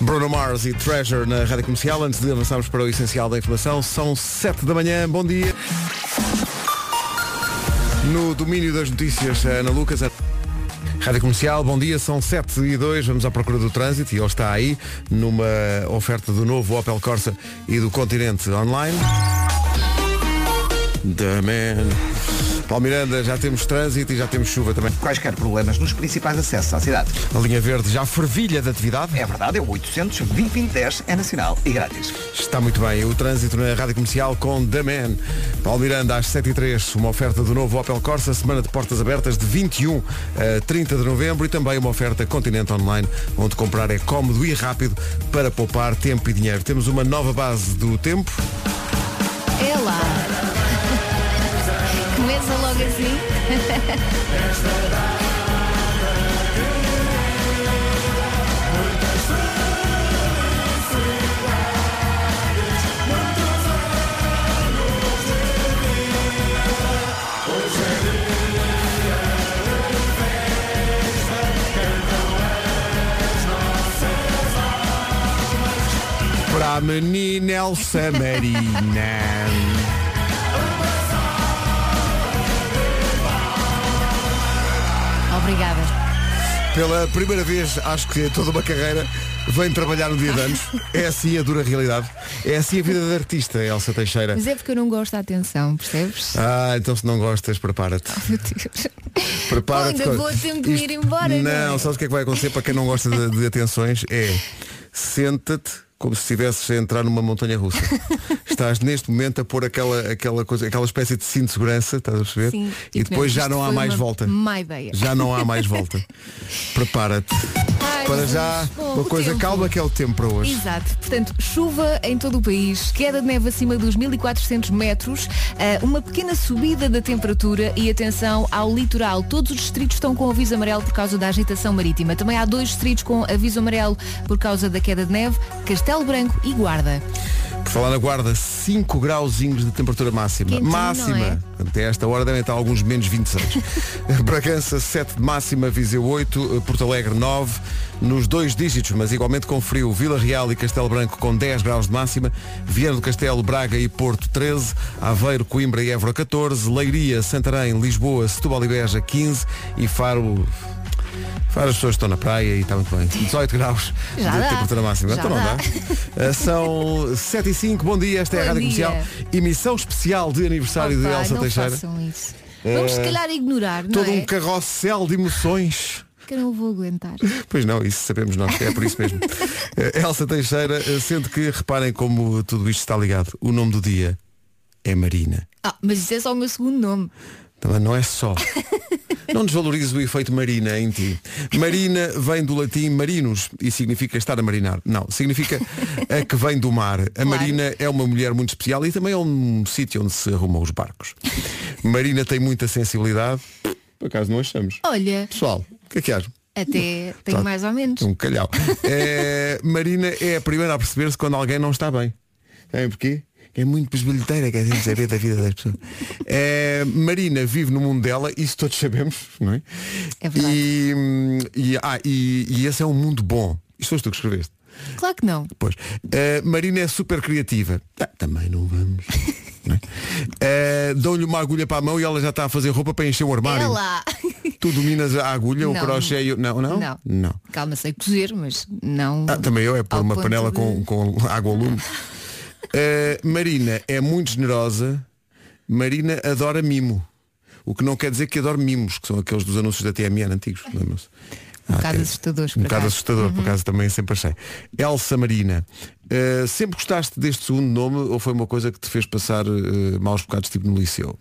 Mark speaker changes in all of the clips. Speaker 1: Bruno Mars e Treasure na Rádio Comercial. Antes de avançarmos para o essencial da informação, são 7 da manhã. Bom dia. No domínio das notícias, a Ana Lucas. a- Rádio Comercial, bom dia, são 7 e 2, vamos à procura do trânsito e ele está aí numa oferta do novo Opel Corsa e do Continente Online. The man. Paulo Miranda, já temos trânsito e já temos chuva também.
Speaker 2: Quaisquer problemas nos principais acessos à cidade.
Speaker 1: A linha verde já fervilha de atividade.
Speaker 2: É verdade, é o 800 2010 é nacional e grátis.
Speaker 1: Está muito bem. O trânsito na Rádio Comercial com The Man. Paulo Miranda, às 7 e três, uma oferta do novo Opel Corsa, semana de portas abertas de 21 a 30 de novembro e também uma oferta Continente Online, onde comprar é cómodo e rápido para poupar tempo e dinheiro. Temos uma nova base do tempo.
Speaker 3: É lá. Começa logo assim.
Speaker 1: Para a menina Elsa Marina.
Speaker 3: Obrigada.
Speaker 1: Pela primeira vez, acho que toda uma carreira vem trabalhar no dia de anos. É assim a dura realidade. É assim a vida da artista, Elsa Teixeira.
Speaker 3: Mas é porque eu não gosto da atenção, percebes?
Speaker 1: Ah, então se não gostas, prepara-te.
Speaker 3: Oh, Meu Deus.
Speaker 1: Prepara-te.
Speaker 3: Ainda vou ter de me ir
Speaker 1: Isto-
Speaker 3: embora, não é?
Speaker 1: Não, sabes o que é que vai acontecer para quem não gosta de, de atenções? É senta-te como se estivesses a entrar numa montanha russa. Estás neste momento a pôr aquela, aquela, coisa, aquela espécie de cinto de segurança, estás a perceber?
Speaker 3: Sim, tipo
Speaker 1: e depois
Speaker 3: mesmo,
Speaker 1: já
Speaker 3: isto
Speaker 1: não há
Speaker 3: foi
Speaker 1: mais
Speaker 3: uma
Speaker 1: volta.
Speaker 3: Má ideia.
Speaker 1: Já não há mais volta. Prepara-te.
Speaker 3: Ai,
Speaker 1: Para
Speaker 3: Jesus.
Speaker 1: já,
Speaker 3: Bom,
Speaker 1: uma
Speaker 3: o
Speaker 1: coisa
Speaker 3: tempo.
Speaker 1: calma que é o tempo para hoje.
Speaker 3: Exato. Portanto, chuva em todo o país, queda de neve acima dos 1400 metros, eh, uma pequena subida da temperatura e atenção ao litoral. Todos os distritos estão com aviso amarelo por causa da agitação marítima. Também há dois distritos com aviso amarelo por causa da queda de neve, Castelo Branco e Guarda.
Speaker 1: Por falar na guarda, 5 grauzinhos de temperatura máxima.
Speaker 3: Quentinho, não é?
Speaker 1: máxima. Até esta hora devem estar alguns menos 26. Bragança 7 de máxima, Viseu 8, eh, Porto Alegre 9, nos dois dígitos, mas igualmente com frio, Vila Real e Castelo Branco com 10 graus de máxima, Viana do Castelo, Braga e Porto 13, Aveiro, Coimbra e Évora 14, Leiria, Santarém, Lisboa, Setúbal e Beja 15 e Faro... Faro as pessoas estão na praia e está muito bem. 18 graus
Speaker 3: Já
Speaker 1: de
Speaker 3: dá.
Speaker 1: temperatura máxima.
Speaker 3: Já
Speaker 1: então não
Speaker 3: dá.
Speaker 1: Uh, São 7 e 5, bom dia, esta é a
Speaker 3: Bom
Speaker 1: Rádio
Speaker 3: dia.
Speaker 1: Comercial, emissão especial de aniversário de
Speaker 3: Opa,
Speaker 1: Elsa
Speaker 3: não
Speaker 1: Teixeira. É Eh,
Speaker 3: façam isso. Vamos se calhar ignorar, não
Speaker 1: Todo
Speaker 3: é?
Speaker 1: um carrossel de emoções.
Speaker 3: Que eu não vou aguentar.
Speaker 1: Pois não, isso sabemos nós, é por isso mesmo. Uh, Elsa Teixeira, uh, sendo que reparem como tudo isto está ligado. O nome do dia é Marina.
Speaker 3: Ah, mas isso é só o meu segundo nome.
Speaker 1: Também não é só. Não desvalorizo o efeito marina em ti. Marina vem do latim marinus e significa estar a marinar. Não, significa a que vem do mar. A Marina é uma mulher muito especial e também é um sítio onde se arrumam os barcos. Marina tem muita sensibilidade. Por acaso não achamos.
Speaker 3: Olha,
Speaker 1: Pessoal, o que é que acham?
Speaker 3: até tenho
Speaker 1: Tá.
Speaker 3: mais ou menos.
Speaker 1: É Um calhau. É, Marina é a primeira a perceber-se quando alguém não está bem. Sabem porquê? É muito bisbilheteira, quer dizer, saber da vida das pessoas. É, Marina vive no mundo dela, isso todos sabemos, não é?
Speaker 3: É verdade.
Speaker 1: E, hum, e, ah, e, e esse é um mundo bom. Isto foste tu que escreveste.
Speaker 3: Claro que não.
Speaker 1: Pois. Eh, Marina é super criativa. Ah, também não vamos. não é? Eh, Dão-lhe uma agulha para a mão e ela já está a fazer roupa para encher o armário.
Speaker 3: É lá.
Speaker 1: Tu dominas a agulha, o
Speaker 3: Não.
Speaker 1: crochê e o... Não, não?
Speaker 3: Não.
Speaker 1: Não.
Speaker 3: Calma, sei cozer, mas não.
Speaker 1: Ah, também eu, é pôr
Speaker 3: Ao
Speaker 1: uma
Speaker 3: ponto
Speaker 1: panela
Speaker 3: de-
Speaker 1: com, com água ao lume. Uh, Marina é muito generosa. Marina adora mimo. O que não quer dizer que adora mimos, que são aqueles dos anúncios da TMN antigos, lembram-se? Um
Speaker 3: bocado assustadores,
Speaker 1: Um
Speaker 3: por
Speaker 1: bocado
Speaker 3: acaso. Uhum.
Speaker 1: assustador, por acaso também sempre achei. Elsa Marina, uh, sempre gostaste deste segundo nome ou foi uma coisa que te fez passar uh, maus bocados tipo no liceu?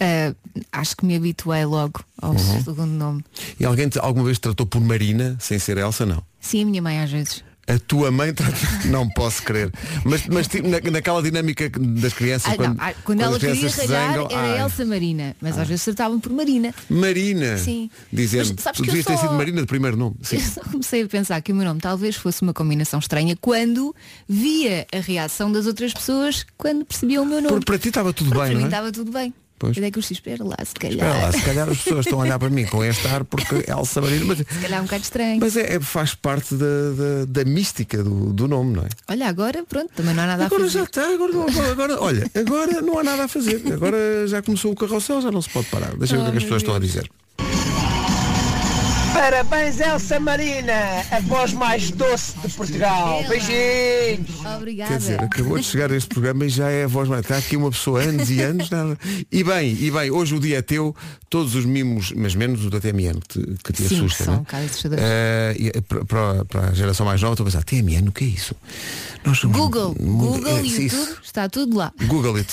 Speaker 3: Ah, acho que me habituei logo ao
Speaker 1: Uhum.
Speaker 3: segundo nome.
Speaker 1: E alguém te, alguma vez te tratou por Marina, sem ser Elsa, não?
Speaker 3: Sim, a minha mãe às vezes.
Speaker 1: A tua mãe trata... Não posso crer. Mas, mas tipo, na- naquela dinâmica das crianças,
Speaker 3: Ah,
Speaker 1: É assim, quando,
Speaker 3: não, ah, quando,
Speaker 1: quando
Speaker 3: ela
Speaker 1: as
Speaker 3: queria
Speaker 1: crianças se
Speaker 3: ralhar
Speaker 1: zangam,
Speaker 3: era
Speaker 1: ai,
Speaker 3: Elsa Marina, mas às vezes tratavam por Marina.
Speaker 1: Marina.
Speaker 3: Sim.
Speaker 1: Dizendo,
Speaker 3: Mas sabes
Speaker 1: tu
Speaker 3: que eu
Speaker 1: devias ter
Speaker 3: só-
Speaker 1: sido Marina de primeiro nome. Sim.
Speaker 3: Eu só comecei a pensar que o meu nome talvez fosse uma combinação estranha quando via a reação das outras pessoas quando percebiam o meu nome.
Speaker 1: Porque para ti estava tudo
Speaker 3: Porque
Speaker 1: bem,
Speaker 3: para mim
Speaker 1: não é?
Speaker 3: estava tudo bem. é
Speaker 1: Pois.
Speaker 3: Eu dei com os espera lá, se calhar.
Speaker 1: Espera lá, se calhar as pessoas estão a olhar para mim com este ar porque é Elsa Marina. Mas,
Speaker 3: Se calhar é um bocado estranho.
Speaker 1: mas é, é- faz parte da, da, da mística do, do nome, não é?
Speaker 3: Olha, agora pronto, também não há nada a
Speaker 1: Agora
Speaker 3: fazer.
Speaker 1: já está, agora, não- agora, agora- olha, agora não há nada a fazer. Agora já começou o carrossel, já não se pode parar. Deixa eu ver o que é que as pessoas estão a dizer.
Speaker 4: Parabéns, Elsa Marina, a voz mais doce de Portugal. Beijinhos.
Speaker 3: Obrigada.
Speaker 1: Quer dizer, acabou de chegar este programa e já é a voz mais. Está aqui uma pessoa anos e anos. Nada. E bem, e bem, hoje o dia é teu, todos os mimos, mas menos o da TMN, que te, que te
Speaker 3: Sim,
Speaker 1: assusta.
Speaker 3: são
Speaker 1: não é?
Speaker 3: um bocado assustadores.
Speaker 1: Eh, e, eh, para- para, para a geração mais nova, estou a pensar, TMN, o que é isso? Nós somos
Speaker 3: Google,
Speaker 1: mundo-
Speaker 3: Google,
Speaker 1: é,
Speaker 3: YouTube,
Speaker 1: isso.
Speaker 3: está tudo lá.
Speaker 1: Google it.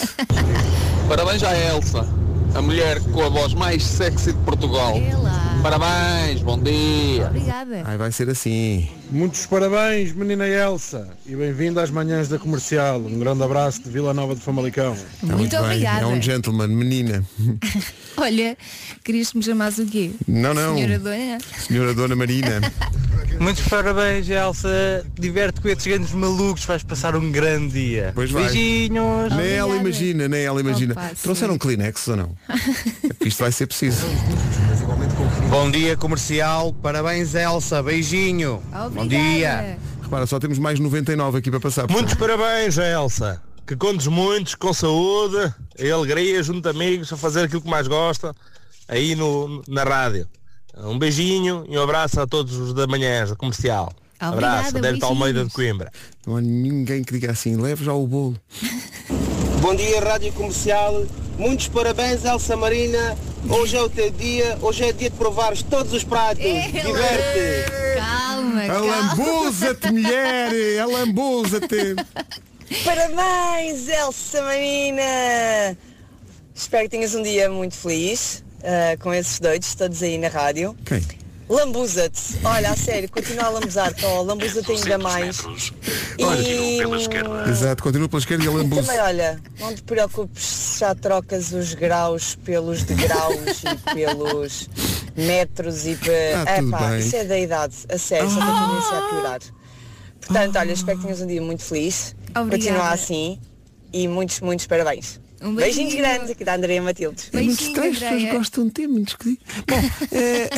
Speaker 5: Parabéns à Elsa, a mulher com a voz mais sexy de Portugal.
Speaker 3: Ela.
Speaker 5: Parabéns, bom dia.
Speaker 3: Obrigada.
Speaker 1: Ai, vai ser assim.
Speaker 6: Muitos parabéns, menina Elsa, e bem-vinda às manhãs da comercial. Um grande abraço de Vila Nova de Famalicão.
Speaker 1: Está
Speaker 3: muito
Speaker 1: bem.
Speaker 3: obrigada.
Speaker 1: É um gentleman, menina.
Speaker 3: Olha, querias que me chamasse o quê?
Speaker 1: Não, não.
Speaker 3: Senhora Dona?
Speaker 1: Senhora Dona Marina.
Speaker 7: Muitos parabéns, Elsa. Diverte com estes grandes malucos. Vais passar um grande dia.
Speaker 1: Pois vai.
Speaker 7: Beijinhos.
Speaker 1: Nem ela
Speaker 3: Obrigada.
Speaker 1: imagina, nem ela imagina.
Speaker 3: Opa, sim.
Speaker 1: Trouxeram um Kleenex ou não? É porque Isto vai ser preciso.
Speaker 7: Bom dia, comercial. Parabéns, Elsa. Beijinho.
Speaker 3: Obrigada.
Speaker 1: Repara, só temos mais 99 aqui para passar.
Speaker 6: Muitos parabéns, Elsa, que contes muitos com saúde e É alegria, junto de amigos, a fazer aquilo que mais gosta aí no, na rádio. Um beijinho e um abraço a todos os da manhãs da comercial.
Speaker 1: Ah,
Speaker 3: Obrigada,
Speaker 6: abraço, Adérito
Speaker 3: beijinhos.
Speaker 6: Almeida de Coimbra.
Speaker 1: Não há ninguém que diga assim, leve já o bolo.
Speaker 8: Bom dia, Rádio Comercial. Muitos parabéns, Elsa Marina. Hoje é o teu dia. Hoje é dia de provares todos os pratos. Diverte!
Speaker 3: Calma,
Speaker 9: é-
Speaker 3: calma.
Speaker 10: é-
Speaker 1: Alambuza-te, mulher! Alambuza-te!
Speaker 10: Parabéns, Elsa Marina! Espero que tenhas um dia muito feliz ah, com esses doidos todos aí na rádio.
Speaker 1: Quem?
Speaker 10: Lambuza-te! Olha, a sério, continua a lambuzar-te, oh, lambuza-te ainda mais. E
Speaker 1: Exato, continua pela esquerda e
Speaker 10: também,
Speaker 1: alambuza.
Speaker 10: olha, não te preocupes se já trocas os graus pelos degraus e pelos metros e... Pe...
Speaker 1: Ah, tudo
Speaker 10: Epá,
Speaker 1: bem. Ah!
Speaker 10: isso é da idade, a sério, é só tem tendência a piorar. Portanto, olha, espero que tenhas um dia muito feliz.
Speaker 3: Obrigada.
Speaker 10: Continua assim e muitos, muitos parabéns.
Speaker 3: Um
Speaker 10: Beijinhos
Speaker 3: beijinho.
Speaker 10: grandes aqui da Andrea Matilde.
Speaker 1: É muito
Speaker 3: Beijinho,
Speaker 1: estranho, as pessoas
Speaker 3: Andreia.
Speaker 1: gostam de ter muito esquisito. Bom, eh,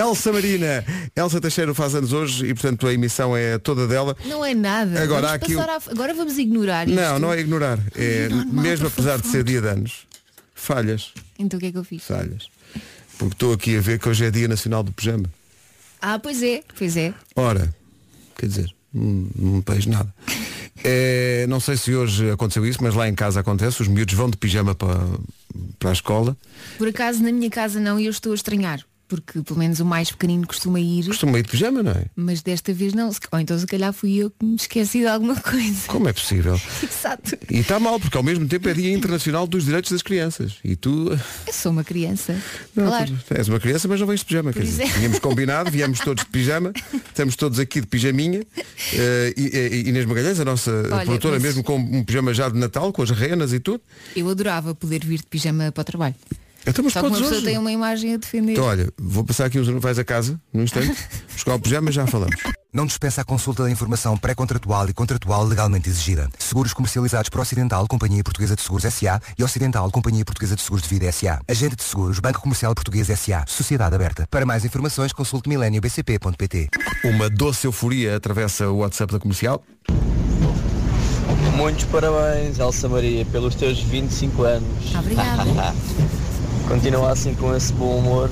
Speaker 1: Elsa Marina, Elsa Teixeira faz anos hoje e portanto a emissão é toda dela.
Speaker 3: Não é nada.
Speaker 1: Agora há
Speaker 3: vamos
Speaker 1: aqui
Speaker 3: passar à- Agora um- vamos ignorar isto.
Speaker 1: Não, não é ignorar. É,
Speaker 3: Ignorar, malta,
Speaker 1: mesmo
Speaker 3: por
Speaker 1: apesar de ser
Speaker 3: favor.
Speaker 1: dia de anos, falhas,
Speaker 3: Então o que é que eu fiz?
Speaker 1: falhas. Porque estou aqui a ver que hoje é dia nacional do pijama.
Speaker 3: Ah, pois é, pois é.
Speaker 1: Ora, quer dizer, hum, não me tens nada. É, não sei se hoje aconteceu isso, mas lá em casa acontece, os miúdos vão de pijama para, para a escola.
Speaker 3: Por acaso na minha casa não e eu estou a estranhar. Porque pelo menos o mais pequenino costuma ir,
Speaker 1: Costuma ir de pijama, não é?
Speaker 3: mas desta vez não. Ou então se calhar fui eu que me esqueci de alguma coisa.
Speaker 1: Como é possível?
Speaker 3: Exato.
Speaker 1: E está mal, porque ao mesmo tempo é Dia Internacional dos Direitos das Crianças. E tu,
Speaker 3: Eu sou uma criança.
Speaker 1: não,
Speaker 3: claro.
Speaker 1: tu és uma criança, mas não vens de pijama. Quer
Speaker 3: Por
Speaker 1: dizer,
Speaker 3: exemplo.
Speaker 1: tínhamos combinado, viemos todos de pijama, estamos todos aqui de pijaminha. Eh, e, e- Inês Magalhães, a nossa
Speaker 3: Olha,
Speaker 1: produtora,
Speaker 3: mas-
Speaker 1: mesmo com um pijama já de Natal, com as renas e tudo.
Speaker 3: Eu adorava poder vir de pijama para o trabalho.
Speaker 1: Então, mas
Speaker 3: Só que uma
Speaker 1: podes
Speaker 3: pessoa
Speaker 1: hoje.
Speaker 3: tem um uma imagem a defender.
Speaker 1: Então olha, vou passar aqui uns vais a casa, num instante, buscar o pijama e já falamos.
Speaker 11: Não dispensa a consulta da informação pré-contratual e contratual legalmente exigida. Seguros comercializados por Ocidental, Companhia Portuguesa de Seguros S.A. e Ocidental, Companhia Portuguesa de Seguros de Vida S.A. Agente de Seguros, Banco Comercial Português S.A. Sociedade Aberta. Para mais informações, consulte mileniobcp.pt.
Speaker 1: Uma doce euforia atravessa o WhatsApp da comercial.
Speaker 7: Muitos parabéns, Elsa Maria, pelos teus 25 anos.
Speaker 3: Obrigada.
Speaker 7: Continua assim com esse bom humor.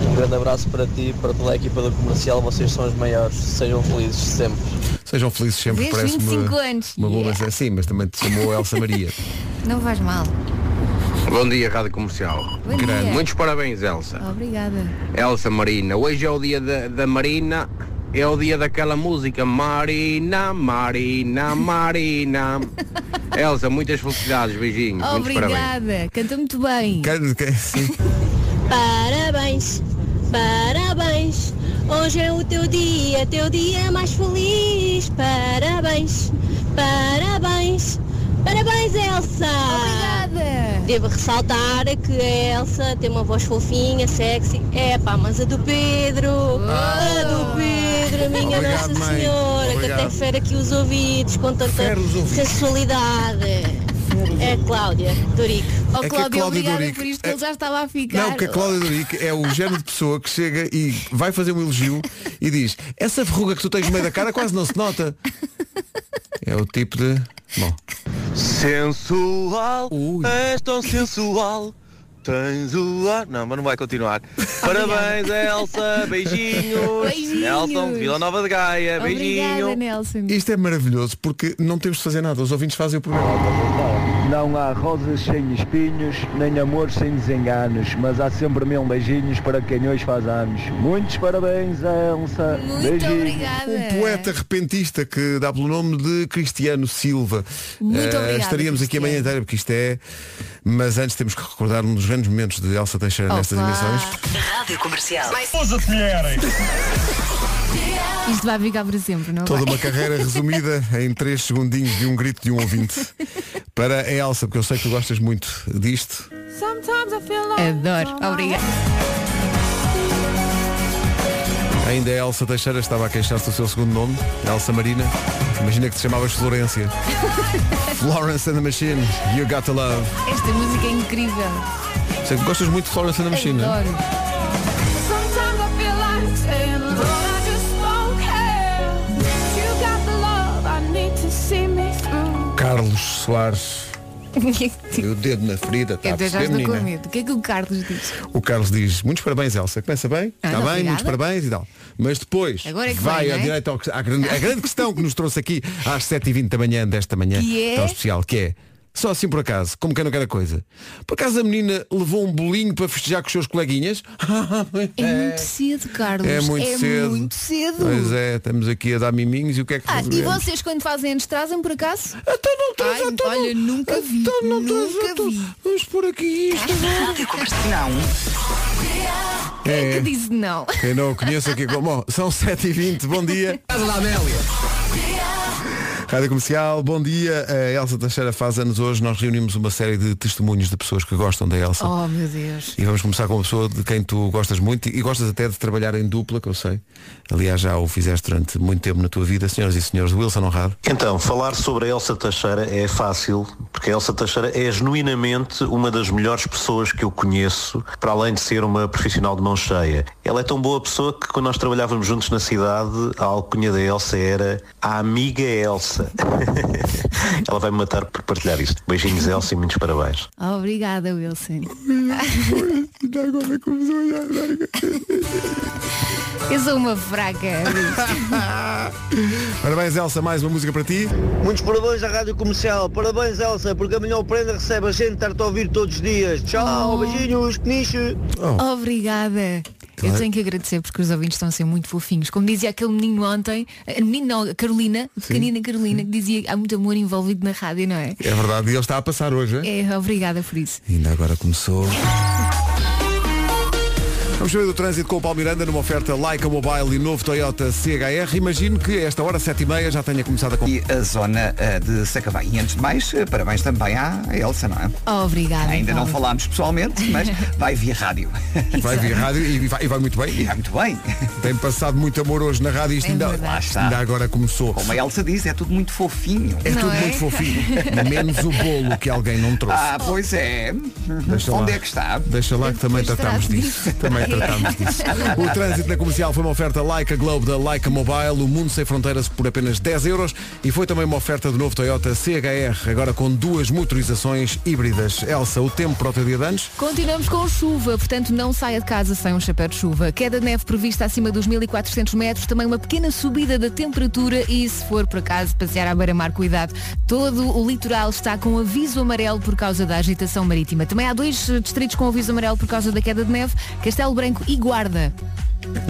Speaker 7: Um grande abraço para ti, para toda a equipa do comercial. Vocês são os maiores. Sejam felizes sempre.
Speaker 1: Sejam felizes sempre,
Speaker 3: Vês,
Speaker 1: parece-me
Speaker 3: 25
Speaker 1: uma,
Speaker 3: anos.
Speaker 1: uma boa
Speaker 3: Yeah.
Speaker 1: mensagem. Sim, mas também te chamou Elsa Maria.
Speaker 3: Não faz mal.
Speaker 5: Bom dia, Rádio Comercial.
Speaker 3: Bom dia.
Speaker 5: Muitos parabéns, Elsa.
Speaker 3: Obrigada.
Speaker 5: Elsa Marina, hoje é o dia da, da Marina, é o dia daquela música Marina, Marina, Marina. Elsa, muitas felicidades, beijinhos, muitos parabéns.
Speaker 3: Obrigada. Canta muito bem.
Speaker 1: Quero- que- sim.
Speaker 10: Parabéns, parabéns. Hoje é o teu dia, teu dia é mais feliz. Parabéns, parabéns. Parabéns, Elsa!
Speaker 3: Obrigada.
Speaker 10: Devo ressaltar que a Elsa tem uma voz fofinha, sexy. É pá, mas a do Pedro, a
Speaker 3: Ah.
Speaker 10: do Pedro, minha
Speaker 1: Obrigado,
Speaker 10: Nossa
Speaker 1: mãe.
Speaker 10: Senhora, que
Speaker 1: Obrigado.
Speaker 10: até fere aqui os ouvidos com tanta
Speaker 1: Fere os ouvidos.
Speaker 10: sensualidade. É
Speaker 12: A Cláudia Dorico.
Speaker 3: Oh,
Speaker 1: É que
Speaker 3: Cláudia,
Speaker 1: a Cláudia
Speaker 3: obrigada
Speaker 1: Dorico-
Speaker 3: por isto, que
Speaker 1: é-
Speaker 3: ele já estava a ficar.
Speaker 1: Não, porque a Cláudia Dorico é o género de pessoa que chega e vai fazer um elogio e diz essa verruga que tu tens no meio da cara quase não se nota. É o tipo de... Bom.
Speaker 9: Sensual, és tão sensual. Tens o ar. Não, mas não vai continuar. Parabéns, Elsa. Beijinhos.
Speaker 3: Beijinhos.
Speaker 9: Nelson de Vila Nova de
Speaker 7: É
Speaker 9: Gaia.
Speaker 3: Obrigada,
Speaker 9: Beijinho.
Speaker 3: Nelson.
Speaker 1: Isto é maravilhoso porque não temos de fazer nada. Os ouvintes fazem o programa.
Speaker 13: Não há rosas sem espinhos, nem amor sem desenganos, mas há sempre mil beijinhos para quem hoje faz anos. Muitos parabéns a Elsa.
Speaker 3: Muito
Speaker 13: beijinhos.
Speaker 3: obrigada.
Speaker 1: Um poeta repentista que dá pelo nome de Cristiano Silva.
Speaker 3: Muito
Speaker 1: Eh,
Speaker 3: obrigada,
Speaker 1: Estaríamos aqui a manhã inteira porque isto é. Mas antes temos que recordar um dos grandes momentos de Elsa
Speaker 3: Oh,
Speaker 1: Teixeira nestas emissões.
Speaker 5: Rádio Comercial.
Speaker 3: Isto vai ficar para sempre, não
Speaker 1: Toda
Speaker 3: vai?
Speaker 1: uma carreira resumida em três segundinhos de um grito de um ouvinte. Para a Elsa, porque eu sei que tu gostas muito disto.
Speaker 3: Adoro. Obrigada.
Speaker 1: Ainda a Elsa Teixeira estava a queixar-se do seu segundo nome, Elsa Marina. Imagina que te chamavas Florência. Florence and the Machine, You Got to Love.
Speaker 3: Esta música é incrível.
Speaker 1: Sei que gostas muito de Florence and the Machine, não é?
Speaker 3: Adoro.
Speaker 1: Carlos Soares. E o dedo na ferida, está a
Speaker 3: Até já
Speaker 1: perceber,
Speaker 3: estou com
Speaker 1: menina?
Speaker 3: medo. O que é que o Carlos diz?
Speaker 1: O Carlos diz, muitos parabéns, Elsa. Começa bem,
Speaker 3: Ah,
Speaker 1: está bem,
Speaker 3: não, obrigada.
Speaker 1: muitos parabéns e tal. Mas depois
Speaker 3: Agora é que
Speaker 1: vai
Speaker 3: vem,
Speaker 1: à
Speaker 3: não é?
Speaker 1: direita ao que- à grande, à grande questão que nos trouxe aqui às 7h20 da manhã desta manhã
Speaker 3: Que é?
Speaker 1: tão especial, que é só assim por acaso, como quem não quer a coisa. Por acaso a menina levou um bolinho para festejar com os seus coleguinhas?
Speaker 3: É, muito cedo, Carlos.
Speaker 1: É muito cedo.
Speaker 3: muito cedo.
Speaker 1: Pois é, estamos aqui a dar miminhos e o que é que
Speaker 3: Ah, e
Speaker 1: resolvemos?
Speaker 3: vocês quando fazem anos trazem por acaso?
Speaker 1: Então
Speaker 3: Até não traz, Ai, Olha, nunca vi. nunca vi.
Speaker 1: Vamos por aqui isto
Speaker 3: Não. É. que diz não.
Speaker 1: Quem não o conhece aqui como. Bom, são 7h20, bom dia. Rádio Comercial, bom dia. A Elsa Teixeira faz anos hoje. Nós reunimos uma série de testemunhos de pessoas que gostam da Elsa.
Speaker 3: Oh meu Deus.
Speaker 1: E vamos começar com uma pessoa de quem tu gostas muito e e gostas até de trabalhar em dupla, que eu sei. Aliás, já o fizeste durante muito tempo na tua vida, senhoras e senhores, Wilson Honrado.
Speaker 14: Então, falar sobre a Elsa Teixeira é fácil, porque a Elsa Teixeira é genuinamente uma das melhores pessoas que eu conheço, para além de ser uma profissional de mão cheia. Ela é tão boa pessoa que quando nós trabalhávamos juntos na cidade, a alcunha da Elsa era a amiga Elsa. Ela vai me matar por partilhar isto. Beijinhos Elsa e muitos parabéns.
Speaker 3: Obrigada, Wilson. Eu sou uma fraca. Ah.
Speaker 1: Parabéns, Elsa, mais um. uma música para ti.
Speaker 15: Muitos parabéns à Rádio Comercial. Parabéns, Elsa, porque a melhor prenda recebe a gente estar-te a ouvir todos os dias. Tchau,
Speaker 3: Oh.
Speaker 15: beijinhos, que nicho.
Speaker 3: Obrigada. Eu tenho que agradecer porque os ouvintes estão a ser muito fofinhos. Como dizia aquele menino ontem, a menino não, a Carolina, a pequenina Carolina, que dizia que há muito amor envolvido na rádio, não é?
Speaker 1: É verdade, e ele está a passar hoje, é?
Speaker 3: É, obrigada por isso.
Speaker 1: Ainda agora começou. Vamos saber do trânsito com o Palmiranda numa oferta Leica Mobile e novo Toyota CHR. Imagino que a esta hora, 7h30, já tenha começado a...
Speaker 2: E a zona eh, de Sacavém. E antes de mais, eh, parabéns também à Elsa, não é?
Speaker 3: Obrigada.
Speaker 2: Ainda não
Speaker 3: Paulo.
Speaker 2: falámos pessoalmente, mas vai via rádio.
Speaker 1: Vai vir rádio e vai, e vai muito bem. E vai
Speaker 2: muito bem.
Speaker 1: Tem passado muito amor hoje na rádio e isto ainda,
Speaker 2: Lá
Speaker 1: isto
Speaker 2: está.
Speaker 1: ainda agora começou.
Speaker 2: Como a Elsa diz, é tudo muito fofinho.
Speaker 1: É tudo muito fofinho. Menos o bolo que alguém não trouxe.
Speaker 2: Ah, pois é.
Speaker 1: Deixa
Speaker 2: Onde
Speaker 1: lá.
Speaker 2: é que está?
Speaker 1: Deixa lá que também tratámos
Speaker 2: trato
Speaker 1: disso.
Speaker 2: disso.
Speaker 1: Também tratámos disso. O trânsito na comercial foi uma oferta Leica Globe da Leica Mobile, o mundo sem fronteiras por apenas 10 euros e foi também uma oferta do novo Toyota CHR, agora com duas motorizações híbridas. Elsa, o tempo para o teu dia de anos?
Speaker 3: Continuamos com chuva, portanto não saia de casa sem um chapéu de chuva. Queda de neve prevista acima dos 1400 metros, também uma pequena subida da temperatura e se for por acaso passear à beira-mar, cuidado. Todo o litoral está com aviso amarelo por causa da agitação marítima. Também há dois eh, distritos com aviso amarelo por causa da queda de neve, Castelo Branco e Guarda.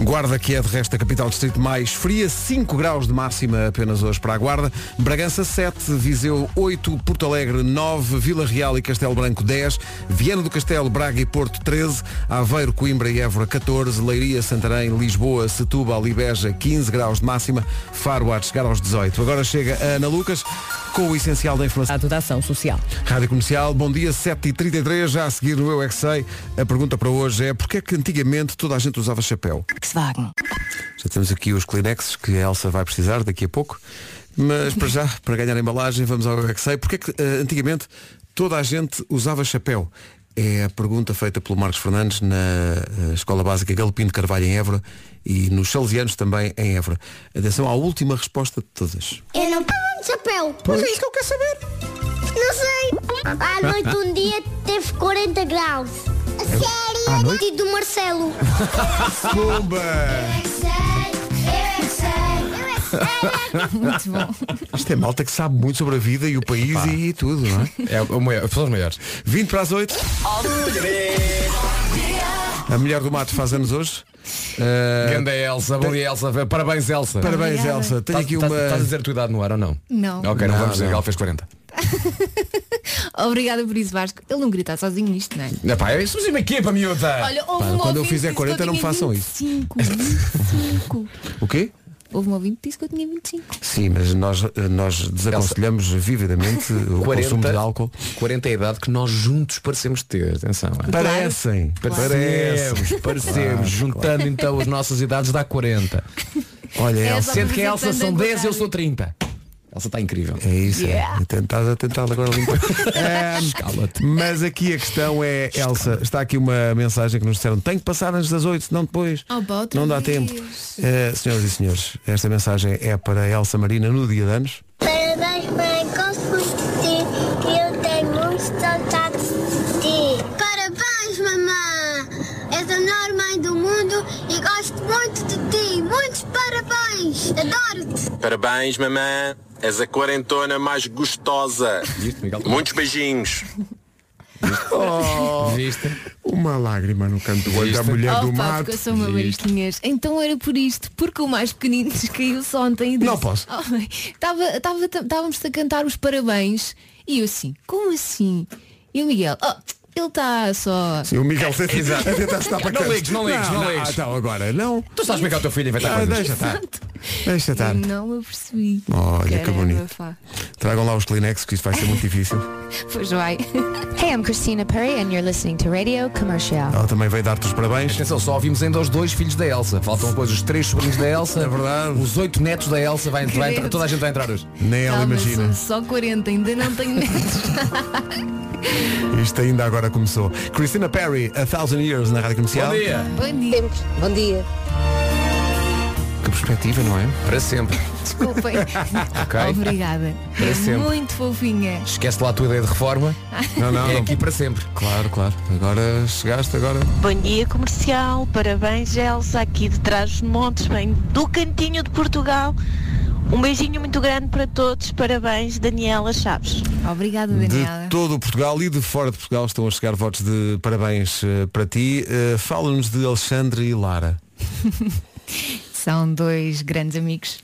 Speaker 1: Guarda, que é de resto a capital do distrito mais fria, 5 graus de máxima apenas hoje para a Guarda. Bragança 7, Viseu 8, Porto Alegre 9, Vila Real e Castelo Branco 10, Viana do Castelo, Braga e Porto 13, Aveiro, Coimbra e Évora 14, Leiria, Santarém, Lisboa, Setúbal e Beja 15 graus de máxima, Faro a chegar aos 18. Agora chega a Ana Lucas com o essencial da informação.
Speaker 16: da ação social.
Speaker 1: Rádio Comercial, bom dia, 7h33, já a seguir no Eu É Que Sei. A pergunta para hoje é porquê é que antigamente toda a gente usava chapéu?
Speaker 16: Volkswagen.
Speaker 1: Já temos aqui os Kleenexes que a Elsa vai precisar daqui a pouco. Mas para já, para ganhar embalagem, vamos ao Eu é que sei. Porque é que eh, antigamente toda a gente usava chapéu? É a pergunta feita pelo Marcos Fernandes na eh, Escola Básica Galopim de Carvalho em Évora e nos Salesianos também em Évora. Atenção à última resposta de todas.
Speaker 17: Eu Ah, não ponho chapéu. Mas é isso que eu quero saber. Não sei. À noite um dia teve 40 graus. A sério?
Speaker 1: À
Speaker 17: A
Speaker 1: noite?
Speaker 17: noite do Marcelo.
Speaker 1: Pumba!
Speaker 17: Muito bom.
Speaker 1: Isto é malta que sabe muito sobre a vida e o país e tudo, não é? É o maior, são os maiores. 20 para as 8. A mulher do mato faz anos hoje. Uh,
Speaker 5: Ganda Elsa, bom dia Elsa, parabéns Elsa.
Speaker 1: Parabéns, Obrigada. Elsa. Tenho
Speaker 5: Estás-
Speaker 1: aqui
Speaker 5: estás-
Speaker 1: uma-
Speaker 5: Estás tá a dizer a tua idade no ar ou não?
Speaker 3: Não.
Speaker 5: Ok, não,
Speaker 1: Não,
Speaker 5: vamos dizer
Speaker 1: não.
Speaker 5: que ela fez 40.
Speaker 3: Obrigada por isso, Vasco. Ele não grita sozinho nisto, não é?
Speaker 5: É pá, é isso mesmo aqui para miúda.
Speaker 3: Olha, houve um
Speaker 1: É. quando eu
Speaker 3: ouvinte que disse
Speaker 1: fizer
Speaker 3: que
Speaker 1: 40 não me
Speaker 3: tinha
Speaker 1: façam isso.
Speaker 3: 25, 25.
Speaker 1: O quê?
Speaker 3: Houve um ouvinte que disse que eu tinha 25.
Speaker 1: Sim, mas nós, eh, nós desaconselhamos vividamente o consumo de álcool.
Speaker 5: 40 é a idade que nós juntos parecemos ter, atenção. é?
Speaker 1: Parecem.
Speaker 5: Parecemos,
Speaker 1: Claro,
Speaker 5: parecemos.
Speaker 1: claro.
Speaker 5: juntando então as nossas idades dá 40.
Speaker 1: Olha,
Speaker 5: é
Speaker 1: Elsa.
Speaker 5: Sendo que a Elsa são
Speaker 1: representando a
Speaker 5: 10, eu sou 30. Elsa está incrível.
Speaker 1: É isso.
Speaker 5: Yeah.
Speaker 1: É. Estás a tentar agora limpar. Escala-te. Mas aqui a questão é, Elsa, está aqui uma mensagem que nos disseram, tem que passar antes das 8, senão depois.
Speaker 3: Oh, pá, outra
Speaker 1: não dá
Speaker 3: vez.
Speaker 1: tempo. Eh, senhoras e senhores, esta mensagem é para Elsa Marina no dia de anos.
Speaker 17: Parabéns, mãe, gosto de ti. Eu tenho muito saudade de ti. Parabéns, mamãe. És a melhor mãe do mundo e gosto muito de ti. Muitos parabéns. Adoro-te.
Speaker 16: Parabéns, mamã. És a quarentona mais gostosa. Muitos beijinhos.
Speaker 5: Oh.
Speaker 1: Uma lágrima no canto do olho
Speaker 18: é
Speaker 1: da mulher
Speaker 3: Oh,
Speaker 1: do
Speaker 3: pá,
Speaker 1: mato.
Speaker 3: porque eu sou uma marisquinhas. Então era por isto, porque o mais pequenino caiu-se ontem e disse,
Speaker 1: Não posso.
Speaker 3: "Oh, mãe, tava- tava- Estávamos a cantar os parabéns e eu assim, como assim? E o Miguel, "Oh, ele está só.
Speaker 1: Sim, o Miguel Sete a tentar se dar para
Speaker 5: É, Não
Speaker 1: canto.
Speaker 5: ligues, não ligues, não ligues.
Speaker 1: Ah, então agora não.
Speaker 5: Tu sabes como é que é o teu filho inventar
Speaker 1: Ah,
Speaker 5: coisas.
Speaker 1: deixa estar.
Speaker 3: Exato.
Speaker 1: Deixa estar.
Speaker 3: Eu não me apercebi.
Speaker 1: Olha, que
Speaker 3: Caramba,
Speaker 1: bonito.
Speaker 3: pá.
Speaker 1: Tragam lá os Kleenex, que isto vai ser muito difícil.
Speaker 3: Pois vai.
Speaker 18: Hey, I'm Christina Perry and you're listening to Radio Comercial.
Speaker 1: Ela também veio dar-te os parabéns.
Speaker 5: Atenção, só ouvimos ainda os dois filhos da Elsa. Faltam depois os três sobrinhos da
Speaker 1: É
Speaker 5: Elsa. verdade. Os oito netos da Elsa. Vai, vai entrar,
Speaker 3: Credo.
Speaker 5: toda a gente vai entrar hoje.
Speaker 1: Nem ela
Speaker 3: Calma,
Speaker 1: imagina.
Speaker 3: são Só 40, ainda não tenho medos.
Speaker 1: Isto ainda agora começou. Christina Perry, A Thousand Years na Rádio Comercial.
Speaker 3: Bom dia.
Speaker 19: Bom dia.
Speaker 1: Que perspectiva, não é?
Speaker 5: Para sempre.
Speaker 3: Desculpem.
Speaker 5: Ok.
Speaker 3: Obrigada.
Speaker 5: Para
Speaker 3: é
Speaker 5: sempre.
Speaker 3: muito fofinha.
Speaker 5: Esquece lá a tua ideia de reforma.
Speaker 1: Não, não,
Speaker 5: É
Speaker 1: não.
Speaker 5: aqui para sempre.
Speaker 1: Claro, claro. Agora chegaste, agora.
Speaker 20: Bom dia comercial, parabéns Elsa, aqui de trás dos montes, bem do cantinho de Portugal. Um beijinho muito grande para todos, parabéns Daniela Chaves.
Speaker 3: Obrigada
Speaker 1: De todo o Portugal e de fora de Portugal estão a chegar votos de parabéns eh, para ti. Eh, Fala-nos de Alexandre e Lara.
Speaker 3: São dois grandes amigos.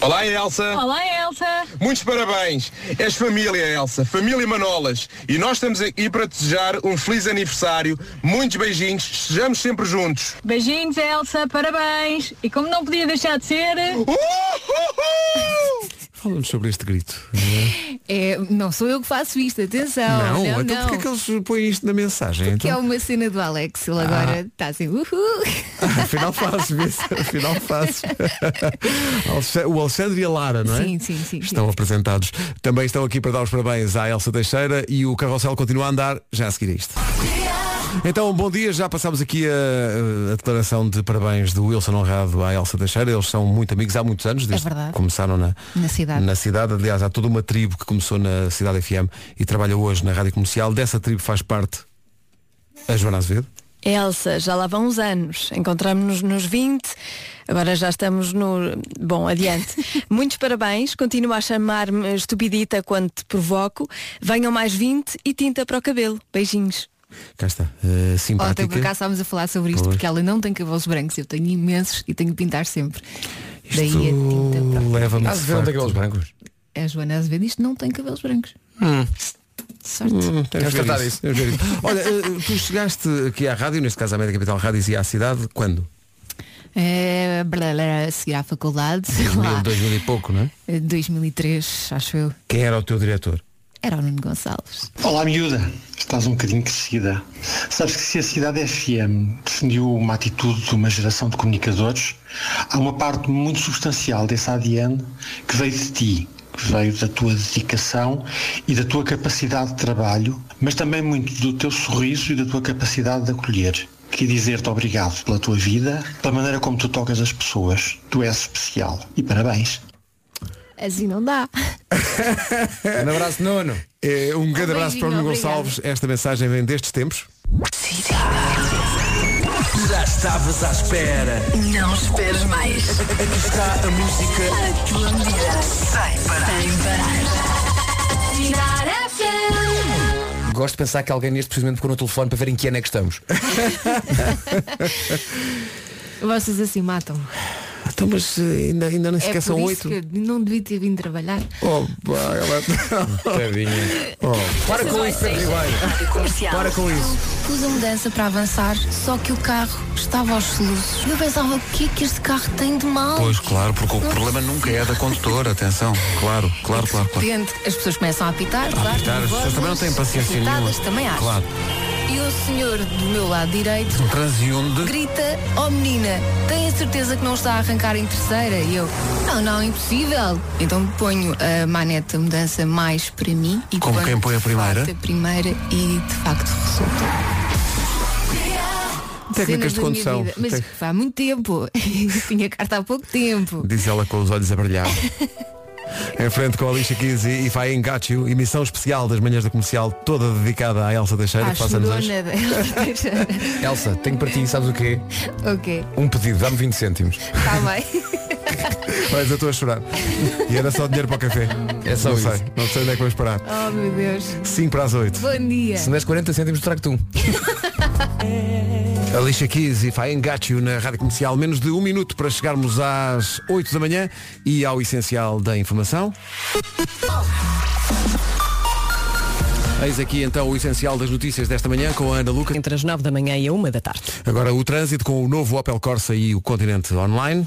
Speaker 21: Olá Elsa!
Speaker 3: Olá, Elsa!
Speaker 21: Muitos parabéns! És família, Elsa, família Manolas. E nós estamos aqui para te desejar um feliz aniversário, muitos beijinhos, estejamos sempre juntos.
Speaker 22: Beijinhos, Elsa, parabéns! E como não podia deixar de ser.
Speaker 1: Fala-nos sobre este grito.
Speaker 3: É, não sou eu que faço isto, atenção.
Speaker 1: não,
Speaker 3: não,
Speaker 1: então
Speaker 3: não.
Speaker 1: porquê é que eles põem isto na mensagem?
Speaker 3: Que é
Speaker 1: Então? Ah.
Speaker 3: uma cena do Alex, ele agora está assim, uhul.
Speaker 1: afinal fazes, vês? afinal fazes. Alce- o Alexandre e a Lara, não é?
Speaker 3: Sim, sim, sim.
Speaker 1: Estão apresentados. Também estão aqui para dar os parabéns à Elsa Teixeira e o carrossel continua a andar já a seguir a isto. Então, bom dia. Já passámos aqui a, a declaração de parabéns do Wilson Honrado à Elsa Teixeira. Eles são muito amigos há muitos anos, desde
Speaker 3: É verdade.
Speaker 1: que começaram na,
Speaker 3: Na cidade.
Speaker 1: na cidade. Aliás, há toda uma tribo que começou na Cidade FM e trabalha hoje na Rádio Comercial. Dessa tribo faz parte a Joana Azevedo.
Speaker 13: Elsa, já lá vão uns anos. Encontramos-nos nos 20, agora já estamos no. Bom, adiante. Muitos parabéns, continua a chamar-me estupidita quando te provoco. Venham mais 20 e tinta para o cabelo. Beijinhos.
Speaker 1: Cá está. Eh, simpática.
Speaker 3: Ontem por acaso estávamos a falar sobre isto,
Speaker 1: Pois.
Speaker 3: porque ela não tem cabelos brancos, eu tenho imensos e tenho que pintar sempre. Daí a-
Speaker 1: Isto leva-me
Speaker 5: Estás a ver onde é que eles brancos?
Speaker 3: a, Joana Azevedo isto não tem cabelos brancos. Sorte.
Speaker 1: Hum, temos
Speaker 5: Temos
Speaker 1: de ver
Speaker 5: tratar
Speaker 1: isso,
Speaker 5: disso.
Speaker 1: temos de ver isso. Olha, eh, tu chegaste aqui à rádio, neste caso à Média Capital Rádio e à cidade, quando?
Speaker 3: É, blá, blá, seguir à faculdade, sei lá,
Speaker 1: 2000 e pouco, não é?
Speaker 3: 2003, acho eu.
Speaker 1: Quem era o teu diretor?
Speaker 3: Eh, era o Nuno Gonçalves.
Speaker 23: Olá, miúda. Estás um bocadinho crescida. Sabes que se a Cidade FM defendiu uma atitude de uma geração de comunicadores, há uma parte muito substancial desse ADN que veio de ti, que veio da tua dedicação e da tua capacidade de trabalho, mas também muito do teu sorriso e da tua capacidade de acolher. Queria dizer-te obrigado pela tua vida, pela maneira como tu tocas as pessoas. Tu és especial. E parabéns.
Speaker 17: Assim não dá.
Speaker 1: Um abraço, Nuno. um grande
Speaker 17: Um
Speaker 1: abraço para
Speaker 17: beijinho,
Speaker 1: o Nuno
Speaker 17: obrigada.
Speaker 1: Gonçalves. Esta mensagem vem destes tempos.
Speaker 6: Já estavas à espera.
Speaker 4: Não esperes mais.
Speaker 6: Aqui está a música.
Speaker 4: A tua medida. Sem parar. Sem parar. Cidade FM.
Speaker 5: Gosto de pensar que alguém neste precisamente pegou no telefone para ver em que ano é que estamos.
Speaker 3: Vocês assim matam.
Speaker 1: Então, mas eh, ainda, ainda nem sequer
Speaker 3: é
Speaker 1: são
Speaker 3: por isso
Speaker 1: oito.
Speaker 3: que não devia ter vindo trabalhar.
Speaker 1: Oh, pá, ela... Oh.
Speaker 3: Para com isso, Pedro
Speaker 4: Comercial.
Speaker 1: Para com isso.
Speaker 4: Pus a mudança para avançar, só que o carro estava aos soluços. Eu pensava, o que é que este carro tem de mal?
Speaker 10: Pois, claro, porque o problema nunca é da condutora, atenção. Claro, claro, claro,
Speaker 4: De
Speaker 10: claro.
Speaker 4: repente, as pessoas começam a apitar,
Speaker 10: A apitar, as pessoas também não têm paciência nenhuma.
Speaker 4: também acho.
Speaker 10: Claro.
Speaker 4: E o senhor do meu lado direito
Speaker 10: Um transiunde.
Speaker 4: grita, oh menina, tem a certeza que não está a arrancar em terceira? E eu, não, não, impossível. Então ponho a manete da mudança mais para mim. E
Speaker 10: Como
Speaker 4: ponho,
Speaker 10: quem põe a
Speaker 4: de
Speaker 10: primeira?
Speaker 4: facto, A primeira e de facto resulta. Cenas
Speaker 1: Técnicas de
Speaker 4: da minha
Speaker 1: condução.
Speaker 4: vida. Mas
Speaker 1: Tec-
Speaker 4: há muito tempo. Tinha carta há pouco tempo.
Speaker 1: Diz ela com os olhos a brilhar. em frente com a Lixa 15 e vai em Gatio, emissão especial das manhãs da comercial, toda dedicada à Elsa Teixeira,
Speaker 4: À
Speaker 1: que passa-nos hoje.
Speaker 4: chorona dela. Teixeira.
Speaker 5: Elsa, tenho para ti, sabes o quê?
Speaker 4: ok,
Speaker 5: Um pedido, dá-me 20 cêntimos.
Speaker 4: está bem.
Speaker 1: Mas eu estou a chorar. E era só dinheiro para o café.
Speaker 5: É só
Speaker 1: não
Speaker 5: isso.
Speaker 1: sei, não sei onde é que vamos parar.
Speaker 4: Oh meu Deus.
Speaker 1: 5 para as 8.
Speaker 4: Bom dia.
Speaker 5: Se me des 40 cêntimos, trago-te um.
Speaker 1: A Lixa Keys e Fine Got You na Rádio Comercial. Menos de um minuto para chegarmos às 8 da manhã e ao essencial da informação. Eis aqui então o essencial das notícias desta manhã com a Ana Lucas.
Speaker 24: Entre as 9 da manhã e a 1 da tarde.
Speaker 1: Agora o trânsito com o novo Opel Corsa e o Continente Online.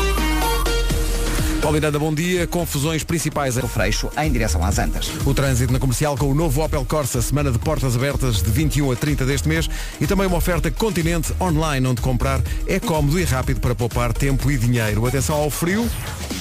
Speaker 1: Paulo Miranda, bom dia. Confusões principais. O
Speaker 2: Freixo em direção às Antas.
Speaker 1: O trânsito na comercial com o novo Opel Corsa, semana de portas abertas de 21 a 30 deste mês e também uma oferta Continente Online, onde comprar é cómodo e rápido para poupar tempo e dinheiro. Atenção ao frio.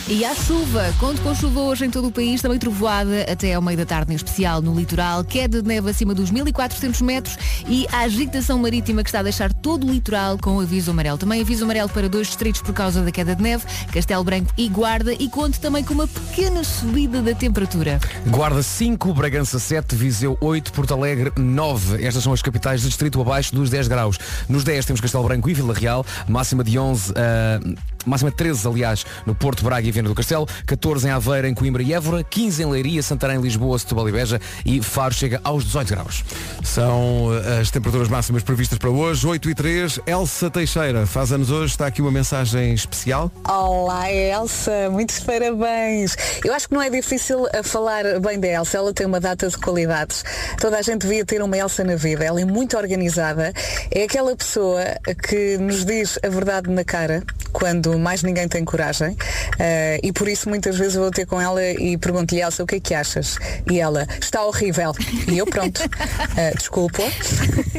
Speaker 3: E à chuva, conto com chuva hoje em todo o país, também trovoada até ao meio da tarde, em especial no litoral, queda de neve acima dos 1400 metros e a agitação marítima que está a deixar todo o litoral com aviso amarelo. Também aviso amarelo para dois distritos por causa da queda de neve, Castelo Branco e Guarda, e conto também com uma pequena subida da temperatura.
Speaker 5: Guarda 5, Bragança 7, Viseu 8, Porto Alegre 9. Estas são as capitais do distrito abaixo dos 10 graus. Nos 10 temos Castelo Branco e Vila Real, máxima de 11, ah, máxima de 13, aliás, no Porto, Braga e Viana do Castelo, 14 em Aveira, em Coimbra e Évora, 15 em Leiria, Santarém, Lisboa, Setúbal e Beja e Faro chega aos 18 graus.
Speaker 1: São eh, as temperaturas máximas previstas para hoje, 8 e 3. Elsa Teixeira faz anos hoje, está aqui uma mensagem especial.
Speaker 25: Olá Elsa, muitos parabéns. Eu acho que não é difícil a falar bem da Elsa, ela tem uma data de qualidades. Toda a gente devia ter uma Elsa na vida, ela é muito organizada, é aquela pessoa que nos diz a verdade na cara quando mais ninguém tem coragem Eh, e por isso muitas vezes eu vou ter com ela e pergunto-lhe Elsa o que é que achas? E ela, está horrível. E eu pronto, eh, desculpa.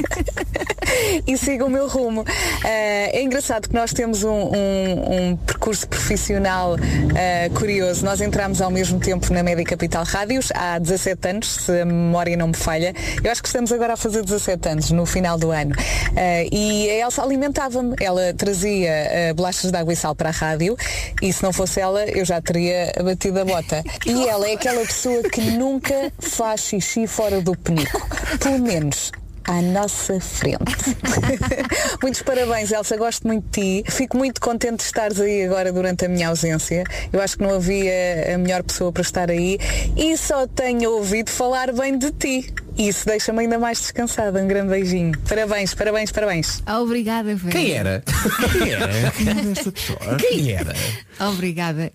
Speaker 25: e siga o meu rumo. Eh, é engraçado que nós temos um, um- um percurso profissional eh, curioso. Nós entramos ao mesmo tempo na Média Capital Rádios há 17 anos, se a memória não me falha. Eu acho que estamos agora a fazer 17 anos, no final do ano. Eh, e a Elsa alimentava-me. Ela trazia eh, bolachas de água e sal para a rádio e se não fosse ela, eu já teria batido a bota. E ela é aquela pessoa que nunca faz xixi fora do penico. Pelo menos à nossa frente. Muitos parabéns, Elsa, gosto muito de ti. Fico muito contente de estares aí agora durante a minha ausência. Eu acho que não havia a melhor pessoa para estar aí e só tenho ouvido falar bem de ti. Isso deixa-me ainda mais descansada. Um grande beijinho. Parabéns, parabéns, parabéns.
Speaker 3: Obrigada, Vera.
Speaker 25: Quem era?
Speaker 1: Quem era? Quem era esta pessoa? Quem era?
Speaker 3: Obrigada.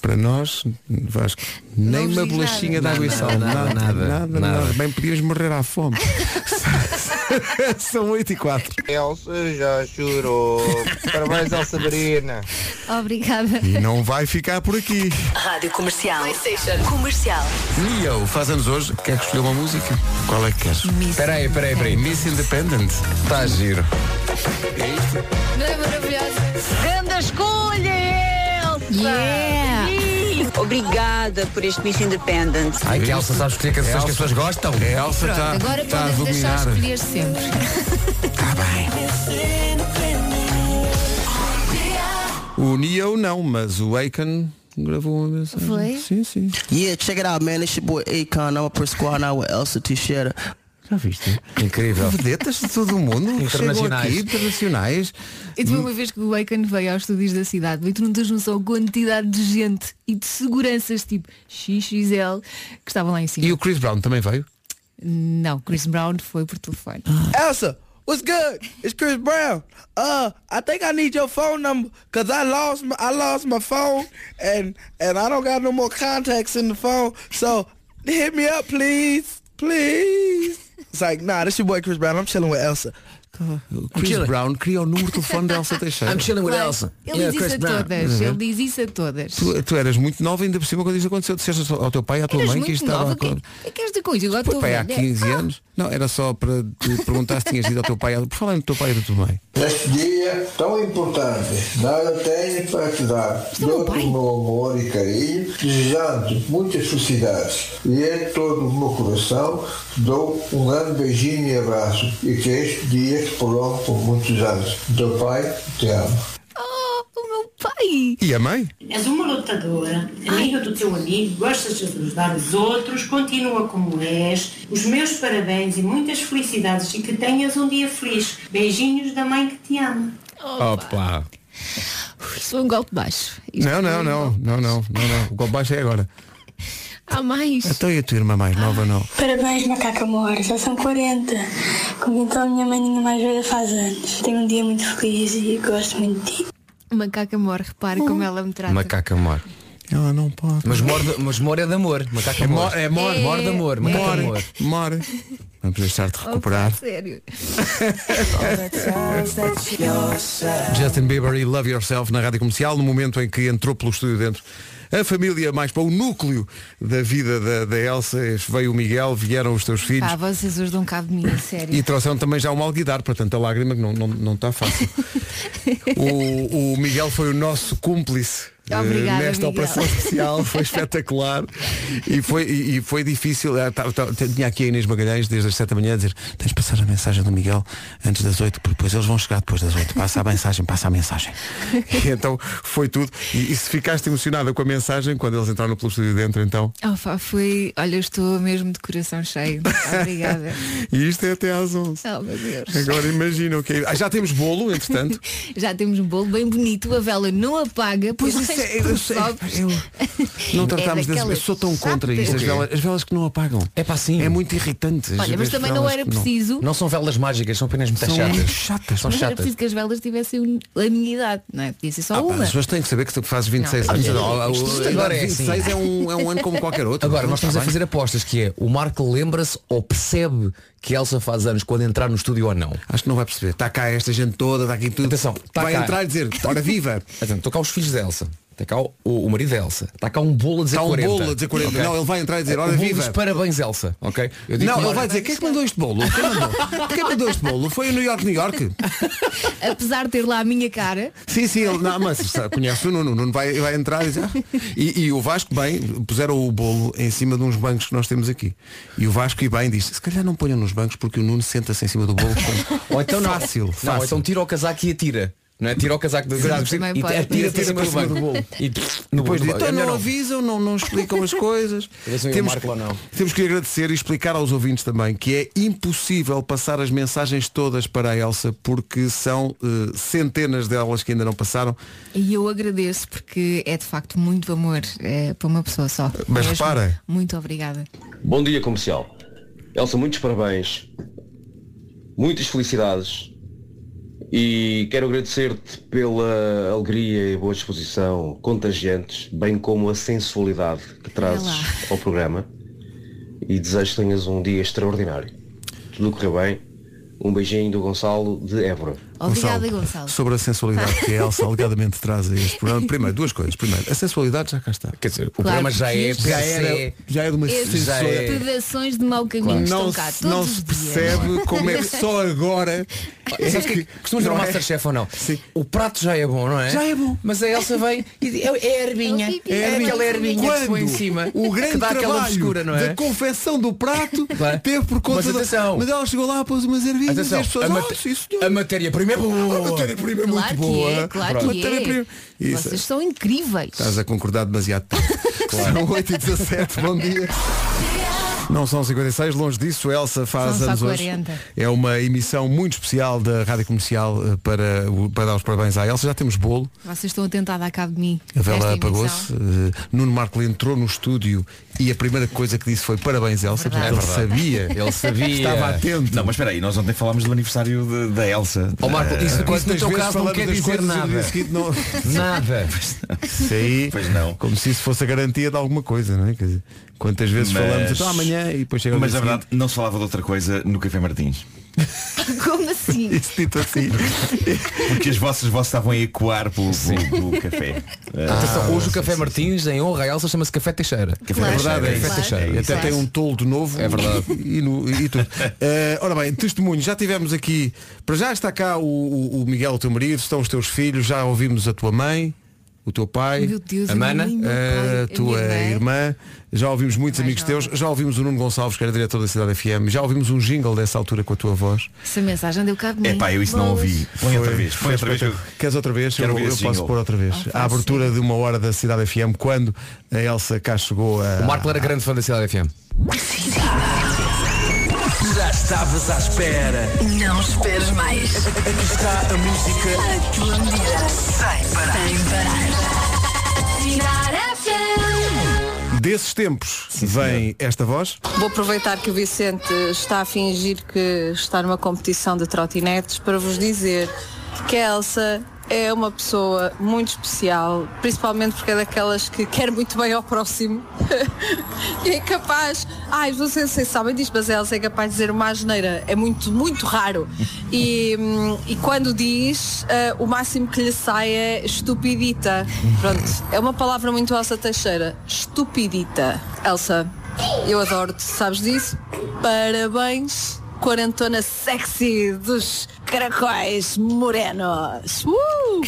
Speaker 1: Para nós, Vasco, nem
Speaker 3: vos
Speaker 1: uma
Speaker 3: diz
Speaker 1: bolachinha de
Speaker 3: nada.
Speaker 1: água e sal.
Speaker 3: Nada,
Speaker 1: Nada,
Speaker 3: nada,
Speaker 1: nada,
Speaker 3: nada.
Speaker 1: nada. Bem, podíamos morrer à fome. São 8 e 4.
Speaker 26: Elsa já chorou. Parabéns, Elsa Sabrina.
Speaker 3: Obrigada.
Speaker 1: E não vai ficar por aqui.
Speaker 27: Rádio Comercial. Comercial.
Speaker 10: Neo, faz anos hoje. Quer que escolha uma música? Qual é que queres? Espera aí, espera aí, espera aí. Miss Independent. Está giro.
Speaker 28: Não é maravilhoso? Grande escolha, Elsa!
Speaker 27: Yeah. Obrigada por este Miss Independent.
Speaker 10: Ai, que Elsa sabes escolher canções que as pessoas gostam. A É Elsa
Speaker 3: Pronto,
Speaker 10: está
Speaker 3: agora
Speaker 10: tá a
Speaker 3: podemos deixar
Speaker 10: dominar.
Speaker 3: escolher sempre.
Speaker 1: O Neo não, mas o Aiken gravou uma mensagem. Sim, sim.
Speaker 8: Yeah, check it out, man. It's your boy Akon. I'm up for squad now with Elsa Teixeira.
Speaker 1: Já viste?
Speaker 10: Incrível.
Speaker 1: Vedetas de todo o mundo que chegam
Speaker 10: Internacionais.
Speaker 1: aqui, internacionais. Hum,
Speaker 3: E de uma vez que o Bacon veio aos estúdios da cidade, veio tu não tens noção a quantidade de gente e de seguranças tipo XXL que estavam lá em cima.
Speaker 1: E o Chris Brown também veio?
Speaker 3: Não, Chris Brown foi por telefone.
Speaker 29: Elsa, what's good? It's Chris Brown. Uh, I think I need your phone number because I lost my, I lost my phone and and I don't got no more contacts in the phone. So hit me up, please, please. It's like, nah, this your boy Chris Brown. I'm chilling with Elsa.
Speaker 1: Chris Brown criou o número de telefone da Elsa Teixeira. Uhum.
Speaker 3: Claro, Ele diz isso a todas. Ele diz isso a todas.
Speaker 1: Tu, tu eras muito nova ainda por cima quando isto aconteceu. Disseste ao teu pai e à tua
Speaker 3: Eras
Speaker 1: mãe que
Speaker 3: muito
Speaker 1: isto estava
Speaker 3: nova.
Speaker 1: a
Speaker 3: O que, né? Ah!
Speaker 1: acontecer.
Speaker 3: o que é que és de coisa? Agora
Speaker 1: Pois,
Speaker 3: estou
Speaker 1: pai, há
Speaker 3: velha.
Speaker 1: 15 anos. Não, era só para te perguntar se tinhas ido ao teu pai. Por falar no teu pai e da tua mãe.
Speaker 30: Este dia tão importante, nada tenho para te dar. Dou-te o meu amor e carinho, desejando muitas felicidades. E é todo o meu coração, te dou um grande beijinho e abraço. E que este dia te prolongue por muitos anos. Teu pai, te amo.
Speaker 3: Oh, o meu pai!
Speaker 1: E a mãe?
Speaker 30: És uma lutadora, amiga do teu amigo, gostas de ajudar os outros, continua como és. Os meus parabéns e muitas felicidades e que tenhas um dia feliz. Beijinhos da mãe que te ama.
Speaker 1: Opa!
Speaker 3: Isso foi um golpe baixo. Isto
Speaker 1: Não,
Speaker 3: foi
Speaker 1: não,
Speaker 3: um
Speaker 1: não,
Speaker 3: golpe.
Speaker 1: não, não, não, não. O golpe baixo é agora.
Speaker 3: Há mais.
Speaker 1: Então e a tua irmã mais
Speaker 3: Ah!
Speaker 1: nova não?
Speaker 24: Parabéns, macaca amor, já são 40. Como então a minha maninha mais velha faz anos. Tenho um dia muito feliz e gosto muito de ti.
Speaker 3: Macaca mor, repara como ela me trata.
Speaker 5: Macaca mor.
Speaker 1: Ela Ah, não pode.
Speaker 5: Mas mor, de- mas mor é de amor. Macaca
Speaker 1: É
Speaker 5: mor.
Speaker 1: mor- é mor.
Speaker 5: Mor de amor. Macaca
Speaker 1: Mor.
Speaker 5: mor.
Speaker 1: Mor. Vamos deixar-te recuperar.
Speaker 3: Sério.
Speaker 1: Justin Bieber e Love Yourself na Rádio Comercial, no momento em que entrou pelo estúdio dentro. A família mais para o núcleo da vida da, da Elsa, veio o Miguel, vieram os teus filhos
Speaker 3: Pá, Tá, vocês hoje dão cabo de mim, a sério.
Speaker 1: e trouxeram também já um alguidar, portanto a lágrima que não, não, não está fácil. o, o Miguel foi o nosso cúmplice. eh,
Speaker 3: Obrigada,
Speaker 1: nesta
Speaker 3: Miguel.
Speaker 1: operação especial foi espetacular e foi, e, e foi difícil Ah, tá- tá- tinha aqui a Inês Magalhães desde as 7 da manhã a dizer tens de passar a mensagem do Miguel antes das 8 porque depois eles vão chegar depois das 8 passa a mensagem, passa a mensagem e então foi tudo e, e se ficaste emocionada com a mensagem quando eles entraram pelo estúdio dentro então
Speaker 3: Oh, pá, foi. Olha, eu estou mesmo de coração cheio. Obrigada.
Speaker 1: e isto é até às 11
Speaker 3: Oh, meu Deus.
Speaker 1: agora imagina o que é- Ah, já temos bolo entretanto
Speaker 3: Já temos um bolo bem bonito, a vela não apaga, pois isso é,
Speaker 1: Não tratámos desse. Eu
Speaker 3: daquelas
Speaker 1: sou tão contra
Speaker 3: chatas.
Speaker 1: isso. As
Speaker 3: O quê?
Speaker 1: velas, as velas que não apagam. É para assim. É muito irritante.
Speaker 3: Olha, mas também não era preciso.
Speaker 5: Não são velas mágicas, são apenas muito
Speaker 1: São
Speaker 5: Tá chatas.
Speaker 1: muito chatas.
Speaker 5: São
Speaker 3: Mas era
Speaker 5: chatas.
Speaker 3: preciso que as velas tivessem um- a minha idade, não é? Podia ser só
Speaker 1: As
Speaker 3: uma.
Speaker 1: pessoas têm que saber que tu fazes 26
Speaker 3: Não.
Speaker 1: anos.
Speaker 3: Olha,
Speaker 1: Ah, o-
Speaker 5: é Isto agora é
Speaker 1: 26
Speaker 5: assim.
Speaker 1: é um, é um ano como qualquer outro.
Speaker 5: Agora,
Speaker 1: Não
Speaker 5: nós estamos
Speaker 1: está
Speaker 5: a
Speaker 1: bem.
Speaker 5: fazer apostas que é o Marco lembra-se ou percebe que Elsa faz anos quando entrar no estúdio ou não.
Speaker 1: Acho que não vai perceber. Está cá esta gente toda, está aqui tudo.
Speaker 5: Atenção, está
Speaker 1: Vai
Speaker 5: cá.
Speaker 1: entrar e dizer, ora viva.
Speaker 5: Atenção, estão cá os filhos de Elsa. Está cá o, o marido de Elsa. Está cá um bolo a dizer
Speaker 1: Está um
Speaker 5: 40.
Speaker 1: bolo a dizer 40.
Speaker 5: Ok?
Speaker 1: Não, ele vai entrar e dizer,
Speaker 5: O
Speaker 1: "Ora
Speaker 5: bolo
Speaker 1: viva."
Speaker 5: diz parabéns, Elsa. Ok? Eu digo
Speaker 1: Não,
Speaker 5: que
Speaker 1: ele
Speaker 5: hora-
Speaker 1: vai dizer, quem é que mandou este bolo? Quem mandou? Quem mandou este bolo? Foi o New York, New York?
Speaker 3: Apesar de ter lá a minha cara,
Speaker 1: Sim, sim, ele, não, mas sabe, conhece o Nuno, o Nuno vai, vai entrar e, diz, "Ah." e e o Vasco bem, puseram o bolo em cima de uns bancos que nós temos aqui. E o Vasco e bem diz, se calhar não ponham nos bancos porque o Nuno senta-se em cima do bolo.
Speaker 5: Ou então não.
Speaker 1: fácil,
Speaker 5: não,
Speaker 1: fácil.
Speaker 5: ou então tira o casaco e atira. Não é? Tira o casaco do
Speaker 1: Exato,
Speaker 5: do-
Speaker 1: também
Speaker 5: e
Speaker 1: pode.
Speaker 5: atira
Speaker 1: Sim, sim,
Speaker 5: tira para
Speaker 1: sim,
Speaker 5: o
Speaker 1: sim, do
Speaker 5: banco.
Speaker 1: bolo.
Speaker 5: E
Speaker 1: Depois diz,
Speaker 5: no bolo, no
Speaker 1: então
Speaker 5: bolo.
Speaker 1: não,
Speaker 5: É melhor
Speaker 1: avisam, não, não explicam as coisas.
Speaker 5: Vê se eu um marco ou não.
Speaker 1: temos que agradecer e explicar aos ouvintes também que é impossível passar as mensagens todas para a Elsa porque são eh, centenas delas que ainda não passaram.
Speaker 3: e eu agradeço porque é de facto muito amor eh, para uma pessoa só.
Speaker 1: Mas
Speaker 3: Mesmo.
Speaker 1: repara.
Speaker 3: Muito obrigada.
Speaker 31: Bom dia, comercial. Elsa, muitos parabéns. Muitas felicidades. E quero agradecer-te pela alegria e boa disposição contagiantes, bem como a sensualidade que trazes ao programa. E desejo que tenhas um dia extraordinário. Tudo correu bem. Um beijinho do Gonçalo de Évora.
Speaker 3: Obrigada, Gonçalo.
Speaker 1: Sobre a sensualidade que a Elsa alegadamente traz a este programa. Primeiro, duas coisas. Primeiro, a sensualidade já cá está. Quer dizer,
Speaker 5: O programa já é
Speaker 1: já era, já era uma
Speaker 3: Esses
Speaker 1: sensualidade.
Speaker 3: pedações de mau caminho
Speaker 1: Não,
Speaker 3: estão cá
Speaker 1: se-
Speaker 3: todos
Speaker 1: não
Speaker 3: os
Speaker 1: se
Speaker 3: dias.
Speaker 1: percebe como é que só agora
Speaker 5: É, sabes que costumas ver o Masterchef ou não? O prato já é bom, não é?
Speaker 1: Já é bom.
Speaker 5: Mas a Elsa vem e é, é a ervinha.
Speaker 1: pipi.
Speaker 5: É,
Speaker 1: É
Speaker 5: aquela
Speaker 1: ervinha.
Speaker 5: ervinha que se põe em
Speaker 1: Quando
Speaker 5: cima.
Speaker 1: o grande
Speaker 5: que dá aquela
Speaker 1: trabalho
Speaker 5: frescura, não
Speaker 1: da
Speaker 5: é?
Speaker 1: confecção do prato
Speaker 5: Claro.
Speaker 1: teve por conta
Speaker 5: Mas
Speaker 1: da-
Speaker 5: atenção.
Speaker 1: Mas ela chegou lá, pôs umas ervinhas e
Speaker 5: Atenção,
Speaker 1: as pessoas.
Speaker 5: a,
Speaker 1: "Ah,
Speaker 5: mat- a matéria-prima é boa.
Speaker 1: A matéria-prima é
Speaker 3: Claro
Speaker 1: muito
Speaker 3: que
Speaker 1: boa.
Speaker 3: é, claro
Speaker 1: Pronto.
Speaker 3: que é.
Speaker 1: Matéria-prima. Isso.
Speaker 3: Vocês são incríveis.
Speaker 1: Estás a concordar demasiado tarde. São 8 e 17 bom dia. Não são 56, longe disso, Elsa faz
Speaker 3: São só
Speaker 1: anos hoje.
Speaker 3: 40.
Speaker 1: É uma emissão muito especial da Rádio Comercial eh, para, o- para dar os parabéns à Elsa. Já temos bolo,
Speaker 3: Vocês estão a tentar dar cabo de mim.
Speaker 1: a vela
Speaker 3: Esta é
Speaker 1: apagou-se. eh, Nuno Marco entrou no estúdio e a primeira coisa que disse foi parabéns Elsa, porque ele sabia. É Estava atento.
Speaker 12: Não, mas espera aí, nós ontem falámos do aniversário de- da Elsa.
Speaker 1: Ó, Marco,
Speaker 12: Eh,
Speaker 1: isso- isso no
Speaker 12: quantas
Speaker 1: teu
Speaker 12: vezes
Speaker 1: caso não
Speaker 12: falamos
Speaker 1: quer
Speaker 12: das
Speaker 1: dizer
Speaker 12: coisas e no
Speaker 1: nada.
Speaker 12: dia seguinte não-
Speaker 1: Nada. Isso aí,
Speaker 12: Pois não.
Speaker 1: como se isso fosse a garantia de alguma coisa, não é? Quer dizer, quantas vezes falamos então, amanhã e depois chega ao
Speaker 12: Mas
Speaker 1: dia
Speaker 12: na verdade não se falava de outra coisa no Café Martins.
Speaker 3: Como assim?
Speaker 1: Isso dito assim.
Speaker 12: Porque as vossas vozes estavam a ecoar pelo, pelo- pelo café. Eh,
Speaker 1: Ah,
Speaker 5: Atenção, hoje o Café Martins, em honra a Elsa, chama-se Café Teixeira.
Speaker 12: Café
Speaker 1: É
Speaker 12: Claro.
Speaker 1: verdade, é,
Speaker 12: Teixeira, é
Speaker 1: Café
Speaker 12: isso,
Speaker 1: Teixeira.
Speaker 12: é
Speaker 1: Até
Speaker 12: isso.
Speaker 1: tem um toldo novo.
Speaker 5: É verdade.
Speaker 1: E, no- e tudo. Eh, ora bem, testemunho, já tivemos aqui. Para já está cá o, o- o Miguel, o teu marido, estão os teus filhos, já ouvimos a tua mãe. O teu pai,
Speaker 5: Meu Deus,
Speaker 1: a
Speaker 5: a minha
Speaker 1: Mana,
Speaker 5: mãe, meu
Speaker 1: a
Speaker 5: pai, a
Speaker 1: tua
Speaker 5: minha
Speaker 1: irmã.
Speaker 5: irmã.
Speaker 1: já ouvimos muitos amigos teus, já ouvimos o Nuno Gonçalves, que era diretor da Cidade FM, já ouvimos um jingle dessa altura com a tua voz.
Speaker 3: Essa mensagem deu cabo de mim.
Speaker 12: Epá, eu isso não ouvi. Põe outra vez, põe
Speaker 1: Foi
Speaker 12: outra vez. que eu-
Speaker 1: espetacular. Queres outra vez?
Speaker 12: Quero
Speaker 1: Eu,
Speaker 12: ouvir assim,
Speaker 1: eu
Speaker 12: esse
Speaker 1: posso
Speaker 12: jingle.
Speaker 1: pôr outra vez.
Speaker 3: Ah,
Speaker 1: a abertura de uma hora da Cidade FM, quando a Elsa cá chegou a.
Speaker 5: O Marco era grande fã da Cidade FM.
Speaker 6: Já estavas à espera.
Speaker 9: Não esperes mais.
Speaker 6: Está a música.
Speaker 9: A tua vida sem parar. Sem parar. Tirar a
Speaker 1: Desses tempos vem esta voz.
Speaker 13: Vou aproveitar que o Vicente está a fingir que está numa competição de trotinetes para vos dizer que a Elsa é uma pessoa muito especial, principalmente porque é daquelas que quer muito bem ao próximo. e é capaz. Ai, vocês, vocês sabem disso, mas a Elsa é capaz de dizer uma asneira. É muito, muito raro. E, hum, e quando diz, ah, o máximo que lhe sai é estupidita. Pronto, é uma palavra muito Elsa Teixeira. Estupidita. Elsa, eu adoro-te, sabes disso? Parabéns, quarentona sexy dos caracóis morenos. Uh!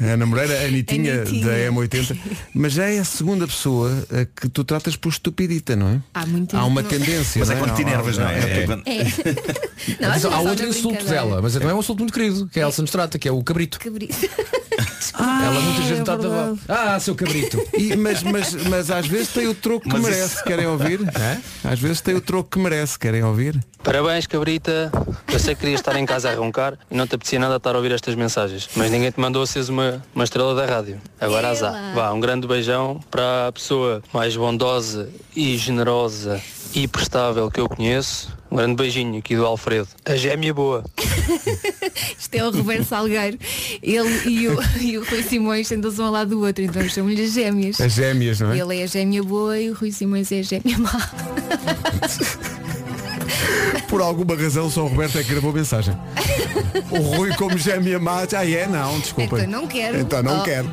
Speaker 1: Ana Moreira, a Anitinha,
Speaker 13: Anitinha.
Speaker 1: da M80. Mas já é a segunda pessoa a que tu tratas por estupidita, não é?
Speaker 3: Há muito
Speaker 1: Há uma
Speaker 3: não-
Speaker 1: tendência.
Speaker 12: Mas é
Speaker 1: não
Speaker 12: quando te enervas, não é? É quando-
Speaker 3: É. Não, acho que é
Speaker 5: Atenção, há
Speaker 3: só
Speaker 5: outro
Speaker 3: uma
Speaker 5: insulto
Speaker 3: brincadeira.
Speaker 5: dela, mas também é um insulto muito querido, que a Elsa nos trata, que é o cabrito.
Speaker 3: Cabrito.
Speaker 5: Ela muita
Speaker 1: é
Speaker 5: gente trata
Speaker 1: verdade.
Speaker 5: Ah, seu cabrito.
Speaker 1: E- mas, mas, mas às vezes tem o troco que
Speaker 5: Mas
Speaker 1: merece,
Speaker 5: isso-
Speaker 1: querem ouvir? Às vezes tem o troco que merece, querem ouvir?
Speaker 14: Parabéns, cabrita. Eu sei que querias estar em casa a roncar e não te apetecia nada estar a ouvir estas mensagens. Mas ninguém te mandou seres uma, uma estrela da rádio. Agora azar. Vá, um grande beijão para a pessoa mais bondosa e generosa e prestável que eu conheço. Um grande beijinho aqui do Alfredo. A gêmea boa.
Speaker 3: Isto é o Roberto Salgueiro. Ele e o, e o Rui Simões sentam-se um ao lado do outro, então chamam-lhe as gêmeas.
Speaker 1: As gêmeas, não é?
Speaker 3: Ele é a gêmea boa e o Rui Simões é a gêmea má.
Speaker 1: Por alguma razão só o Roberto é que gravou mensagem. O Rui como gêmea má, já é, não, desculpa.
Speaker 3: Então não quero.
Speaker 1: Então não
Speaker 3: Oh.
Speaker 1: quero.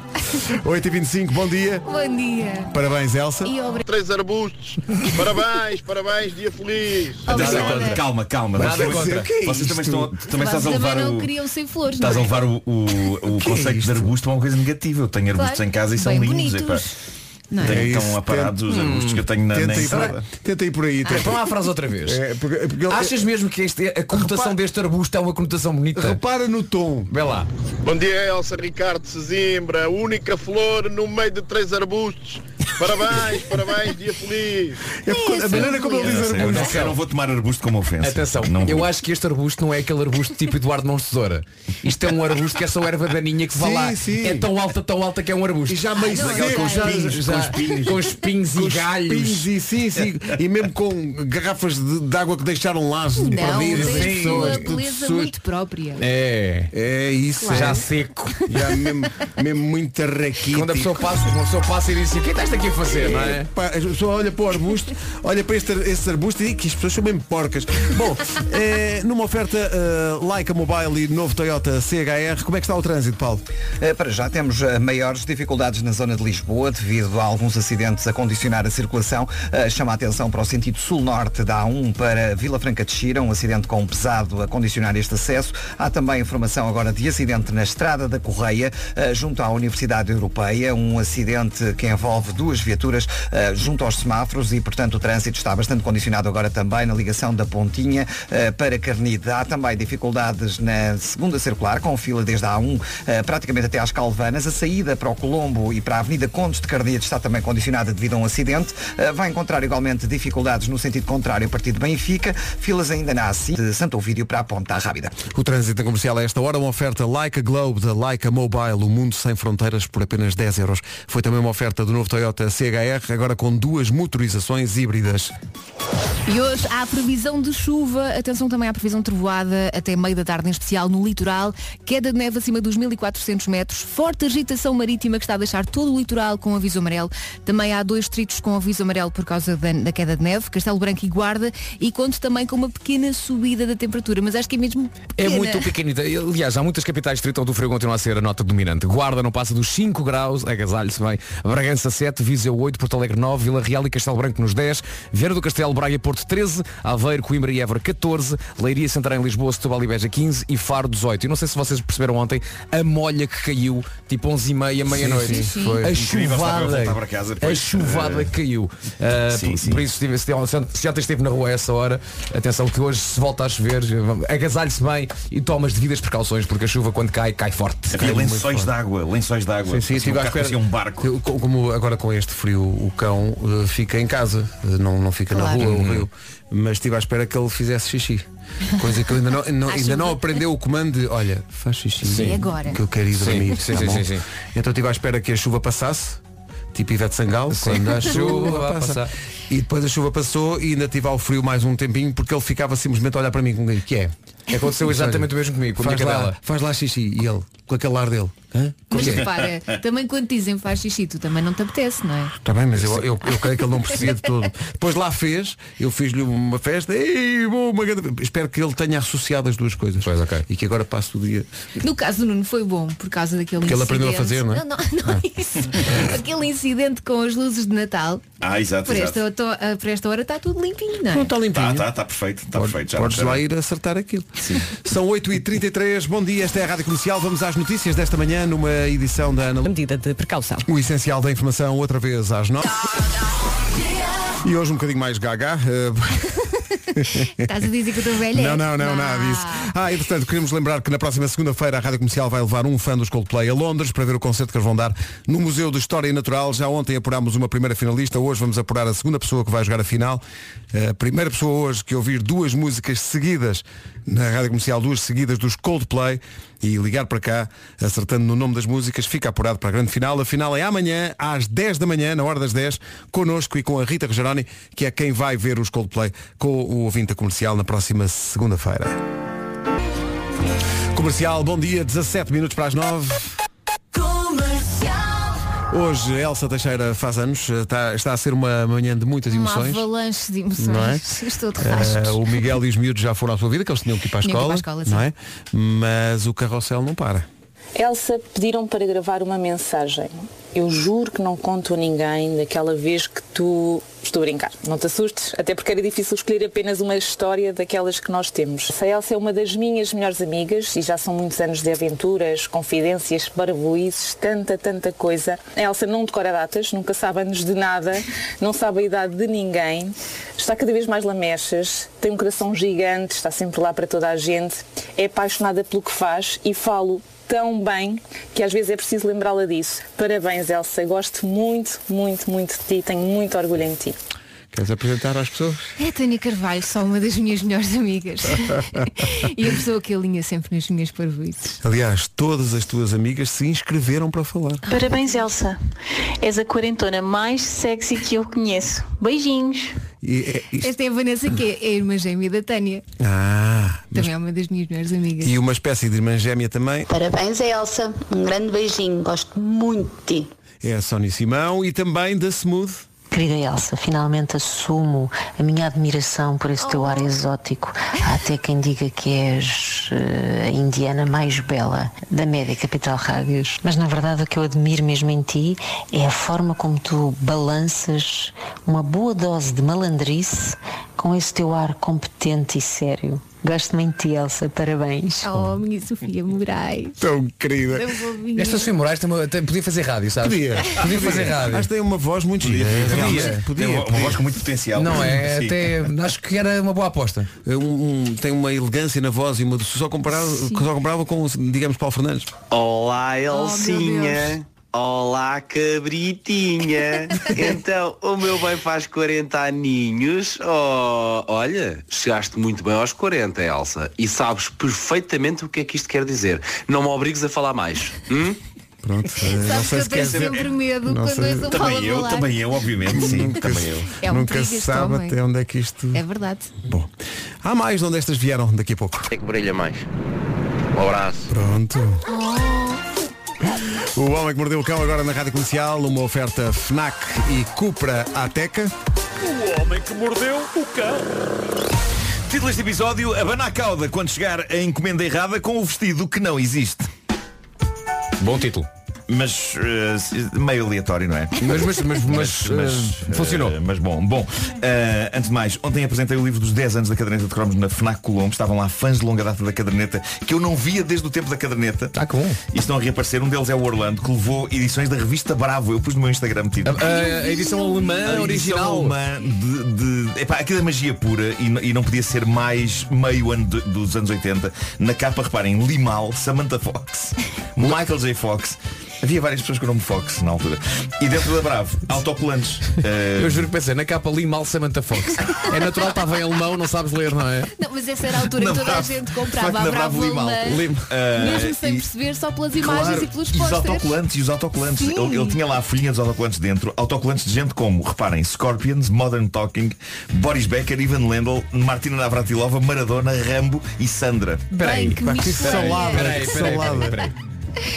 Speaker 1: 8h25, bom dia.
Speaker 3: Bom dia.
Speaker 1: Parabéns, Elsa.
Speaker 15: Três arbustos. Parabéns, parabéns, dia feliz.
Speaker 12: Atenção,
Speaker 1: é
Speaker 15: Obrigada.
Speaker 12: Ah, calma, calma.
Speaker 15: Nada
Speaker 12: Vocês-
Speaker 15: contra. O que é
Speaker 12: Vocês
Speaker 15: isto?
Speaker 12: também estão também
Speaker 3: Vocês
Speaker 12: estás a levar
Speaker 3: não
Speaker 12: o.
Speaker 3: queriam sem flores,
Speaker 12: Estás a
Speaker 3: não é?
Speaker 12: levar o, o, o
Speaker 1: é
Speaker 12: conceito de arbusto a uma coisa negativa. Eu tenho arbustos
Speaker 3: Claro.
Speaker 12: em casa e são
Speaker 3: Bem
Speaker 12: lindos.
Speaker 3: bonitos.
Speaker 12: epá.
Speaker 3: Não é?
Speaker 12: Tenho
Speaker 1: É isso,
Speaker 12: tão aparados os
Speaker 1: tenta-
Speaker 12: arbustos que eu tenho na,
Speaker 1: Tenta
Speaker 12: na
Speaker 1: ir por-
Speaker 12: entrada.
Speaker 1: Tenta ir por aí. tenta.
Speaker 5: Põe lá Então a frase outra vez.
Speaker 1: É, porque- é porque ele-
Speaker 5: Achas mesmo que este- é a conotação deste arbusto é uma conotação bonita?
Speaker 1: Repara no tom.
Speaker 5: Vê lá.
Speaker 15: Bom dia, Elsa Ricardo Sesimbra. Única flor no meio de três arbustos. Parabéns, parabéns, dia feliz.
Speaker 5: É
Speaker 12: Eu não, eu não vou tomar arbusto como ofensa.
Speaker 5: Atenção,
Speaker 12: Não vou.
Speaker 5: eu acho que este arbusto não é aquele arbusto tipo Eduardo Mãos de Tesoura. Isto é um arbusto que é só erva daninha que vai
Speaker 1: Sim,
Speaker 5: lá.
Speaker 1: sim.
Speaker 5: É tão alta, tão alta que é um arbusto. E
Speaker 1: já meio
Speaker 5: já,
Speaker 1: seco, já- já-
Speaker 5: já- com espinhos
Speaker 1: Com
Speaker 5: e galhos.
Speaker 1: espinhos e, sim, sim, e mesmo com garrafas de, de água que deixaram lá
Speaker 3: Não,
Speaker 1: perdidas as
Speaker 3: tem
Speaker 1: pessoas,
Speaker 3: uma
Speaker 1: tudo
Speaker 3: beleza
Speaker 1: sujo.
Speaker 3: muito própria.
Speaker 5: É.
Speaker 1: É isso.
Speaker 5: Já
Speaker 1: é.
Speaker 5: seco.
Speaker 1: Já mesmo, mesmo muita raquita.
Speaker 5: Quando a pessoa passa, uma pessoa passa e diz assim, quem está aqui?
Speaker 1: a fazer, não é? Pá, a pessoa olha para o arbusto, olha para este, este arbusto e diz que as pessoas são bem porcas. Bom, eh, numa oferta eh, Leica Mobile e novo Toyota CHR, como é que está o trânsito, Paulo?
Speaker 2: Eh, Para já temos eh, maiores dificuldades na zona de Lisboa devido a alguns acidentes a condicionar a circulação. Eh, Chama a atenção para o sentido sul-norte da A1 para Vila Franca de Xira, um acidente com pesado a condicionar este acesso. Há também informação agora de acidente na Estrada da Correia, eh, junto à Universidade Europeia, um acidente que envolve duas viaturas eh, junto aos semáforos e, portanto, o trânsito está bastante condicionado agora também na ligação da Pontinha eh, para Carnide. Há também dificuldades na segunda circular, com fila desde a A1 eh, praticamente até às Calvanas. A saída para o Colombo e para a Avenida Condes de Carnide está também condicionada devido a um acidente. Eh, Vai encontrar igualmente dificuldades no sentido contrário a partir de Benfica. Filas ainda na A5 de Santo Ovídio para a Ponta Rábida.
Speaker 1: O trânsito na comercial a esta hora, uma oferta Leica Globe da Leica Mobile, o mundo sem fronteiras por apenas 10 euros. Foi também uma oferta do novo Toyota CHR, agora com duas motorizações híbridas.
Speaker 3: E hoje há previsão de chuva, atenção também à previsão de trovoada até meio da tarde, em especial no litoral, queda de neve acima dos 1400 metros, forte agitação marítima que está a deixar todo o litoral com aviso amarelo. Também há dois distritos com aviso amarelo por causa da, da queda de neve, Castelo Branco e Guarda, e conto também com uma pequena subida da temperatura, mas acho que é mesmo
Speaker 5: É
Speaker 3: pequena.
Speaker 5: muito pequenita. Aliás, há muitas capitais distritas onde o frio continua a ser a nota dominante. Guarda não passa dos 5 graus, agasalhe-se bem. Bragança 7, Viseu 8, Porto Alegre 9, Vila Real e Castelo Branco nos 10, Vieira do Castelo, Braga e Porto 13, Aveiro, Coimbra e Évora 14, Leiria, Santarém, Lisboa, Setúbal e Beja 15 e Faro 18. E não sei se vocês perceberam ontem a molha que caiu, tipo 11 e meia,
Speaker 12: sim,
Speaker 5: meia-noite.
Speaker 12: sim. Foi.
Speaker 5: A
Speaker 12: Incrível, estava a voltar para
Speaker 5: chuvada,
Speaker 12: casa
Speaker 5: a
Speaker 12: depois.
Speaker 5: chuvada
Speaker 12: Eh,
Speaker 5: caiu. Uh,
Speaker 12: Sim,
Speaker 5: por,
Speaker 12: sim.
Speaker 5: por isso, se, tive- se, ontem- se ontem esteve na rua a essa hora, atenção que hoje se volta a chover, vamos- agasalhe-se bem e toma as devidas precauções, porque a chuva quando cai, cai forte.
Speaker 12: Havia
Speaker 5: Cai muito
Speaker 12: lençóis
Speaker 5: forte.
Speaker 12: de água, lençóis de água.
Speaker 5: Sim,
Speaker 12: Parecia
Speaker 5: sim, estive à
Speaker 12: um carro,
Speaker 5: espera-
Speaker 12: parecia um barco.
Speaker 1: Eu, co- como agora com este frio o cão eh, fica em casa, eh, não, não fica
Speaker 5: Claro.
Speaker 1: na rua,
Speaker 5: Uhum.
Speaker 1: o rio. Mas estive à espera que ele fizesse xixi. Coisa que ele ainda não, não-
Speaker 5: Acho
Speaker 1: ainda não
Speaker 5: que-
Speaker 1: aprendeu o comando de olha, faz xixi
Speaker 5: Sim. E agora?
Speaker 1: que eu quero ir
Speaker 5: Sim,
Speaker 1: dormir.
Speaker 5: sim,
Speaker 1: tá
Speaker 5: sim,
Speaker 1: bom?
Speaker 5: sim, sim.
Speaker 1: Então estive à espera que a chuva passasse. Tipo Ivete Sangal,
Speaker 5: Sim.
Speaker 1: quando a
Speaker 5: Chuva
Speaker 1: chuva
Speaker 5: a
Speaker 1: passa.
Speaker 5: passar.
Speaker 1: E depois a chuva passou e ainda tive ao frio mais um tempinho porque ele ficava simplesmente a olhar para mim com o que é.
Speaker 5: Aconteceu exatamente o mesmo comigo, com a minha
Speaker 1: faz lá,
Speaker 5: cadela.
Speaker 1: faz lá xixi e ele, com aquele ar dele. Hã?
Speaker 3: Mas
Speaker 1: Porquê?
Speaker 3: repara, também quando dizem faz xixi, tu também não te apetece, não é?
Speaker 1: Está Tá bem, mas eu, eu, eu creio que ele não percebia de todo. Depois lá fez, eu fiz-lhe uma festa e bom, uma grande... Espero que ele tenha associado as duas coisas. E que agora passe o dia.
Speaker 3: No caso do Nuno foi bom por causa daquele
Speaker 1: Porque ele
Speaker 3: incidente.
Speaker 1: aprendeu a fazer, não é? Ah.
Speaker 3: Não, não é isso. Aquele incidente com as luzes de Natal.
Speaker 12: Ah,
Speaker 1: Tá,
Speaker 12: exato,
Speaker 3: Por
Speaker 12: exato.
Speaker 3: esta, to- ah, por esta hora está tudo limpinho, não é?
Speaker 12: Está, está, está Tá, perfeito, está perfeito. Já
Speaker 1: Podes
Speaker 12: não
Speaker 1: lá
Speaker 12: sei.
Speaker 1: ir acertar aquilo. São 8h33, bom dia, esta é a Rádio Comercial. Vamos às notícias desta manhã numa edição da Ana. Medida de precaução. O essencial da informação, outra vez às 9 E hoje um bocadinho mais gaga. eh,
Speaker 3: Estás a dizer que eu estou velha?
Speaker 1: Não, não, não, nada disso. Ah, e portanto, queremos lembrar que na próxima segunda-feira a Rádio Comercial vai levar um fã dos Coldplay a Londres para ver o concerto que eles vão dar no Museu de História e Natural. Já ontem apurámos uma primeira finalista, hoje vamos apurar a segunda pessoa que vai jogar a final. A primeira pessoa hoje que ouvir duas músicas seguidas na Rádio Comercial, duas seguidas dos Coldplay e ligar para cá, acertando no nome das músicas, fica apurado para a grande final. A final é amanhã, às 10 da manhã, na hora das 10, connosco e com a Rita Rogeroni, que é quem vai ver os Coldplay com o ouvinte comercial na próxima segunda-feira. Comercial, bom dia, 17 minutos para as 9. Hoje Elsa Teixeira faz anos, está, está a ser uma manhã de muitas
Speaker 3: Uma
Speaker 1: emoções.
Speaker 3: avalanche de emoções.
Speaker 1: Não é?
Speaker 3: Estou de
Speaker 1: Eh,
Speaker 3: rastros.
Speaker 1: o Miguel e os miúdos já foram à sua vida, que eles tinham que ir para a
Speaker 3: Tinham que ir
Speaker 1: escola,
Speaker 3: para a escola, sim.
Speaker 1: não é? mas o carrossel não para.
Speaker 23: Elsa, pediram para gravar uma mensagem. Eu juro que não conto a ninguém daquela vez que tu. Estou a brincar, não te assustes, até porque era difícil escolher apenas uma história daquelas que nós temos. A Elsa é uma das minhas melhores amigas e já são muitos anos de aventuras, confidências, barbuízes, tanta, tanta coisa. A Elsa não decora datas, nunca sabe anos de nada, não sabe a idade de ninguém, está cada vez mais lamechas, tem um coração gigante, está sempre lá para toda a gente, é apaixonada pelo que faz e falo tão bem que às vezes é preciso lembrá-la disso. Parabéns, Elsa. Gosto muito, muito, muito de ti. Tenho muito orgulho em ti.
Speaker 1: Queres apresentar às pessoas?
Speaker 3: É a Tânia Carvalho, só uma das minhas melhores amigas. e a pessoa que alinha sempre nas minhas parvoices.
Speaker 1: Aliás, todas as tuas amigas se inscreveram para falar.
Speaker 16: Parabéns, Elsa. És a quarentona mais sexy que eu conheço. Beijinhos.
Speaker 1: E, é- isto-
Speaker 3: Esta é a Vanessa, que é a irmã gêmea da Tânia.
Speaker 1: Ah, mas-
Speaker 3: Também é uma das minhas melhores amigas.
Speaker 1: e uma espécie de irmã gêmea também.
Speaker 32: Parabéns, Elsa. Um grande beijinho. Gosto muito de ti.
Speaker 1: é a Sónia Simão e também da Smooth.
Speaker 26: Querida Elsa, finalmente assumo a minha admiração por esse
Speaker 3: Oh.
Speaker 26: teu ar exótico. Há até quem diga que és eh, a indiana mais bela da média capital Rádios. Mas na verdade o que eu admiro mesmo em ti é a forma como tu balanças uma boa dose de malandrice com esse teu ar competente e sério. Gosto muito de ti, Elsa. Parabéns.
Speaker 3: Oh, minha Sofia Moraes.
Speaker 1: Tão querida.
Speaker 3: Tão bobinha.
Speaker 5: Esta Sofia Moraes tem uma- tem- podia fazer rádio, sabes?
Speaker 1: É. Podia.
Speaker 5: Podia fazer rádio.
Speaker 1: Acho que tem uma voz muito
Speaker 12: Podia,
Speaker 1: gira.
Speaker 12: podia,
Speaker 1: realmente.
Speaker 12: podia, Tem uma- uma podia. voz com muito potencial.
Speaker 5: Não é?
Speaker 1: Sim.
Speaker 5: Até, acho que era uma boa aposta.
Speaker 1: Um- um- tem uma elegância na voz e uma doçura. só comparado só comparava com digamos Paulo Fernandes
Speaker 32: Olá, Elcinha. Olá, cabritinha. então, o meu bem faz 40 aninhos. Oh, olha, chegaste muito bem aos 40, Elsa. E sabes perfeitamente o que é que isto quer dizer. Não me obrigues a falar mais. Hum?
Speaker 1: Pronto.
Speaker 32: não
Speaker 3: Sabes que
Speaker 32: sei
Speaker 3: eu tenho
Speaker 32: se quer dizer-
Speaker 3: sempre medo
Speaker 32: não
Speaker 3: quando
Speaker 32: sei.
Speaker 3: és um
Speaker 32: Também
Speaker 3: Paulo
Speaker 32: eu,
Speaker 3: Goulart.
Speaker 32: também
Speaker 12: eu, obviamente, sim, também eu.
Speaker 3: É um
Speaker 1: nunca se
Speaker 3: perigo este
Speaker 1: sabe
Speaker 3: homem.
Speaker 1: até onde é que isto
Speaker 3: É verdade.
Speaker 1: bom há mais de onde estas vieram daqui a pouco
Speaker 32: É que brilha mais. Um abraço.
Speaker 1: pronto o homem que mordeu o cão agora na rádio comercial uma oferta Fnac e Cupra Ateca
Speaker 12: O homem que mordeu o cão. Título deste episódio, abana a cauda quando chegar a encomenda errada com o vestido que não existe. Bom título. Mas eh, se- meio aleatório, não é?
Speaker 5: Mas- mas- mas- mas, eh, funcionou.
Speaker 12: eh, mas bom, bom. eh, antes de mais, ontem apresentei o livro dos 10 anos da caderneta de cromos na FNAC Colombo. Estavam lá fãs de longa data da caderneta que eu não via desde o tempo da caderneta. Ah, com. E estão a reaparecer. Um deles é o Orlando, que levou edições da revista Bravo. Eu pus no meu Instagram título.
Speaker 5: A- a- a edição alemã
Speaker 12: A edição
Speaker 5: original.
Speaker 12: alemã de, de epá, aquilo é magia pura e, n- e não podia ser mais meio ano de- dos anos 80. Na capa, reparem, Limal, Samantha Fox, Michael J. Fox. Havia várias pessoas com o nome Fox na altura. E dentro da Bravo, autocolantes. Eh,
Speaker 5: Eu juro que pensei, na capa li mal Samantha Fox. É natural, estava em alemão, não sabes ler, não é?
Speaker 3: Não, mas essa era a altura em
Speaker 5: Na
Speaker 3: que toda a
Speaker 5: Bravo.
Speaker 3: gente
Speaker 5: De
Speaker 3: comprava
Speaker 5: facto,
Speaker 3: a
Speaker 5: na
Speaker 3: Bravo
Speaker 5: Bravo li mal.
Speaker 3: Alemã,
Speaker 5: Li-
Speaker 12: Eh,
Speaker 3: mesmo sem
Speaker 12: e-
Speaker 3: perceber, só pelas imagens
Speaker 12: Claro,
Speaker 3: e pelos
Speaker 12: os
Speaker 3: posters.
Speaker 12: autocolantes, e os autocolantes.
Speaker 3: Sim.
Speaker 12: Ele, ele tinha lá a folhinha dos autocolantes dentro, autocolantes de gente como, reparem, Scorpions, Modern Talking, Boris Becker, Ivan Lendl, Martina Navratilova, Maradona, Rambo e Sandra.
Speaker 5: Peraí, que pá, que miscelânea. salada, que salada.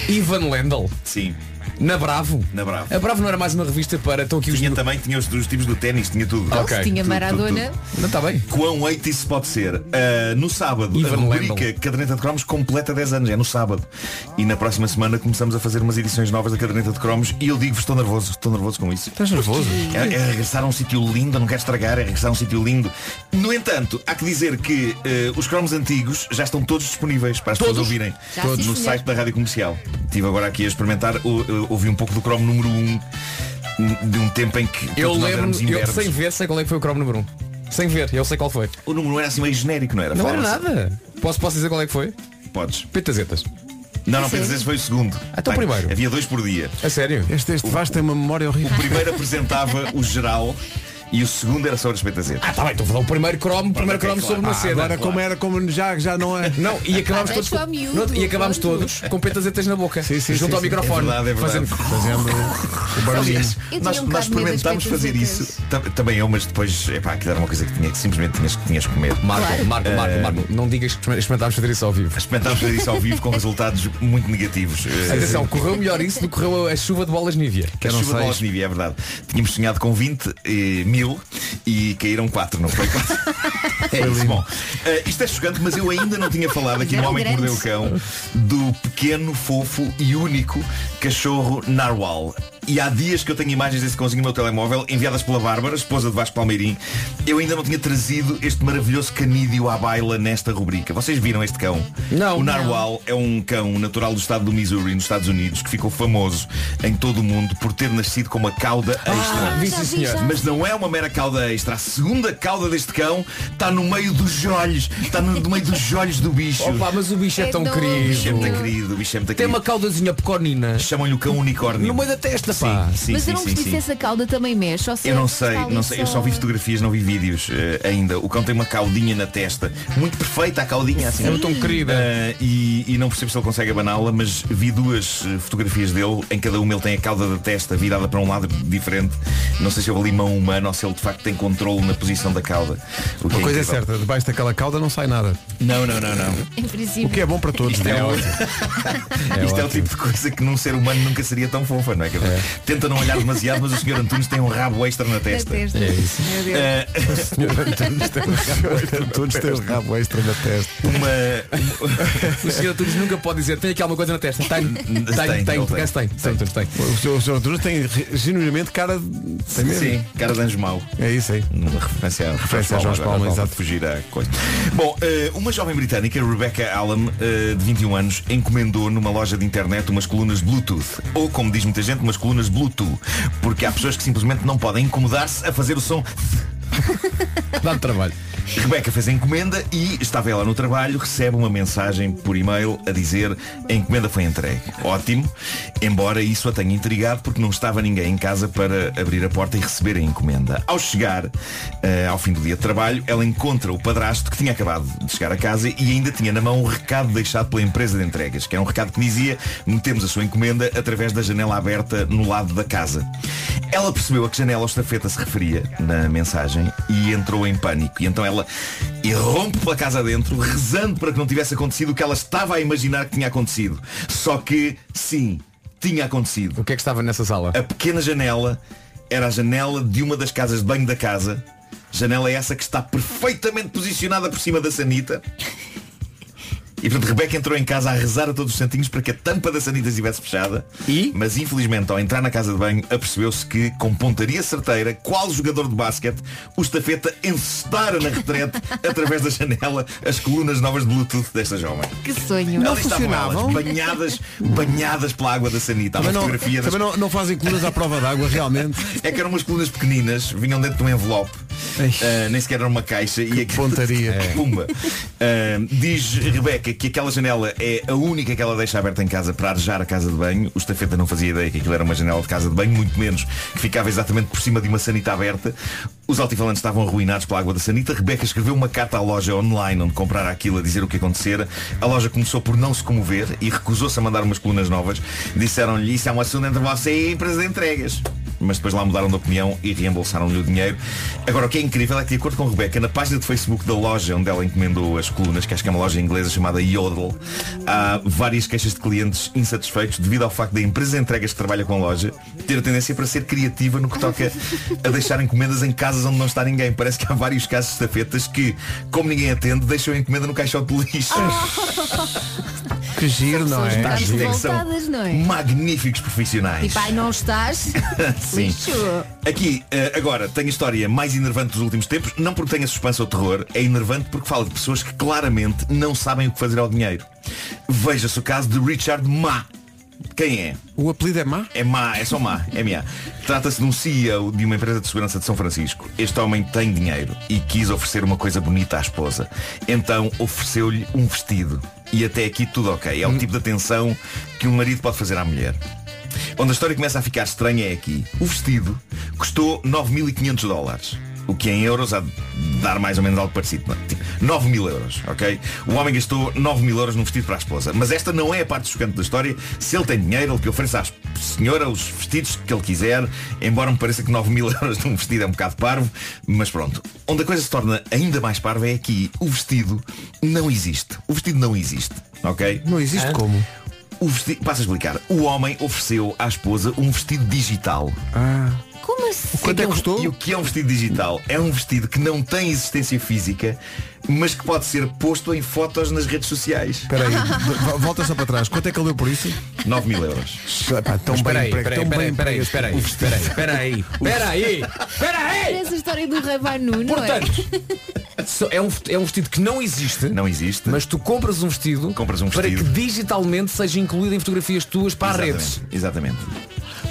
Speaker 5: Ivan Lendl.
Speaker 12: Sim.
Speaker 5: Na Bravo.
Speaker 12: Na Bravo.
Speaker 5: A Bravo não era mais uma revista para estão aqui os
Speaker 12: Tinha também, tinha os, os tipos do ténis, tinha tudo.
Speaker 5: Não, se Ok.
Speaker 12: Tudo,
Speaker 5: tinha
Speaker 12: tudo,
Speaker 5: Maradona.
Speaker 12: tudo.
Speaker 5: Não está tá bem.
Speaker 12: Quão 8 isso pode ser? Ah, no sábado,
Speaker 5: Ivan
Speaker 12: a rubrica
Speaker 5: Lendl.
Speaker 12: Caderneta de Cromos completa 10 anos, é no sábado. E na próxima semana começamos a fazer umas edições novas da Caderneta de Cromos e eu digo-vos, estou nervoso, estou nervoso com isso.
Speaker 5: Estás nervoso?
Speaker 12: É, é regressar a um sítio lindo, não quero estragar, é regressar a um sítio lindo. No entanto, há que dizer que eh, os cromos antigos já estão todos disponíveis para as pessoas ouvirem
Speaker 4: Já,
Speaker 12: todos
Speaker 4: sim,
Speaker 12: no
Speaker 4: senhor.
Speaker 12: site da Rádio Comercial. Estive agora aqui a experimentar, o- eh, ouvi um pouco do cromo número 1 de um tempo em que
Speaker 5: Eu
Speaker 12: todos nós éramos
Speaker 5: lembro-me, eu
Speaker 12: imberbes.
Speaker 5: sem ver, sei qual é que foi o cromo número 1. Sem ver, eu sei qual foi.
Speaker 12: O número 1 era assim meio genérico, não era?
Speaker 5: Não era
Speaker 12: Falava-se-
Speaker 5: nada. Posso, posso dizer qual é que foi?
Speaker 12: Podes.
Speaker 5: Petazetas.
Speaker 12: Não, não,
Speaker 1: É
Speaker 5: A
Speaker 12: Pedro
Speaker 5: sério?
Speaker 12: esse foi o segundo.
Speaker 5: então
Speaker 12: Bem,
Speaker 5: primeiro.
Speaker 12: Havia dois por dia.
Speaker 5: A sério?
Speaker 1: Este, este vasto tem uma memória horrível.
Speaker 12: O primeiro apresentava o geral e o segundo era sobre as petazetas.
Speaker 5: Ah, tá bem, estou a falar o primeiro cromo, primeiro cromo sobre uma seda.
Speaker 1: agora como era como já já não é
Speaker 5: Não, e acabámos
Speaker 1: Ah,
Speaker 5: todos,
Speaker 1: deixa ao miúdo,
Speaker 5: não, e acabámos
Speaker 1: pronto.
Speaker 5: todos com petazetas na boca. junto
Speaker 1: sim,
Speaker 5: ao
Speaker 1: sim.
Speaker 5: microfone.
Speaker 12: É verdade, é verdade.
Speaker 1: Fazendo o barulhinho.
Speaker 12: Aliás,
Speaker 3: Eu tinha
Speaker 12: nós,
Speaker 3: um bocado
Speaker 12: nós
Speaker 3: medo das
Speaker 12: experimentámos fazer isso. Tam- Também eu, mas depois, epá, aquilo era uma coisa que tinha que simplesmente tinhas, tinhas que comer. Eh,
Speaker 5: Marco, Marco, Marco, Marco, não digas que experimentámos fazer isso ao vivo.
Speaker 12: Experimentámos fazer isso ao vivo com resultados muito negativos. Eh,
Speaker 5: Atenção, correu melhor isso do que correu a, a chuva de bolas Nivea.
Speaker 12: Que a chuva de bolas Nivea, é verdade. Tínhamos sonhado com 20 eh, mil e caíram 4, não foi? Quatro. é isso, bom. Eh, isto é chocante, mas eu ainda não tinha falado aqui no
Speaker 5: Eram
Speaker 12: Homem que Mordeu o Cão do pequeno, fofo e único cachorro narwhal. E há dias que eu tenho imagens desse cãozinho no meu telemóvel enviadas pela Bárbara, esposa de Vasco Palmeirim. Eu ainda não tinha trazido este maravilhoso canídeo à baila nesta rubrica. Vocês viram este cão? Não. O narwhal é um cão natural do estado do Missouri, nos Estados Unidos, que ficou famoso em todo o mundo por ter nascido com uma cauda extra.
Speaker 5: vi, sim, Ah, já vi, senhor. já vi.
Speaker 12: Mas não é uma mera cauda extra. A segunda cauda deste cão está no meio dos olhos. Está no meio dos olhos do bicho.
Speaker 5: Opa, mas o bicho é, tão
Speaker 12: O bicho é
Speaker 5: querido.
Speaker 12: muito querido, o bicho é muito
Speaker 5: Tem
Speaker 12: querido.
Speaker 5: uma caudazinha pecornina.
Speaker 12: Chamam-lhe o cão unicórnio.
Speaker 5: No meio da testa, pá.
Speaker 12: Sim,
Speaker 3: Mas
Speaker 12: sim,
Speaker 3: eu não
Speaker 12: sim,
Speaker 3: percebi
Speaker 12: sim.
Speaker 3: se essa cauda também mexe. ou se
Speaker 12: Eu
Speaker 3: é
Speaker 12: não sei,
Speaker 3: está ali
Speaker 12: não sei, eu só vi fotografias, não vi vídeos eh, ainda. O cão tem uma caudinha na testa, muito perfeita a caudinha assim.
Speaker 5: É muito tão querida.
Speaker 12: Eh, e, e não percebo se ele consegue abaná-la, mas vi duas eh, fotografias dele, em cada uma ele tem a cauda da testa virada para um lado diferente. Não sei se houve ali mão humana ou se ele de facto tem controle na posição da cauda. O que
Speaker 1: uma coisa é
Speaker 12: incrível.
Speaker 1: certa debaixo daquela cauda não sai nada
Speaker 12: Não, não, não, não.
Speaker 3: Em princípio.
Speaker 1: o que é bom para todos
Speaker 12: Isto é,
Speaker 1: não
Speaker 12: o- Isto é o tipo de coisa que num ser humano nunca seria tão fofa, não é? Gabriel? Tenta não olhar demasiado, mas o senhor Antunes tem um rabo extra na testa.
Speaker 1: testa. É isso. Meu Deus.
Speaker 12: Eh,
Speaker 1: O senhor Antunes tem um rabo extra na Antunes tem um testa. rabo extra na testa.
Speaker 5: O senhor Antunes nunca pode dizer, tem aqui alguma coisa na testa. Tenho, tenho, tenho, tenho, por acaso tenho. Sim, Antunes tem.
Speaker 1: O senhor, o senhor Antunes tem re- genuinamente cara de. tem mesmo.
Speaker 12: Sim, cara de anjo mau.
Speaker 1: É isso aí.
Speaker 12: Uma referência, a
Speaker 1: Referência a Jorge Palma, exato.
Speaker 12: Fugir à coisa. Bom, eh, uma jovem britânica, Rebecca Allen, eh, de 21 anos, encomendou numa loja de internet umas colunas Bluetooth. Ou, como diz muita gente, umas colunas Bluetooth. Porque há pessoas que simplesmente não podem incomodar-se a fazer o som
Speaker 5: Dá-me trabalho.
Speaker 12: Rebeca fez a encomenda e estava ela no trabalho, recebe uma mensagem por e-mail a dizer a encomenda foi entregue. Ótimo, embora isso a tenha intrigado porque não estava ninguém em casa para abrir a porta e receber a encomenda. Ao chegar eh, ao fim do dia de trabalho, ela encontra o padrasto que tinha acabado de chegar a casa e ainda tinha na mão um recado deixado pela empresa de entregas, que era um recado que dizia metemos a sua encomenda através da janela aberta no lado da casa. Ela percebeu a que janela ou estafeta se referia na mensagem e entrou em pânico. E então ela irrompe pela casa adentro, rezando para que não tivesse acontecido o que ela estava a imaginar que tinha acontecido. Só que, sim, tinha acontecido.
Speaker 5: O que é que estava nessa sala?
Speaker 12: A pequena janela era a janela de uma das casas de banho da casa. Janela é essa que está perfeitamente posicionada por cima da sanita. E portanto Rebeca entrou em casa a rezar a todos os santinhos para que a tampa da sanita estivesse fechada. E? Mas infelizmente ao entrar na casa de banho apercebeu-se que, com pontaria certeira, qual jogador de basquete, o estafeta encestara na retrete, através da janela, as colunas novas de Bluetooth desta jovem.
Speaker 3: Que sonho.
Speaker 12: Ali estavam elas, banhadas, banhadas pela água da sanita. Há uma
Speaker 1: Também, não,
Speaker 12: fotografia das
Speaker 1: também não, não fazem colunas à prova d'água, realmente.
Speaker 12: é que eram umas colunas pequeninas, vinham dentro de um envelope. ah, nem sequer era uma caixa e a
Speaker 1: pontaria.
Speaker 12: Pumba. Ah, diz Rebeca que aquela janela é a única que ela deixa aberta em casa para arejar a casa de banho. O estafeta não fazia ideia que aquilo era uma janela de casa de banho, muito menos que ficava exatamente por cima de uma sanita aberta. Os altifalantes estavam arruinados pela água da sanita. Rebeca escreveu uma carta à loja online onde comprara aquilo a dizer o que acontecera. A loja começou por não se comover e recusou-se a mandar umas colunas novas. Disseram-lhe isso é um assunto entre você e a empresa de entregas mas depois lá mudaram de opinião e reembolsaram-lhe o dinheiro. Agora, o que é incrível é que, de acordo com a Rebeca, na página de Facebook da loja onde ela encomendou as colunas, que acho que é uma loja inglesa chamada Yodel, há várias queixas de clientes insatisfeitos devido ao facto da empresa de entregas que trabalha com a loja ter a tendência para ser criativa no que toca a deixar encomendas em casas onde não está ninguém. Parece que há vários casos de estafetas que, como ninguém atende, deixam a encomenda no caixote de lixo.
Speaker 1: Que giro, não é?
Speaker 12: Está giro.
Speaker 1: Giro.
Speaker 12: São
Speaker 3: Voltadas, não é?
Speaker 12: magníficos profissionais.
Speaker 3: E pai, não estás?
Speaker 12: Sim.
Speaker 3: Lixo.
Speaker 12: Aqui, eh, agora, tenho a história mais enervante dos últimos tempos, não porque tenha suspense ou terror, é enervante porque fala de pessoas que claramente não sabem o que fazer ao dinheiro. Veja-se o caso de Richard Ma. Quem é?
Speaker 1: O apelido é má?
Speaker 12: É má, é só má, é má. Trata-se de um CEO de uma empresa de segurança de São Francisco. Este homem tem dinheiro e quis oferecer uma coisa bonita à esposa. Então ofereceu-lhe um vestido. E até aqui tudo ok. É
Speaker 1: Hum.
Speaker 12: o tipo de atenção que um marido pode fazer à mulher. Onde a história começa a ficar estranha é aqui. O vestido custou 9.500 dólares. O que em euros há de dar mais ou menos algo parecido. Não, tipo, 9 mil euros, ok? O homem gastou 9 mil euros num vestido para a esposa. Mas esta não é a parte chocante da história. Se ele tem dinheiro, ele que ofereça à senhora os vestidos que ele quiser. Embora me pareça que 9 mil euros num vestido é um bocado parvo. Mas pronto. Onde a coisa se torna ainda mais parva é aqui. O vestido não existe. O vestido não existe, ok?
Speaker 1: Não existe como?
Speaker 12: O vesti... Passo a explicar. O homem ofereceu à esposa um vestido digital.
Speaker 3: Como assim?
Speaker 12: Quanto é que custou? E Ah. o que é um vestido digital? É um vestido que não tem existência física, mas que pode ser posto em fotos nas redes sociais.
Speaker 1: Espera aí, v- volta só para trás. Quanto é que ele deu por isso?
Speaker 12: 9 mil euros.
Speaker 1: Pá, tão bem
Speaker 5: Mas peraí,
Speaker 1: emprego,
Speaker 5: peraí,
Speaker 1: tão
Speaker 5: peraí,
Speaker 1: bem
Speaker 5: peraí,
Speaker 1: emprego.
Speaker 5: espera aí, espera aí, espera aí. Espera aí. Espera aí!
Speaker 3: Essa história do Rei Banu, não é?
Speaker 5: Portanto, So- É um, é um vestido que não existe.
Speaker 12: Não existe.
Speaker 5: Mas tu compras um vestido,
Speaker 12: Compras um
Speaker 5: para que
Speaker 12: vestido.
Speaker 5: digitalmente seja incluído em fotografias tuas para
Speaker 12: Exatamente,
Speaker 5: as redes.
Speaker 12: Exatamente.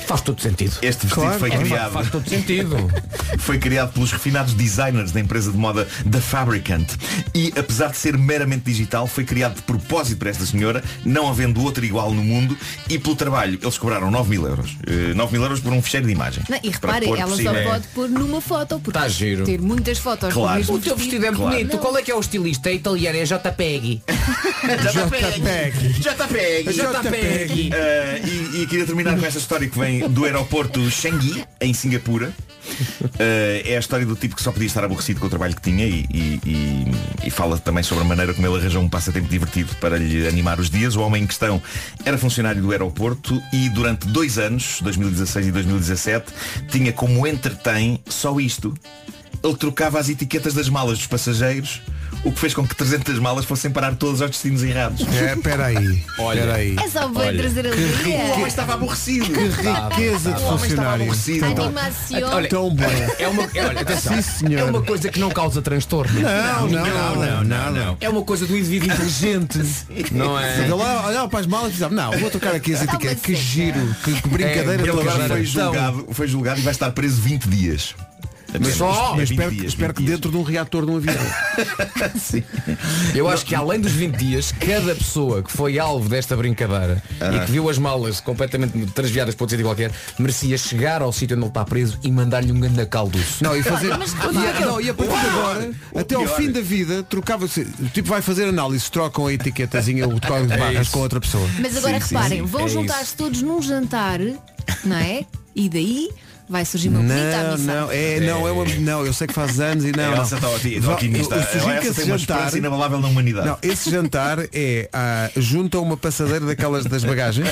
Speaker 5: Faz todo sentido.
Speaker 12: Este vestido
Speaker 5: Claro,
Speaker 12: foi
Speaker 5: claro.
Speaker 12: criado.
Speaker 5: Faz todo sentido.
Speaker 12: foi criado pelos refinados designers da empresa de moda The Fabricant. E apesar de ser meramente digital, foi criado de propósito para esta senhora, não havendo outro igual no mundo, e pelo trabalho eles cobraram 9 mil euros. 9 mil euros por um fecheiro de imagem.
Speaker 3: Não, e
Speaker 12: Para
Speaker 3: repare,
Speaker 12: pôr por
Speaker 3: ela só
Speaker 12: cima.
Speaker 3: pode pôr numa foto, porque
Speaker 12: Tá giro.
Speaker 3: ter muitas fotos do
Speaker 12: Claro.
Speaker 3: mesmo
Speaker 12: O teu vestido é
Speaker 3: Claro.
Speaker 12: bonito.
Speaker 3: Não.
Speaker 5: Qual é que é o estilista? É italiano, é JPEG.
Speaker 12: JPEG. JPEG.
Speaker 5: JPEG.
Speaker 12: Eh, e, e queria terminar com esta história que vem em- do aeroporto Changi, em Singapura. Eh, é a história do tipo que só podia estar aborrecido com o trabalho que tinha e, e- e- e fala também sobre a maneira como ele arranjou um passatempo divertido para lhe animar os dias. O homem em questão era funcionário do aeroporto e durante dois anos, 2016 e 2017, tinha como entretém só isto. Ele trocava as etiquetas das malas dos passageiros, o que fez com que 300 malas fossem parar todas aos destinos errados.
Speaker 1: É, peraí. Olha, peraí.
Speaker 3: É só bom trazer
Speaker 12: que
Speaker 3: alegria.
Speaker 12: rico. O homem estava aborrecido.
Speaker 1: Que riqueza de
Speaker 12: O homem estava
Speaker 1: funcionário.
Speaker 12: aborrecido.
Speaker 3: Animação.
Speaker 1: Então, Olha, Tão boa.
Speaker 5: É uma, é, olha, atenção.
Speaker 1: Sim, senhor.
Speaker 5: é uma coisa que não causa transtorno.
Speaker 1: Não, não, não, não,
Speaker 5: É uma coisa do indivíduo inteligente. não é?
Speaker 1: Ele olhava olhava para as malas e dizia, não, vou trocar aqui as etiquetas. Que giro, que, que brincadeira
Speaker 12: É, ele
Speaker 1: de
Speaker 12: agora
Speaker 1: gira.
Speaker 12: foi julgado, foi julgado e vai estar preso 20 dias.
Speaker 1: Mas, é
Speaker 12: Só?
Speaker 1: mas
Speaker 12: 20
Speaker 1: espero,
Speaker 12: dias,
Speaker 1: espero
Speaker 12: 20
Speaker 1: que dentro de um reator de um avião.
Speaker 5: Eu acho que além dos 20 dias, cada pessoa que foi alvo desta brincadeira e que viu as malas completamente transviadas para outro sítio qualquer, merecia chegar ao sítio onde ele está preso e mandar-lhe um grande calduço.
Speaker 1: Não, e fazer. e, a- não, e a partir de agora, até ao fim da vida, trocava-se. Tipo, vai fazer análises, trocam a etiquetazinha, o código de
Speaker 5: É
Speaker 1: barras
Speaker 5: isso.
Speaker 1: com outra pessoa.
Speaker 3: Mas agora reparem, vão juntar-se todos num jantar, não é? E daí vai surgir uma bonita
Speaker 1: Não,
Speaker 3: amizade.
Speaker 1: não, é, não, é uma, não, eu sei que faz anos e não.
Speaker 12: A
Speaker 1: não.
Speaker 12: Elsa está otim- está
Speaker 1: Vá-
Speaker 12: otimista.
Speaker 1: eu- eu sugiro
Speaker 12: A
Speaker 1: que
Speaker 12: Elsa
Speaker 1: esse
Speaker 12: tem uma
Speaker 1: jantar-
Speaker 12: esperança inabalável na humanidade.
Speaker 1: Não, esse jantar é ah, junto a uma passadeira daquelas das bagagens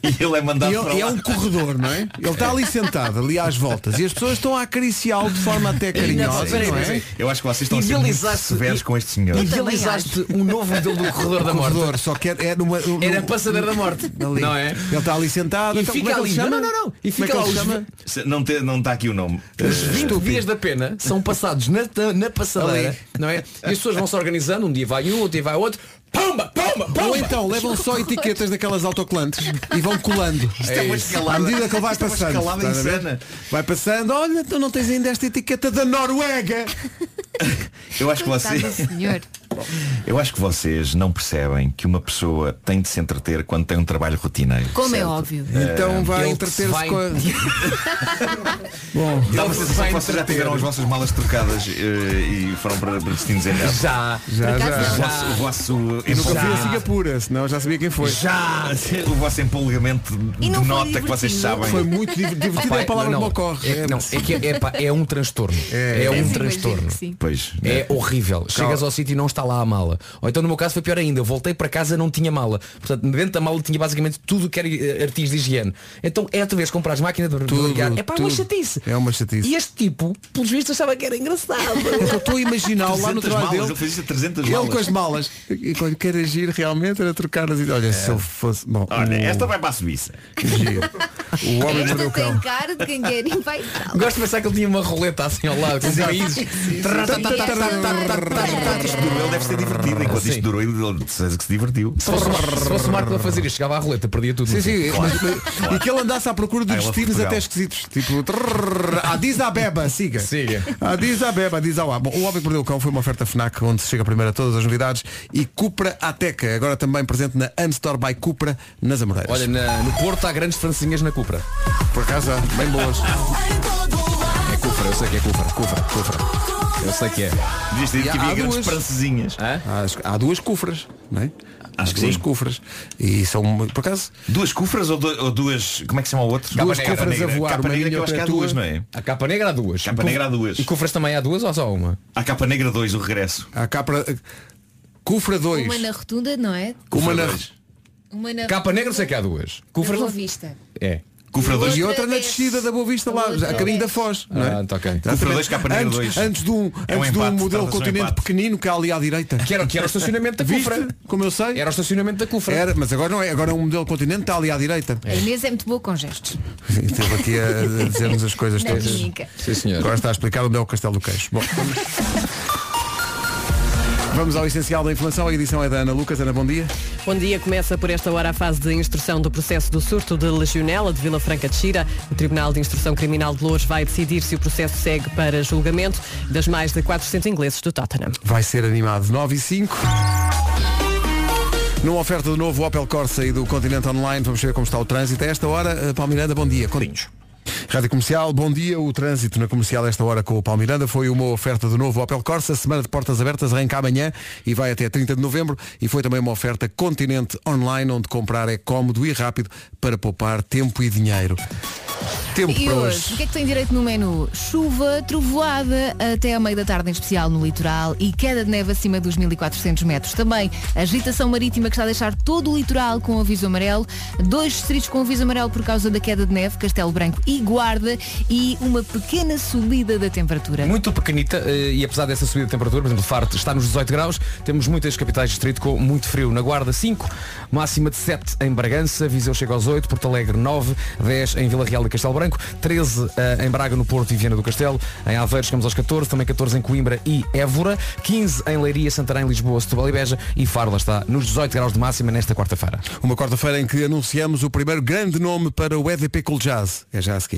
Speaker 12: e ele é mandado
Speaker 1: e,
Speaker 12: para
Speaker 1: é
Speaker 12: lá.
Speaker 1: um corredor, não é? Ele está ali sentado, ali às voltas, e as pessoas estão a acariciá-lo de forma até carinhosa,
Speaker 12: Sim,
Speaker 1: não
Speaker 12: sim,
Speaker 1: é?
Speaker 12: sim. Eu acho que vocês estão a ser muito
Speaker 5: Idealizaste-
Speaker 12: severos com este senhor.
Speaker 5: Idealizaste um novo modelo do corredor da morte.
Speaker 1: Corredor, só que é numa.
Speaker 5: Era a passadeira da morte.
Speaker 1: Ali.
Speaker 5: Não é?
Speaker 1: Ele está ali sentado.
Speaker 5: E
Speaker 1: então, como
Speaker 5: fica
Speaker 1: é que ele
Speaker 5: ali.
Speaker 1: se chama?
Speaker 5: Não, não, não. E
Speaker 1: Como é
Speaker 5: fica
Speaker 1: que ele
Speaker 5: lá
Speaker 1: se
Speaker 5: os-
Speaker 1: chama?
Speaker 12: Se- Não está não tá aqui o nome.
Speaker 5: Os 20 dias da pena são passados na, na passadeira,
Speaker 1: Ali.
Speaker 5: não é? E as pessoas vão se organizando, um dia vai um, outro dia vai outro. Pumba, pumba, pumba!
Speaker 1: Ou então levam só etiquetas daquelas autocolantes e vão colando.
Speaker 12: Isto é uma escalada.
Speaker 1: À medida que ele vai
Speaker 12: Isto é uma
Speaker 1: passando.
Speaker 12: escalada
Speaker 1: estás a ver?
Speaker 12: insana.
Speaker 1: Vai passando, olha, tu não tens ainda esta etiqueta da Noruega.
Speaker 12: Eu acho que assim.
Speaker 3: Coitado
Speaker 12: vocês.
Speaker 3: do senhor.
Speaker 12: Eu acho que vocês não percebem que uma pessoa tem de se entreter quando tem um trabalho rotineiro.
Speaker 3: Como é óbvio.
Speaker 1: Então vai
Speaker 5: ele
Speaker 1: entreter-se
Speaker 5: se vai-
Speaker 1: com a. Bom,
Speaker 12: Dá uma
Speaker 5: Ele se
Speaker 12: sensação
Speaker 5: Então, vai
Speaker 12: que vocês já
Speaker 5: entreter.
Speaker 12: tiveram as vossas malas trocadas eh, e foram para para destinos errados.
Speaker 5: Já,
Speaker 1: já,
Speaker 3: Por acaso não.
Speaker 1: já.
Speaker 12: O vosso, o vosso
Speaker 1: Eu nunca fui a
Speaker 12: empolga-
Speaker 1: Singapura, senão eu já sabia quem foi.
Speaker 5: Já!
Speaker 12: o vosso empolgamento
Speaker 3: E não foi
Speaker 12: denota que vocês
Speaker 3: divertido?
Speaker 12: sabem.
Speaker 1: Foi muito div- divertido, é a palavra
Speaker 5: não,
Speaker 1: que me ocorre.
Speaker 5: É, não, é, que é, pá, é um transtorno. É,
Speaker 3: Mas
Speaker 5: um
Speaker 3: imagino
Speaker 5: transtorno.
Speaker 3: que sim.
Speaker 12: Pois.
Speaker 5: É horrível. Chegas ao sítio e não está lá a mala. Ou então no meu caso foi pior ainda. Eu voltei para casa e não tinha mala. Portanto, dentro da mala tinha basicamente tudo que era eh, artigos de higiene. Então é outra vez comprar as máquinas de
Speaker 1: Tudo,
Speaker 5: barbear. É para uma
Speaker 1: tudo.
Speaker 5: chatice.
Speaker 1: É uma chatice.
Speaker 5: E este tipo, pelos vistos, achava que era engraçado.
Speaker 1: É que eu estou a imaginá-lo lá no
Speaker 12: 300
Speaker 1: trabalho
Speaker 12: malas,
Speaker 1: dele.
Speaker 12: ele fez isso a 300
Speaker 1: Ele
Speaker 12: malas.
Speaker 1: com as malas. E quando quer agir realmente era trocar as Olha, se eu fosse. Bom,
Speaker 12: Olha,
Speaker 1: o-
Speaker 12: esta vai para a Suíça.
Speaker 1: giro. O homem
Speaker 3: Esta
Speaker 1: perdeu
Speaker 3: tem
Speaker 1: o cão.
Speaker 3: cara de quem quer enfeitá-lo.
Speaker 5: Gosto de pensar que ele tinha uma roleta assim ao lado, com países.
Speaker 12: Isto durou, ele deve ser divertido. Enquanto
Speaker 5: Sim.
Speaker 12: isto durou, ele de certeza que se divertiu.
Speaker 5: Se fosse, se fosse o Marco a fazer isto, chegava à roleta, perdia tudo.
Speaker 1: Sim,
Speaker 5: no Ah, fim.
Speaker 1: sim, mas- mas-
Speaker 12: Claro.
Speaker 1: E que ele andasse à procura de
Speaker 12: I love
Speaker 1: destinos
Speaker 12: Portugal.
Speaker 1: até esquisitos. Tipo, trrr,
Speaker 5: Ah,
Speaker 1: Addis Abeba, siga. Ah,
Speaker 5: Siga.
Speaker 1: Addis Abeba, Addis Abeba. Bom, o Homem que Mordeu o Cão foi uma oferta FNAC onde se chega primeiro a todas as novidades e Cupra Ateca, agora também presente na Unstore by Cupra nas Amoreiras.
Speaker 5: Olha, na- Ah, no Porto há grandes francinhas na Cupra.
Speaker 1: por acaso, há, bem boas.
Speaker 5: É Cupra, eu sei que é Cupra, Cupra, Cupra. Eu sei que é.
Speaker 12: Devias ter dito que
Speaker 1: Há
Speaker 12: havia grandes
Speaker 1: duas.
Speaker 12: prancesinhas.
Speaker 5: Hã?
Speaker 1: Ah, Há, há duas cufras, não é?
Speaker 12: Acho
Speaker 1: há
Speaker 12: que
Speaker 1: duas
Speaker 12: sim.
Speaker 1: cufras. E são, mu- por acaso,
Speaker 12: Duas cufras ou, do- ou duas. Como é que se chama o outro?
Speaker 1: Duas
Speaker 12: Capa
Speaker 1: cufras
Speaker 12: negra.
Speaker 1: a voar,
Speaker 12: Capa
Speaker 1: uma
Speaker 12: negra que
Speaker 1: minha
Speaker 12: eu acho que há
Speaker 1: para a tua.
Speaker 12: duas, não é?
Speaker 5: A capa negra há duas.
Speaker 12: Capa negra há duas.
Speaker 5: E cofras também há duas ou só uma?
Speaker 12: Há capa negra dois, o regresso.
Speaker 1: há Capra... Cufra 2.
Speaker 3: Uma na rotunda, não é?
Speaker 1: Uma na...
Speaker 12: dois.
Speaker 3: Uma na
Speaker 5: Capa negra sei que há duas. Cofras
Speaker 3: Boa Vista.
Speaker 5: É.
Speaker 12: Cufra dois.
Speaker 1: E outra na
Speaker 3: Outra
Speaker 1: descida da Boa Vista lá,
Speaker 3: Outra
Speaker 1: a caminho da
Speaker 3: vez.
Speaker 1: Foz. não é?
Speaker 5: Ah, tá ok.
Speaker 1: Exatamente.
Speaker 12: Cufra dois, capa negra
Speaker 1: antes,
Speaker 12: dois.
Speaker 1: Antes de um,
Speaker 12: É um
Speaker 1: antes de um
Speaker 5: tá,
Speaker 12: empate,
Speaker 1: modelo
Speaker 12: trata-se de um
Speaker 1: continente
Speaker 12: empate.
Speaker 1: pequenino que há ali à direita.
Speaker 5: Que era, que era o estacionamento da
Speaker 1: Viste?
Speaker 5: cofra.
Speaker 1: Como eu sei.
Speaker 5: Era o estacionamento da cofra.
Speaker 1: Era, mas agora não é, agora é um modelo continente, está ali à direita.
Speaker 3: A Inês é muito boa com gestos.
Speaker 1: Esteve aqui a a dizer-nos as coisas
Speaker 3: Na
Speaker 1: todas.
Speaker 3: química.
Speaker 5: Sim, senhor.
Speaker 1: Agora está a explicar onde é o Castelo do Queixo. Bom, vamos... Vamos ao essencial da informação, a edição é da Ana Lucas. Ana, bom dia.
Speaker 27: Bom dia. Começa por esta hora a fase de instrução do processo do surto de legionela de Vila Franca de Xira. O Tribunal de Instrução Criminal de Loures vai decidir se o processo segue para julgamento das mais de 400 ingleses do Tottenham.
Speaker 1: Vai ser animado 9 e 5. Numa oferta do novo Opel Corsa e do Continente Online, vamos ver como está o trânsito. A esta hora, eh, Paulo Miranda, bom dia. Continhos. Rádio Comercial, bom dia. O trânsito na comercial esta hora com o Paulo Miranda foi uma oferta do novo Opel Corsa, semana de portas abertas, arranca amanhã e vai até 30 de novembro. E foi também uma oferta Continente Online, onde comprar é cómodo e rápido para poupar tempo e dinheiro. Tempo
Speaker 3: E
Speaker 1: para
Speaker 3: hoje, o que é que tem direito no menu? Chuva, trovoada, até à meia da tarde em especial no litoral e queda de neve acima dos 1400 metros. Também agitação marítima que está a deixar todo o litoral com aviso amarelo, dois distritos com aviso amarelo por causa da queda de neve, Castelo Branco e Guarda e uma pequena subida da temperatura.
Speaker 5: Muito pequenita eh, e apesar dessa subida de temperatura, por exemplo, Faro está nos 18 graus, temos muitas capitais de distrito com muito frio. Na Guarda 5, máxima de 7 em Bragança, Viseu chega aos 8, Porto Alegre 9, 10 em Vila Real e Castelo Branco, 13 eh, em Braga, no Porto e Viana do Castelo, em Aveiro chegamos aos 14, também 14 em Coimbra e Évora, 15 em Leiria, Santarém, Lisboa, Setúbal e Beja e Faro lá está nos 18 graus de máxima nesta quarta-feira.
Speaker 1: Uma quarta-feira em que anunciamos o primeiro grande nome para o EDP Cool Jazz. É já a seguir.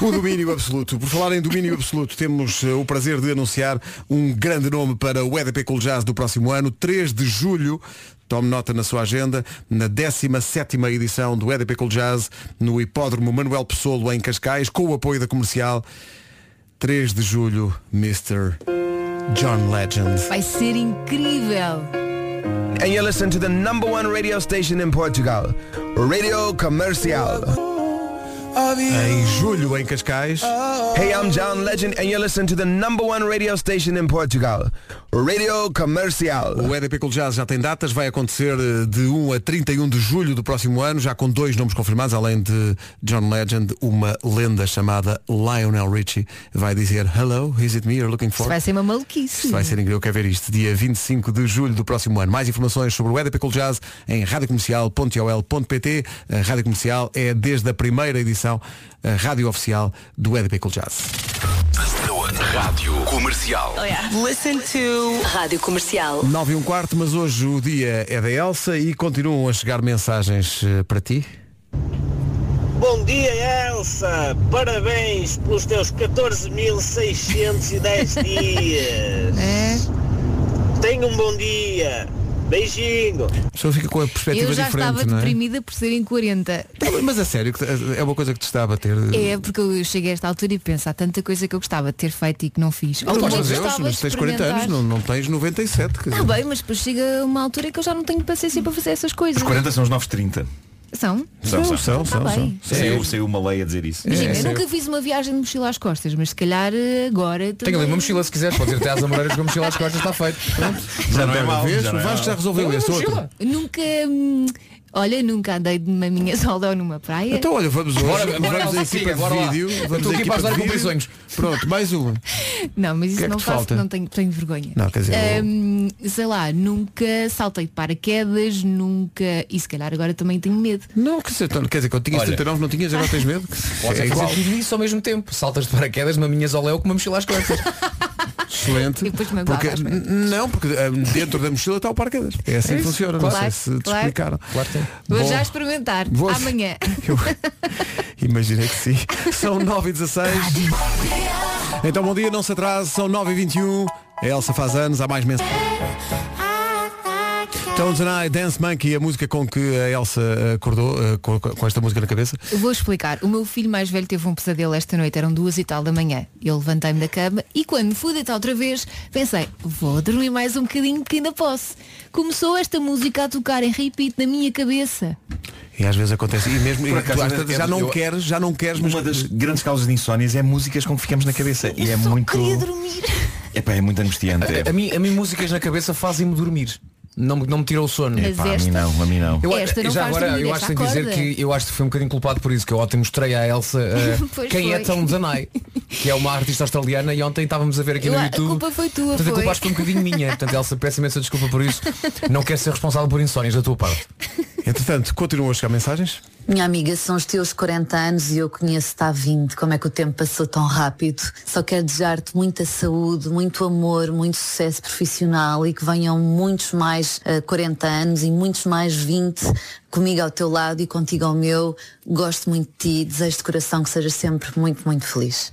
Speaker 1: O domínio absoluto. Por falar em domínio absoluto, temos eh, o prazer de anunciar um grande nome para o EDP Cool Jazz do próximo ano, 3 de julho. Tome nota na sua agenda, na 17ª edição do EDP Cool Jazz, no Hipódromo Manuel Pessoa em Cascais, com o apoio da comercial. 3 de julho, Mr. John Legend.
Speaker 3: Vai ser incrível!
Speaker 8: And you listen to the number one radio station in Portugal, Radio Comercial.
Speaker 1: Em julho em Cascais.
Speaker 8: Hey, I'm John Legend and you listen to the number one radio station in Portugal, Radio Comercial.
Speaker 1: O EDP Cool Jazz já tem datas, vai acontecer eh, de 1 a 31 de julho do próximo ano, já com dois nomes confirmados, além de John Legend, uma lenda chamada Lionel Richie vai dizer Hello, is it me you're looking for?
Speaker 3: Vai ser uma maluquice.
Speaker 1: Isto vai ser incrível, quero ver isto. Dia 25 de julho do próximo ano. Mais informações sobre o EDP Cool Jazz em radiocomercial.ol.pt. A Rádio Comercial é, desde a primeira edição, a rádio oficial do EDP Cool Jazz.
Speaker 6: Rádio Comercial.
Speaker 9: Oh, Listen to Rádio Comercial.
Speaker 1: 9 e um quarto, mas hoje o dia é da Elsa e continuam a chegar mensagens eh, para ti.
Speaker 4: Bom dia, Elsa! Parabéns pelos teus 14.610 dias!
Speaker 3: É.
Speaker 4: Tenha um bom dia! Beijinho!
Speaker 1: A pessoa fica com a perspectiva
Speaker 3: Eu já
Speaker 1: diferente,
Speaker 3: estava
Speaker 1: não é? Tá,
Speaker 3: deprimida por serem 40.
Speaker 1: Mas a sério, que é uma coisa que te está a bater. eh?
Speaker 3: É porque eu cheguei a esta altura e penso, há tanta coisa que eu gostava de ter feito e que não fiz.
Speaker 1: Não,
Speaker 3: Ou
Speaker 1: mas
Speaker 3: que
Speaker 1: Deus,
Speaker 3: gostava
Speaker 1: mas
Speaker 3: de
Speaker 1: tens 40 anos, é?
Speaker 3: experimentar.
Speaker 1: não, não tens 97. Quer
Speaker 3: Está
Speaker 1: dizer.
Speaker 3: bem, mas depois chega uma altura que eu já não tenho paciência para fazer essas coisas.
Speaker 12: Os 40 são os 930.
Speaker 3: São? Tá bem.
Speaker 12: Saiu, saiu uma lei a dizer
Speaker 1: É,
Speaker 12: isso.
Speaker 3: Imagina, eu nunca fiz uma viagem de mochila às costas, mas se calhar eh, agora
Speaker 5: Tenho ali
Speaker 3: também.
Speaker 5: uma mochila se quiseres, podes ir até às Amoreiras com a mochila às costas, está feito. Pronto.
Speaker 12: Já não é mau,
Speaker 1: Vês?
Speaker 12: já não é
Speaker 1: o Vasco já
Speaker 12: mau.
Speaker 1: resolveu
Speaker 12: Tem
Speaker 1: esse
Speaker 12: uma
Speaker 1: outro.
Speaker 12: mochila.
Speaker 3: Nunca. hum, olha, nunca andei de maminha solda ou numa praia.
Speaker 1: Então olha, vamos hoje,
Speaker 5: Bora,
Speaker 1: vamos
Speaker 5: bora,
Speaker 1: à
Speaker 5: Elsa,
Speaker 1: equipa
Speaker 5: siga, bora
Speaker 1: de
Speaker 5: lá.
Speaker 1: vídeo.
Speaker 5: Eu
Speaker 1: Vamos
Speaker 5: estou
Speaker 1: à
Speaker 5: aqui para
Speaker 1: equipa de
Speaker 5: ajudar a
Speaker 1: vídeo.
Speaker 5: cumprir sonhos.
Speaker 1: Pronto, mais uma.
Speaker 3: Não, mas
Speaker 1: O
Speaker 3: isso
Speaker 1: que é que
Speaker 3: não
Speaker 1: te
Speaker 3: faço,
Speaker 1: falta?
Speaker 3: não tenho, tenho vergonha.
Speaker 1: Não, quer dizer, eu-
Speaker 3: Hum, sei lá, nunca saltei de paraquedas, nunca. E se calhar agora também tenho medo.
Speaker 1: Não, quer dizer, quer dizer que eu tinha
Speaker 5: Olha.
Speaker 1: 79, não tinhas, agora tens medo?
Speaker 5: Podes
Speaker 1: É
Speaker 5: é fazer
Speaker 1: igual.
Speaker 5: tudo isso ao mesmo tempo. Saltas de paraquedas, maminhas ao léu com uma mochila às costas.
Speaker 1: Excelente. Porque, n- não, porque hum, dentro da mochila está o paraquedas. É assim
Speaker 3: É
Speaker 1: que
Speaker 3: isso.
Speaker 1: funciona.
Speaker 3: Claro,
Speaker 1: não sei se te
Speaker 3: claro.
Speaker 1: explicaram.
Speaker 3: Vou
Speaker 1: Bom,
Speaker 3: já experimentar.
Speaker 1: Vou-
Speaker 3: Amanhã.
Speaker 1: Imaginei que sim. São 9 e 16 Então bom dia, não se atrase, são 9 e 21 A Elsa faz anos, há mais mensagens. Tones and I, Dance Monkey, a música com que a Elsa eh, acordou, eh, com, com esta música na cabeça.
Speaker 3: Eu Vou explicar. O meu filho mais velho teve um pesadelo esta noite, eram duas e tal da manhã. Eu levantei-me da cama e quando me fui deitar outra vez, pensei, vou dormir mais um bocadinho porque ainda posso. Começou esta música a tocar em repeat na minha cabeça.
Speaker 1: E às vezes acontece. E mesmo
Speaker 12: Por
Speaker 1: e
Speaker 12: acaso,
Speaker 1: tu às
Speaker 12: eu-
Speaker 1: tantas já não
Speaker 12: eu-
Speaker 1: queres, já não queres,
Speaker 12: Uma das grandes causas de insónias é músicas com que ficamos na cabeça. e é muito. Epá, é muito angustiante. é.
Speaker 5: A, a mim, a mim músicas na cabeça fazem-me dormir. Não, me- não me tiram o sono.
Speaker 12: Epá, a mim não, a mim não.
Speaker 5: Eu,
Speaker 3: Esta não
Speaker 5: já
Speaker 3: faz
Speaker 5: agora
Speaker 3: dormir,
Speaker 5: eu
Speaker 3: esta
Speaker 5: acho que tenho que dizer
Speaker 3: acorda.
Speaker 5: que eu acho que fui um bocadinho culpado por isso, que eu ontem mostrei à Elsa eh,
Speaker 3: Pois
Speaker 5: quem é
Speaker 3: foi.
Speaker 5: Tom Zanai, que é uma artista australiana e ontem estávamos a ver aqui
Speaker 3: Eu- "Ah,
Speaker 5: no
Speaker 3: a
Speaker 5: YouTube.
Speaker 3: culpa foi tua,
Speaker 5: Portanto, a
Speaker 3: foi.
Speaker 5: culpa acho que foi um bocadinho minha. Portanto, Elsa, peço imensa desculpa por isso. Não quero ser responsável por insónias da tua parte.
Speaker 1: Entretanto, continuam a chegar mensagens.
Speaker 33: Minha amiga, são os teus 40 anos e eu conheço-te há 20. Como é que o tempo passou tão rápido? Só quero desejar-te muita saúde, muito amor, muito sucesso profissional e que venham muitos mais eh, 40 anos e muitos mais 20 comigo ao teu lado e contigo ao meu. Gosto muito de ti, desejo de coração que sejas sempre muito, muito feliz.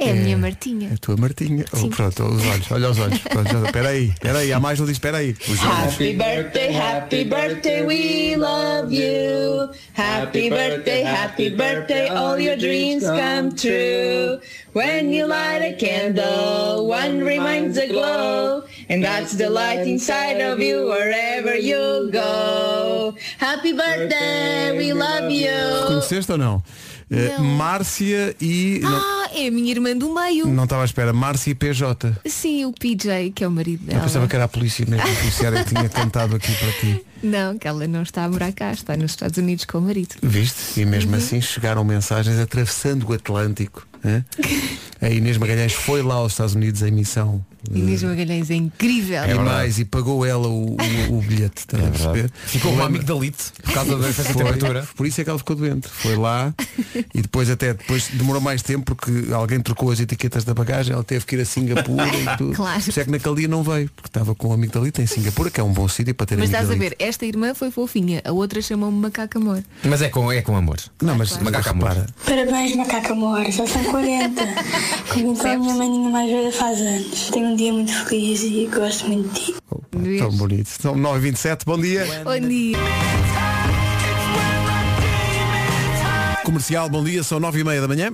Speaker 29: É a minha Martinha.
Speaker 1: É a tua Martinha. Oh,
Speaker 29: Sim.
Speaker 1: pronto, os olhos, olha os olhos. Pronto, já- Espera aí, espera aí, há mais, um ele diz, espera aí. Os
Speaker 9: Happy birthday, happy birthday, we love you. Happy birthday, happy birthday, all your dreams come true. When you light a candle, one remains aglow, and that's the light inside of you wherever you go. Happy birthday, we love you.
Speaker 1: Reconheceste ou não? Eh, Márcia e. não-
Speaker 3: Ah, é a minha irmã do meio.
Speaker 1: Não estava à espera, Márcia e PJ.
Speaker 3: Sim, o PJ, que é o marido
Speaker 1: Eu
Speaker 3: dela.
Speaker 1: pensava que era a polícia mesmo, a policiária que tinha cantado aqui para ti.
Speaker 3: Não, que ela não está a morar cá, está nos Estados Unidos com o marido.
Speaker 1: Viste? E mesmo
Speaker 3: Uhum.
Speaker 1: assim chegaram mensagens atravessando o Atlântico. hã? A Inês Magalhães foi lá aos Estados Unidos em missão.
Speaker 3: Inês
Speaker 5: Hum.
Speaker 3: Magalhães é incrível.
Speaker 1: e mais, e pagou ela o, o- o bilhete. estás a perceber?
Speaker 5: É Ficou com uma amigdalite por causa da diferença de
Speaker 1: Foi,
Speaker 5: temperatura.
Speaker 1: Por isso é que ela ficou doente. Foi lá e depois até depois demorou mais tempo porque alguém trocou as etiquetas da bagagem, ela teve que ir a Singapura e tudo.
Speaker 3: Claro.
Speaker 1: Por isso é que naquele dia não veio, porque estava com um a amigdalita em Singapura, que é um bom sítio para ter
Speaker 3: Mas estás a
Speaker 1: amigdalite.
Speaker 3: ver, esta irmã foi fofinha, a outra chamou-me macaca amor.
Speaker 5: Mas é com, é com amor.
Speaker 1: Não, mas
Speaker 5: macaca amor.
Speaker 24: Parabéns, macaca amor, já são 40. Como então a minha maninha mais velha faz anos. Tenho um dia muito feliz e gosto muito de ti.
Speaker 1: Tão bonito. São 9h27, bom dia.
Speaker 3: Bom dia.
Speaker 1: Comercial, bom dia, são 9h30 da manhã.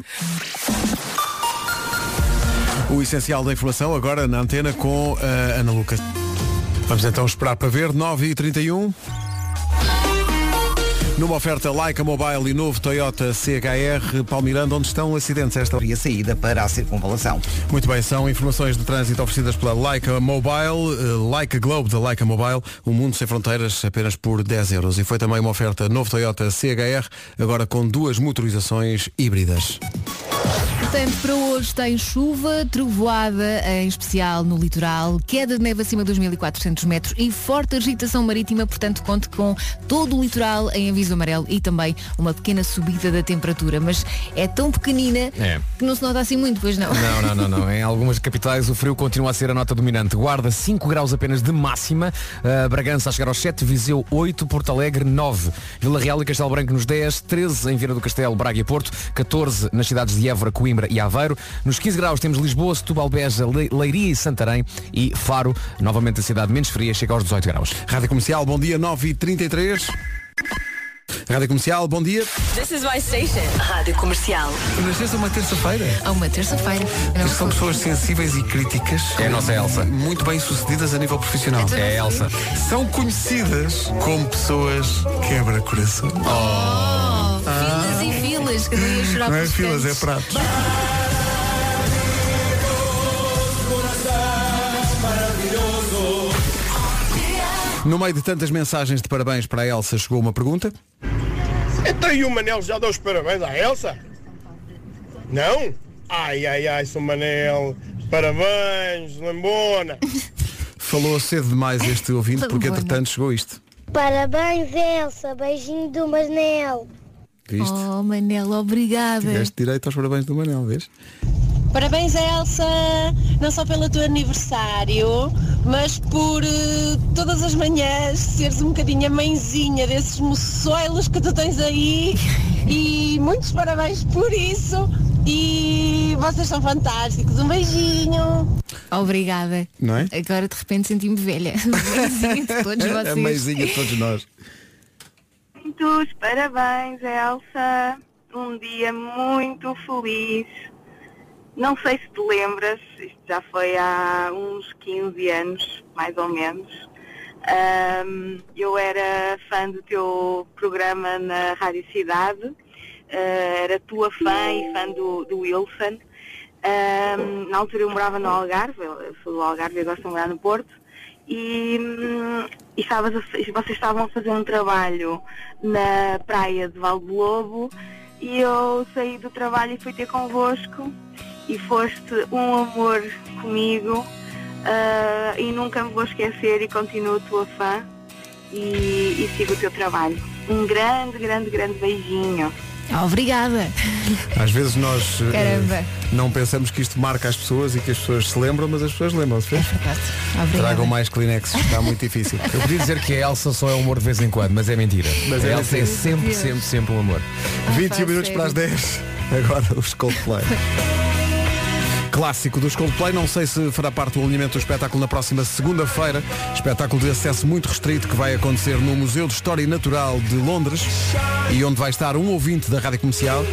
Speaker 1: O essencial da informação agora na antena com a Ana Lucas. Vamos então esperar para ver, 9h31. Numa oferta Leica Mobile e novo Toyota CHR Palmiranda, onde estão acidentes esta
Speaker 2: E a saída para a circunvalação.
Speaker 1: Muito bem, são informações de trânsito oferecidas pela Leica Mobile, eh, Leica Globe da Leica Mobile, um mundo sem fronteiras apenas por 10 euros. E foi também uma oferta novo Toyota CHR, agora com duas motorizações híbridas.
Speaker 3: Portanto, para hoje tem chuva, trovoada, em especial no litoral, queda de neve acima dos 1.400 metros e forte agitação marítima, portanto conte com todo o litoral em aviso amarelo e também uma pequena subida da temperatura. Mas é tão pequenina
Speaker 5: É.
Speaker 3: que não se nota assim muito, pois não?
Speaker 5: Não, não, não, não. Em algumas capitais o frio continua a ser a nota dominante. Guarda 5 graus apenas de máxima. Uh, Bragança a chegar aos 7, Viseu 8, Porto Alegre 9, Vila Real e Castelo Branco nos 10, 13 em Vieira do Castelo, Braga e Porto, 14 nas cidades de Évora, Coimbra e Aveiro. Nos 15 graus temos Lisboa, Setúbal, Beja, Le- Leiria e Santarém e Faro, novamente a cidade menos fria, chega aos 18 graus.
Speaker 1: Rádio Comercial, bom dia, 9h33. Rádio Comercial, bom dia.
Speaker 9: This is my station. Rádio Comercial.
Speaker 1: Nascença uma terça-feira.
Speaker 3: Há uma terça-feira. Não
Speaker 1: São pessoas sensíveis e críticas. É a nossa Elsa. Muito bem sucedidas a nível profissional.
Speaker 3: É a Elsa.
Speaker 1: São conhecidas como pessoas quebra-coração.
Speaker 3: Oh, Filas e filas, que eu ia chorar
Speaker 1: Não é
Speaker 3: pelos
Speaker 1: filas, é
Speaker 3: cantos.
Speaker 1: pratos. No meio de tantas mensagens de parabéns para a Elsa, chegou uma pergunta.
Speaker 15: Então e o Manel já deu os parabéns à Elsa? Não? Ai, ai, ai, sou Manel. Parabéns, lambona.
Speaker 1: Falou cedo demais este ouvinte, porque entretanto chegou isto.
Speaker 30: Parabéns, Elsa. Beijinho do Manel.
Speaker 1: Viste?
Speaker 3: Oh, Manel, obrigada.
Speaker 1: Tiveste direito aos parabéns do Manel, vês?
Speaker 34: Parabéns, Elsa, não só pelo teu aniversário, mas por eh, todas as manhãs seres um bocadinho a mãezinha desses moçoilos que tu tens aí. E muitos parabéns por isso. E vocês são fantásticos. Um beijinho.
Speaker 3: Obrigada.
Speaker 1: Não é?
Speaker 3: Agora de repente senti-me velha. Um Beijinho de todos vocês.
Speaker 1: A meizinha de todos nós.
Speaker 28: Muitos parabéns, Elsa. Um dia muito feliz. Não sei se te lembras, isto já foi há uns 15 anos, mais ou menos. Ahm, eu era fã do teu programa na Rádio Cidade, Ah, era tua fã e fã do, do Wilson. Ahm, na altura eu morava no Algarve, eu sou do Algarve e agora estou a morar no Porto. E, hum, e estavas a fa- vocês estavam a fazer um trabalho na praia de Valdelobo e eu saí do trabalho e fui ter convosco e foste um amor comigo ah, e nunca me vou esquecer e continuo tua fã e, e sigo o teu trabalho. Um grande, grande, grande beijinho.
Speaker 3: Obrigada.
Speaker 1: Às vezes nós eh,
Speaker 3: Caramba.
Speaker 1: não pensamos que isto marca as pessoas e que as pessoas se lembram, mas as pessoas lembram-se. vês?
Speaker 3: É Obrigada.
Speaker 1: Tragam mais Kleenex, está muito difícil.
Speaker 5: Eu podia dizer que a Elsa só é humor de vez em quando, mas é mentira.
Speaker 1: Mas
Speaker 5: a
Speaker 1: é
Speaker 5: Elsa é
Speaker 1: mentira.
Speaker 5: sempre,
Speaker 1: Deus.
Speaker 5: sempre, sempre um amor.
Speaker 1: 21 minutos para as 10. Agora os Coldplay. clássico dos Coldplay. Não sei se fará parte do alinhamento do espetáculo na próxima segunda-feira. Espetáculo de acesso muito restrito que vai acontecer no Museu de História e Natural de Londres e onde vai estar um ouvinte da Rádio Comercial.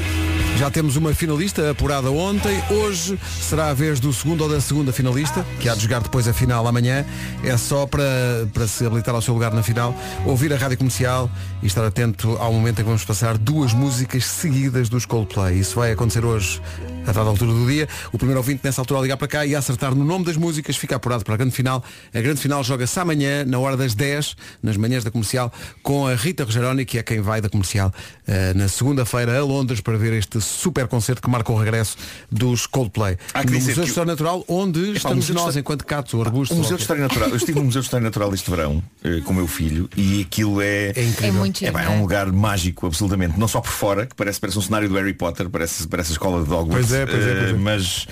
Speaker 1: Já temos uma finalista apurada ontem. Hoje será a vez do segundo ou da segunda finalista, que há de jogar depois a final amanhã. É só para, para se habilitar ao seu lugar na final, ouvir a rádio comercial e estar atento ao momento em que vamos passar duas músicas seguidas dos Coldplay. Isso vai acontecer hoje, a dada altura do dia. O primeiro ouvinte nessa altura a ligar para cá e a acertar no nome das músicas fica apurado para a grande final. A grande final joga-se amanhã, na hora das 10, nas manhãs da comercial, com a Rita Rogeroni, que é quem vai da comercial eh, na segunda-feira a Londres para ver este super concerto que marca o regresso dos Coldplay.
Speaker 12: Há que
Speaker 1: no
Speaker 12: dizer que
Speaker 1: Museu de
Speaker 12: o-
Speaker 1: História Natural, onde
Speaker 12: o
Speaker 1: estamos
Speaker 12: Museu de
Speaker 1: nós,
Speaker 12: Histó-
Speaker 1: enquanto catos ou arbustos.
Speaker 12: O um Museu
Speaker 1: ou
Speaker 12: de História Natural. Eu estive no Museu de História Natural este verão eh, com o meu filho e aquilo é. É
Speaker 3: incrível. É muito giro,
Speaker 12: pá, é
Speaker 3: não é?
Speaker 12: um lugar mágico, absolutamente. Não só por fora, que parece, parece um cenário do Harry Potter, parece, parece a escola de Hogwarts.
Speaker 1: Pois é, pois é, pois é.
Speaker 12: eh, Mas.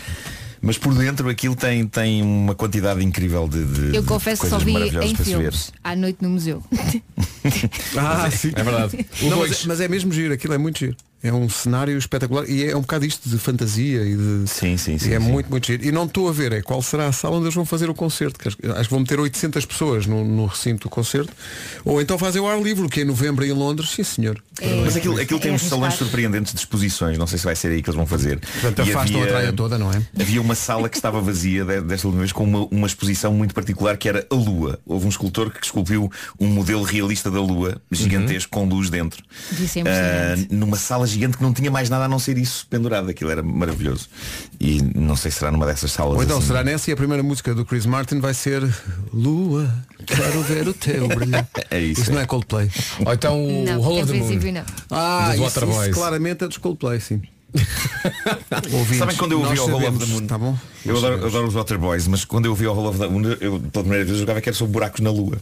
Speaker 12: Mas por dentro aquilo tem, tem uma quantidade incrível de, de
Speaker 3: Eu
Speaker 12: de
Speaker 3: confesso que só
Speaker 12: coisas
Speaker 3: vi
Speaker 12: maravilhosas
Speaker 3: em
Speaker 12: para se ver.
Speaker 3: filmes à noite no museu.
Speaker 1: Ah,
Speaker 12: É
Speaker 1: sim.
Speaker 12: verdade.
Speaker 1: Não,
Speaker 12: O
Speaker 1: mas,
Speaker 12: dois.
Speaker 1: mas é mesmo giro, aquilo é muito giro. É um cenário espetacular e é um bocado isto de fantasia e de.
Speaker 12: Sim, sim,
Speaker 1: sim. é muito, muito giro. E não estou a ver é qual será a sala onde eles vão fazer o concerto. que acho- Acho que vão meter 800 pessoas no, no recinto do concerto. Ou então fazem o ar livre, que é em novembro em Londres. Sim, senhor.
Speaker 12: Mas
Speaker 1: É
Speaker 12: aquilo, aquilo tem um uns salões surpreendentes de exposições, não sei se vai ser aí que eles vão fazer.
Speaker 1: Portanto,
Speaker 12: E
Speaker 1: afastam
Speaker 12: havia-
Speaker 1: a traia toda, não é?
Speaker 12: Havia uma sala que estava vazia de- desta última vez com uma, uma exposição muito particular que era a Lua. Houve um escultor que esculpiu um modelo realista da Lua, gigantesco,
Speaker 1: Uhum.
Speaker 12: com luz dentro.
Speaker 3: Disse
Speaker 12: Ah, numa sala gigante que não tinha mais nada a não ser isso pendurado. Aquilo era maravilhoso. E não sei se será numa dessas salas.
Speaker 1: Ou então
Speaker 12: assim.
Speaker 1: será nessa e a primeira música do Chris Martin vai ser Lua, quero ver o teu brilhar.
Speaker 12: É isso.
Speaker 1: não é Coldplay.
Speaker 5: Ou então o
Speaker 3: Não, é
Speaker 5: Hall
Speaker 3: em
Speaker 5: of the Moon.
Speaker 3: princípio não.
Speaker 1: Ah,
Speaker 5: Dos
Speaker 1: isso,
Speaker 5: Waterboys.
Speaker 1: isso claramente é dos Coldplay, sim. Ouvintes,
Speaker 12: Sabem quando eu ouvi
Speaker 1: nós
Speaker 12: o Roll of
Speaker 1: sabemos,
Speaker 12: the Moon?
Speaker 1: Tá bom?
Speaker 12: Eu adoro, eu adoro os Waterboys, mas quando eu ouvi o Roll of the Moon, eu pela primeira vez eu jogava que era sobre buracos na Lua.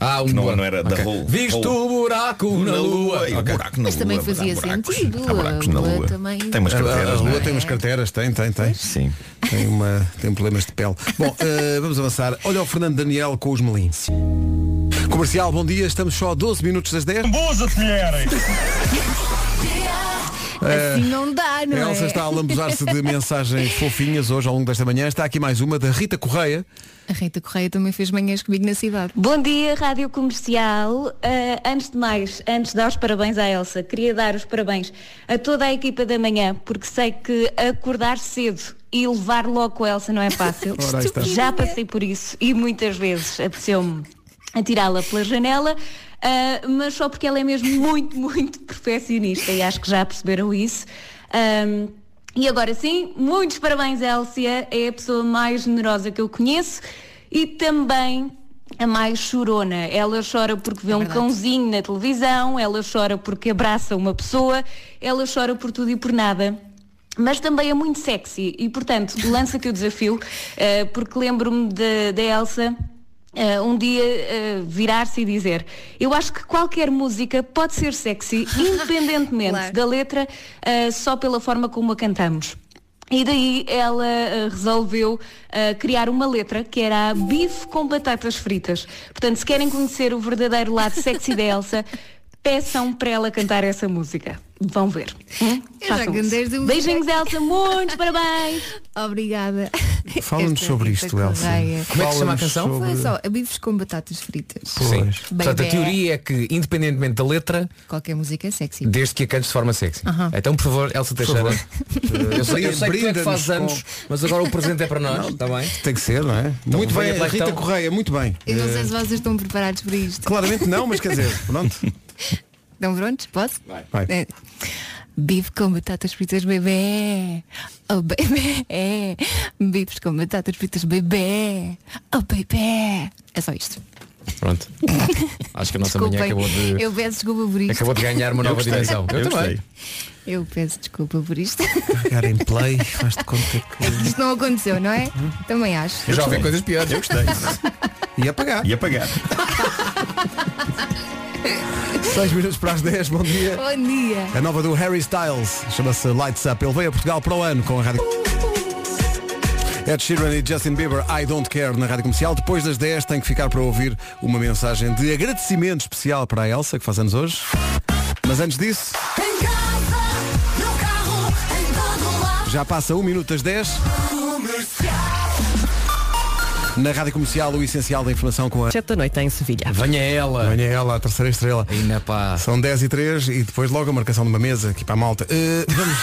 Speaker 5: Ah,
Speaker 12: que não, não era da
Speaker 5: Ok.
Speaker 12: Hole.
Speaker 5: Visto
Speaker 12: Hole.
Speaker 5: o buraco na lua.
Speaker 12: e o
Speaker 5: Ok.
Speaker 12: buraco na
Speaker 3: Mas
Speaker 12: Lua,
Speaker 3: também
Speaker 12: há
Speaker 3: fazia
Speaker 12: buracos.
Speaker 3: sentido.
Speaker 12: Há buracos na
Speaker 3: a
Speaker 12: Lua.
Speaker 3: também.
Speaker 12: Tem umas
Speaker 1: A-
Speaker 12: carteiras,
Speaker 1: a, a
Speaker 12: não
Speaker 1: Lua
Speaker 12: é?
Speaker 1: tem umas carteiras, tem, tem, tem.
Speaker 12: Sim.
Speaker 1: Tem, uma, tem problemas de pele. Bom, eh, vamos avançar. Olha o Fernando Daniel com os melins. Comercial, bom dia, estamos só a 12 minutos das 10.
Speaker 15: Boas a colherem!
Speaker 3: Assim não dá, não
Speaker 1: A
Speaker 3: é?
Speaker 1: Eh, Elsa está a lambuzar-se de mensagens fofinhas hoje ao longo desta manhã. Está aqui mais uma da Rita Correia.
Speaker 3: A Rita Correia também fez manhãs comigo na cidade.
Speaker 29: Bom dia, Rádio Comercial. Ah, antes de mais, antes de dar os parabéns à Elsa, queria dar os parabéns a toda a equipa da manhã, porque sei que acordar cedo e levar logo com a Elsa não é fácil.
Speaker 13: Ora, aí está.
Speaker 29: Já passei por isso e muitas vezes apeteceu-me atirá-la pela janela, ah, mas só porque ela é mesmo muito, muito perfeccionista e acho que já perceberam isso. Ahm, e agora sim, muitos parabéns, Elsia. É a pessoa mais generosa que eu conheço e também a mais chorona. Ela chora porque vê um cãozinho na televisão, ela chora porque abraça uma pessoa, ela chora por tudo e por nada mas também é muito sexy e portanto lança-te o desafio eh, porque lembro-me da da Elsa eh, um dia eh, virar-se e dizer eu acho que qualquer música pode ser sexy independentemente da letra eh, só pela forma como a cantamos e daí ela eh, resolveu eh, criar uma letra que era a bife com batatas fritas portanto se querem conhecer o verdadeiro lado sexy da Elsa peçam para ela cantar essa música vão ver Hum?
Speaker 3: Eu já
Speaker 29: Façam isso.
Speaker 3: cantei esta música.
Speaker 29: Beijinhos, Elsa, muitos parabéns.
Speaker 3: Obrigada.
Speaker 1: Fala-nos
Speaker 3: Esta
Speaker 1: sobre
Speaker 3: Rita
Speaker 1: isto, Elsa.
Speaker 3: Correia.
Speaker 5: Como é que se chama a canção?
Speaker 3: Foi
Speaker 5: sobre-
Speaker 3: só, bifes com batatas fritas.
Speaker 5: Sim.
Speaker 3: Bem,
Speaker 5: Portanto, a
Speaker 3: bem.
Speaker 5: teoria é que, independentemente da letra,
Speaker 3: Qualquer música é sexy.
Speaker 5: desde que a cantes de forma sexy.
Speaker 3: Aham.
Speaker 5: Então, por favor, Elsa Teixeira. Eu sei, eu sei que tu é que
Speaker 1: Brinda-nos
Speaker 5: faz
Speaker 1: com-
Speaker 5: anos, mas agora o presente é para nós, está bem?
Speaker 1: Tem que ser, não é? muito
Speaker 5: venha
Speaker 1: bem,
Speaker 5: lá,
Speaker 1: Rita
Speaker 5: então.
Speaker 1: Correia, muito bem.
Speaker 3: Eu não sei
Speaker 1: Eh,
Speaker 3: se vocês estão preparados para isto.
Speaker 1: Claramente não, mas quer dizer, pronto.
Speaker 3: Estão prontos? Posso?
Speaker 1: Vai.
Speaker 3: É. Bife com batatas fritas, bebê. Oh, bebê. Bifes com batatas fritas, bebê. Oh, bebê. É só isto.
Speaker 5: Pronto. Acho que a nossa manhã
Speaker 3: Desculpem.
Speaker 5: acabou de.
Speaker 3: Eu peço desculpa por isto.
Speaker 5: Acabou de ganhar uma
Speaker 3: Eu
Speaker 5: nova
Speaker 3: gostei.
Speaker 5: dimensão.
Speaker 3: Eu Eu peço desculpa por isto.
Speaker 1: Pegar em play, faz de conta que.
Speaker 3: Isto não aconteceu, não é? Também acho.
Speaker 1: Uhum. Eu já ouvi coisas
Speaker 5: piores.
Speaker 1: Eu gostei. E apagar.
Speaker 12: E apagar.
Speaker 1: 6 minutos para as 10, bom dia.
Speaker 3: Bom dia.
Speaker 1: A nova do Harry Styles chama-se Lights Up. Ele veio a Portugal para o ano com a rádio. Ed Sheeran e Justin Bieber, I Don't Care na Rádio Comercial. Depois das 10 tem que ficar para ouvir uma mensagem de agradecimento especial para a Elsa, que faz anos hoje. Mas antes disso, já passa um minuto das 10. Na Rádio Comercial, o essencial da informação com a...
Speaker 27: 7 da noite em Sevilha.
Speaker 1: Venha ela. Venha ela, a terceira estrela.
Speaker 5: Ainda pá.
Speaker 1: São 10 e 3 e depois logo a marcação de uma mesa aqui para a malta. Eh, vamos...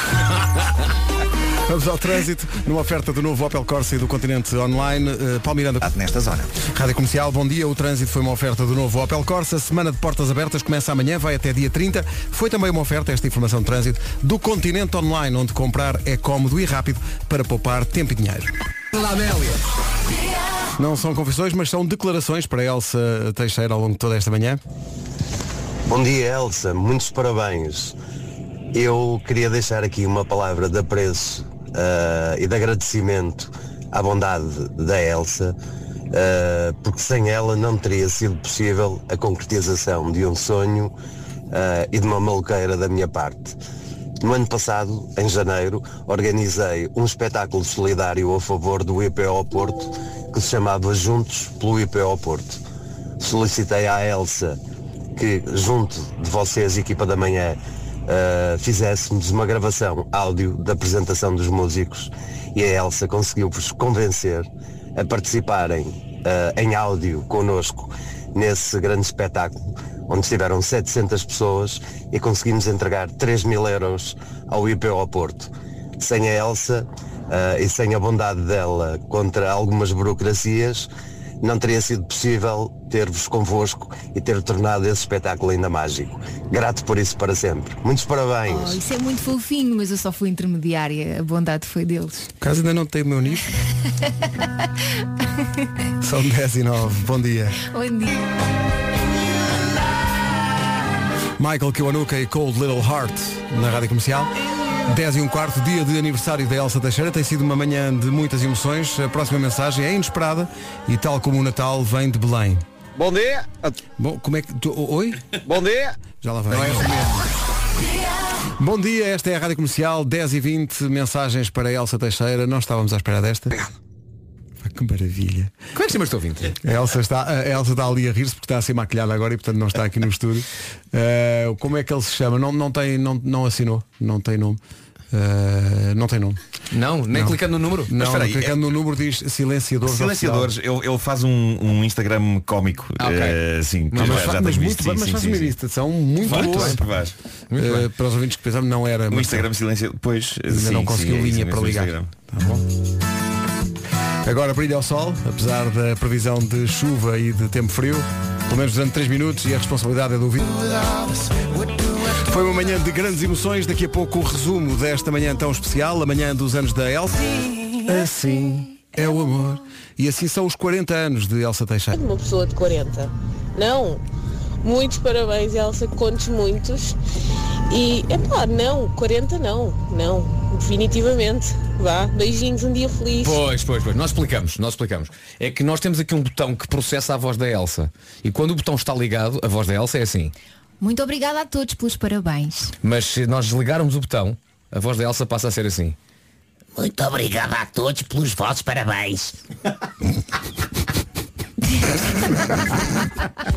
Speaker 1: Vamos ao trânsito, numa oferta do novo Opel Corsa e do Continente Online, eh, Paulo Miranda.
Speaker 2: Nesta zona.
Speaker 1: Rádio Comercial, bom dia. O trânsito foi uma oferta do novo Opel Corsa. Semana de portas abertas começa amanhã, vai até dia 30. Foi também uma oferta, esta informação de trânsito, do Continente Online, onde comprar é cómodo e rápido para poupar tempo e dinheiro. Não são confissões, mas são declarações para Elsa Teixeira ao longo de toda esta manhã.
Speaker 23: Bom dia, Elsa. Muitos parabéns. Eu queria deixar aqui uma palavra de apreço ah, e de agradecimento à bondade da Elsa, ah, porque sem ela não teria sido possível a concretização de um sonho ah, e de uma maluqueira da minha parte. No ano passado, em janeiro, organizei um espetáculo solidário a favor do IPO Porto que se chamava Juntos pelo IPO Porto. Solicitei à Elsa que, junto de vocês, equipa da manhã, ah, fizéssemos uma gravação áudio da apresentação dos músicos e a Elsa conseguiu-vos convencer a participarem ah, em áudio connosco nesse grande espetáculo onde estiveram 700 pessoas e conseguimos entregar 3 mil euros ao IPO Porto. Sem a Elsa ah, e sem a bondade dela contra algumas burocracias, não teria sido possível ter-vos convosco e ter tornado esse espetáculo ainda mágico. Grato por isso para sempre. Muitos parabéns.
Speaker 3: Oh, isso é muito fofinho, mas eu só fui intermediária. A bondade foi deles.
Speaker 1: Caso ainda não tenho o meu nicho. São 10 e 9. Bom dia.
Speaker 3: Bom dia.
Speaker 1: Michael Kiwanuka e Cold Little Heart na Rádio Comercial. 10 e um quarto, dia de aniversário da Elsa Teixeira. Tem sido uma manhã de muitas emoções. A próxima mensagem é inesperada e tal como o Natal vem de Belém.
Speaker 4: Bom dia.
Speaker 1: Bom, como é que... tu- o- oi?
Speaker 4: Bom dia. é assim
Speaker 1: Já lá vai. Bom dia, esta é a Rádio Comercial, 10 e 20 mensagens para a Elsa Teixeira. Não estávamos à espera desta. Ah, Que maravilha.
Speaker 5: Como é que chamas estou ouvinte?
Speaker 1: A Elsa, está, a Elsa está ali a rir-se porque está a ser maquilhada agora e portanto não está aqui no estúdio. Eh, como é que ele se chama? Não, não, tem, não, não assinou, não tem nome. Eh, não tem nome.
Speaker 5: Não, nem clicando no número.
Speaker 1: Não,
Speaker 12: espera aí, é
Speaker 1: clicando
Speaker 5: é
Speaker 1: no número diz silenciadores.
Speaker 12: Silenciadores, ele, ele faz um, um Instagram cómico.
Speaker 1: Ah, ok.
Speaker 12: eh, sim,
Speaker 1: Não, mas
Speaker 12: já-
Speaker 1: fa-
Speaker 12: já
Speaker 1: mas
Speaker 12: tenho
Speaker 1: muito
Speaker 12: visto,
Speaker 1: bem,
Speaker 12: sim,
Speaker 1: mas
Speaker 12: sim,
Speaker 1: faz
Speaker 12: sim,
Speaker 1: uma
Speaker 12: sim.
Speaker 1: meditação muito
Speaker 12: Faz,
Speaker 1: boa.
Speaker 12: faz, faz. Muito
Speaker 1: Eh,
Speaker 12: bem.
Speaker 1: para os ouvintes que pensavam, não era.
Speaker 12: O
Speaker 1: mas-
Speaker 12: Instagram silenciador. Pois,
Speaker 1: Ainda
Speaker 12: sim,
Speaker 1: não
Speaker 12: sim,
Speaker 1: conseguiu
Speaker 12: é isso
Speaker 1: linha
Speaker 12: mesmo,
Speaker 1: para
Speaker 12: o
Speaker 1: ligar.
Speaker 12: Instagram.
Speaker 1: Tá Agora brilha o sol, apesar da previsão de chuva e de tempo frio, pelo menos durante 3 minutos, e a responsabilidade é do ouvido. Foi uma manhã de grandes emoções, daqui a pouco o resumo desta manhã tão especial, a manhã dos anos da Elsa. Assim é o amor. E assim são os 40 anos de Elsa Teixeira.
Speaker 13: Uma pessoa de 40. Não. Muitos parabéns, Elsa, que contes muitos. E, epá, não, 40 não, não, definitivamente. Vá, beijinhos, um dia feliz.
Speaker 5: Pois, pois, pois. Nós explicamos, nós explicamos. É que nós temos aqui um botão que processa a voz da Elsa. E quando o botão está ligado, a voz da Elsa é assim.
Speaker 3: Muito obrigada a todos pelos parabéns.
Speaker 5: Mas se nós desligarmos o botão, a voz da Elsa passa a ser assim.
Speaker 14: Muito obrigado a todos pelos vossos parabéns.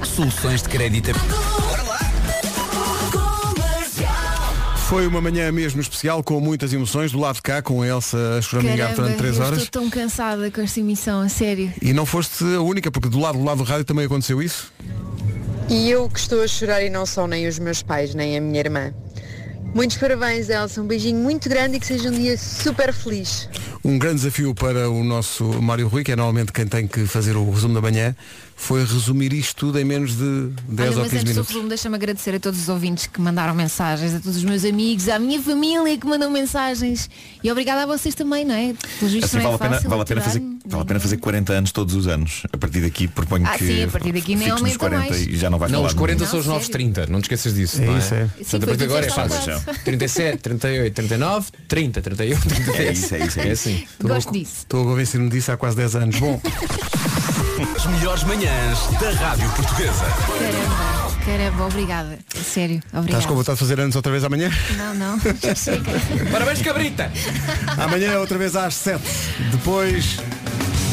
Speaker 17: Soluções de crédito.
Speaker 12: É
Speaker 1: Foi uma manhã mesmo especial, com muitas emoções, do lado de cá, com a Elsa a choramingar
Speaker 3: Caramba,
Speaker 1: durante 3
Speaker 3: eu
Speaker 1: horas.
Speaker 3: estou tão cansada com esta emissão, a sério.
Speaker 1: E não foste a única, porque do lado do lado do rádio também aconteceu isso.
Speaker 10: E eu que estou a chorar e não são nem os meus pais, nem a minha irmã. Muitos parabéns, Elsa. Um beijinho muito grande e que seja um dia super feliz.
Speaker 1: Um grande desafio para o nosso Mário Rui, que é normalmente quem tem que fazer o resumo da manhã, foi resumir isto tudo em menos de 10
Speaker 3: Olha,
Speaker 1: ou
Speaker 3: mas é
Speaker 1: 15
Speaker 3: antes do
Speaker 1: minutos.
Speaker 3: resumo, deixa-me agradecer a todos os ouvintes que mandaram mensagens, a todos os meus amigos, à minha família que mandam mensagens. E obrigada a vocês também, não é? Pelos vistos
Speaker 12: Assim
Speaker 3: não
Speaker 12: vale,
Speaker 3: é
Speaker 12: a pena,
Speaker 3: fácil
Speaker 12: vale, a pena fazer,
Speaker 3: aturar-me.
Speaker 12: vale a pena fazer 40 anos todos os anos. A partir daqui proponho
Speaker 3: Ah,
Speaker 12: que
Speaker 3: sim, a partir daqui nem
Speaker 12: fiques nos
Speaker 3: aumenta
Speaker 12: 40
Speaker 3: mais.
Speaker 12: e já não vai
Speaker 5: Não,
Speaker 12: falar
Speaker 5: os 40
Speaker 12: de-
Speaker 5: são os novos 30, não te esqueças disso.
Speaker 12: É
Speaker 5: não
Speaker 12: isso, é. Sim,
Speaker 5: Portanto, a
Speaker 12: foi o
Speaker 5: partir de
Speaker 12: que
Speaker 5: agora é
Speaker 12: eu
Speaker 5: fácil.
Speaker 12: pensava.
Speaker 5: 37, 38, 39, 30, 31, 33.
Speaker 12: É isso, é isso, é isso.
Speaker 5: assim.
Speaker 3: Gosto disso.
Speaker 1: Estou a convencer-me disso há quase 10 anos. Bom,
Speaker 17: As melhores manhãs da Rádio Portuguesa.
Speaker 3: Caramba, caramba, obrigada. A sério,
Speaker 1: estás com
Speaker 3: obrigada.
Speaker 1: vontade de fazer anos outra vez amanhã?
Speaker 3: Não, não, já é. chega.
Speaker 5: Parabéns, cabrita!
Speaker 1: amanhã é outra vez às 7. Depois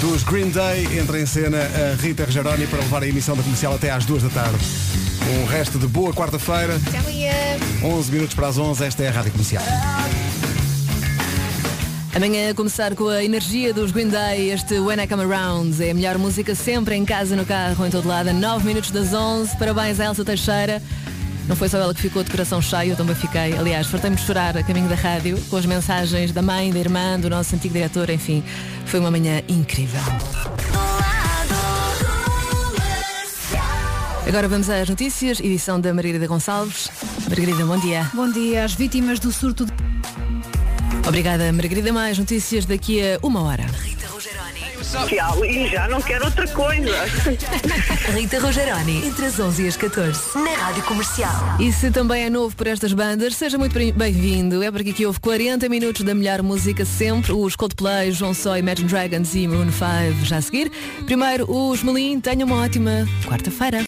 Speaker 1: dos Green Day, entra em cena a Rita Rogeroni para levar a emissão da comercial até às 2 da tarde. Um resto de boa quarta-feira.
Speaker 3: Até amanhã.
Speaker 1: 11 minutos para as 11, esta é a Rádio Comercial.
Speaker 26: Amanhã a começar com a energia dos Green Day, este When I Come Around. É a melhor música sempre, em casa, no carro, em todo lado, a 9 minutos das 11. Parabéns a Elsa Teixeira. Não foi só ela que ficou de coração cheio, eu também fiquei. Aliás, fartei-me de chorar a caminho da rádio, com as mensagens da mãe, da irmã, do nosso antigo diretor, enfim. Foi uma manhã incrível. Agora vamos às notícias, edição da Margarida Gonçalves. Margarida, bom dia.
Speaker 3: Bom dia às vítimas do surto de...
Speaker 26: Obrigada, Margarida. Mais notícias daqui a uma hora.
Speaker 6: Tchau, e já não quero outra coisa.
Speaker 26: Rita Rogeroni, entre as 11 e as 14, na Rádio Comercial. E se também é novo por estas bandas, seja muito bem- bem-vindo. É porque aqui houve 40 minutos da melhor música sempre. Os Coldplay, João Só, Imagine Dragons e Maroon 5 já a seguir. Primeiro, os Melim, tenham uma ótima quarta-feira.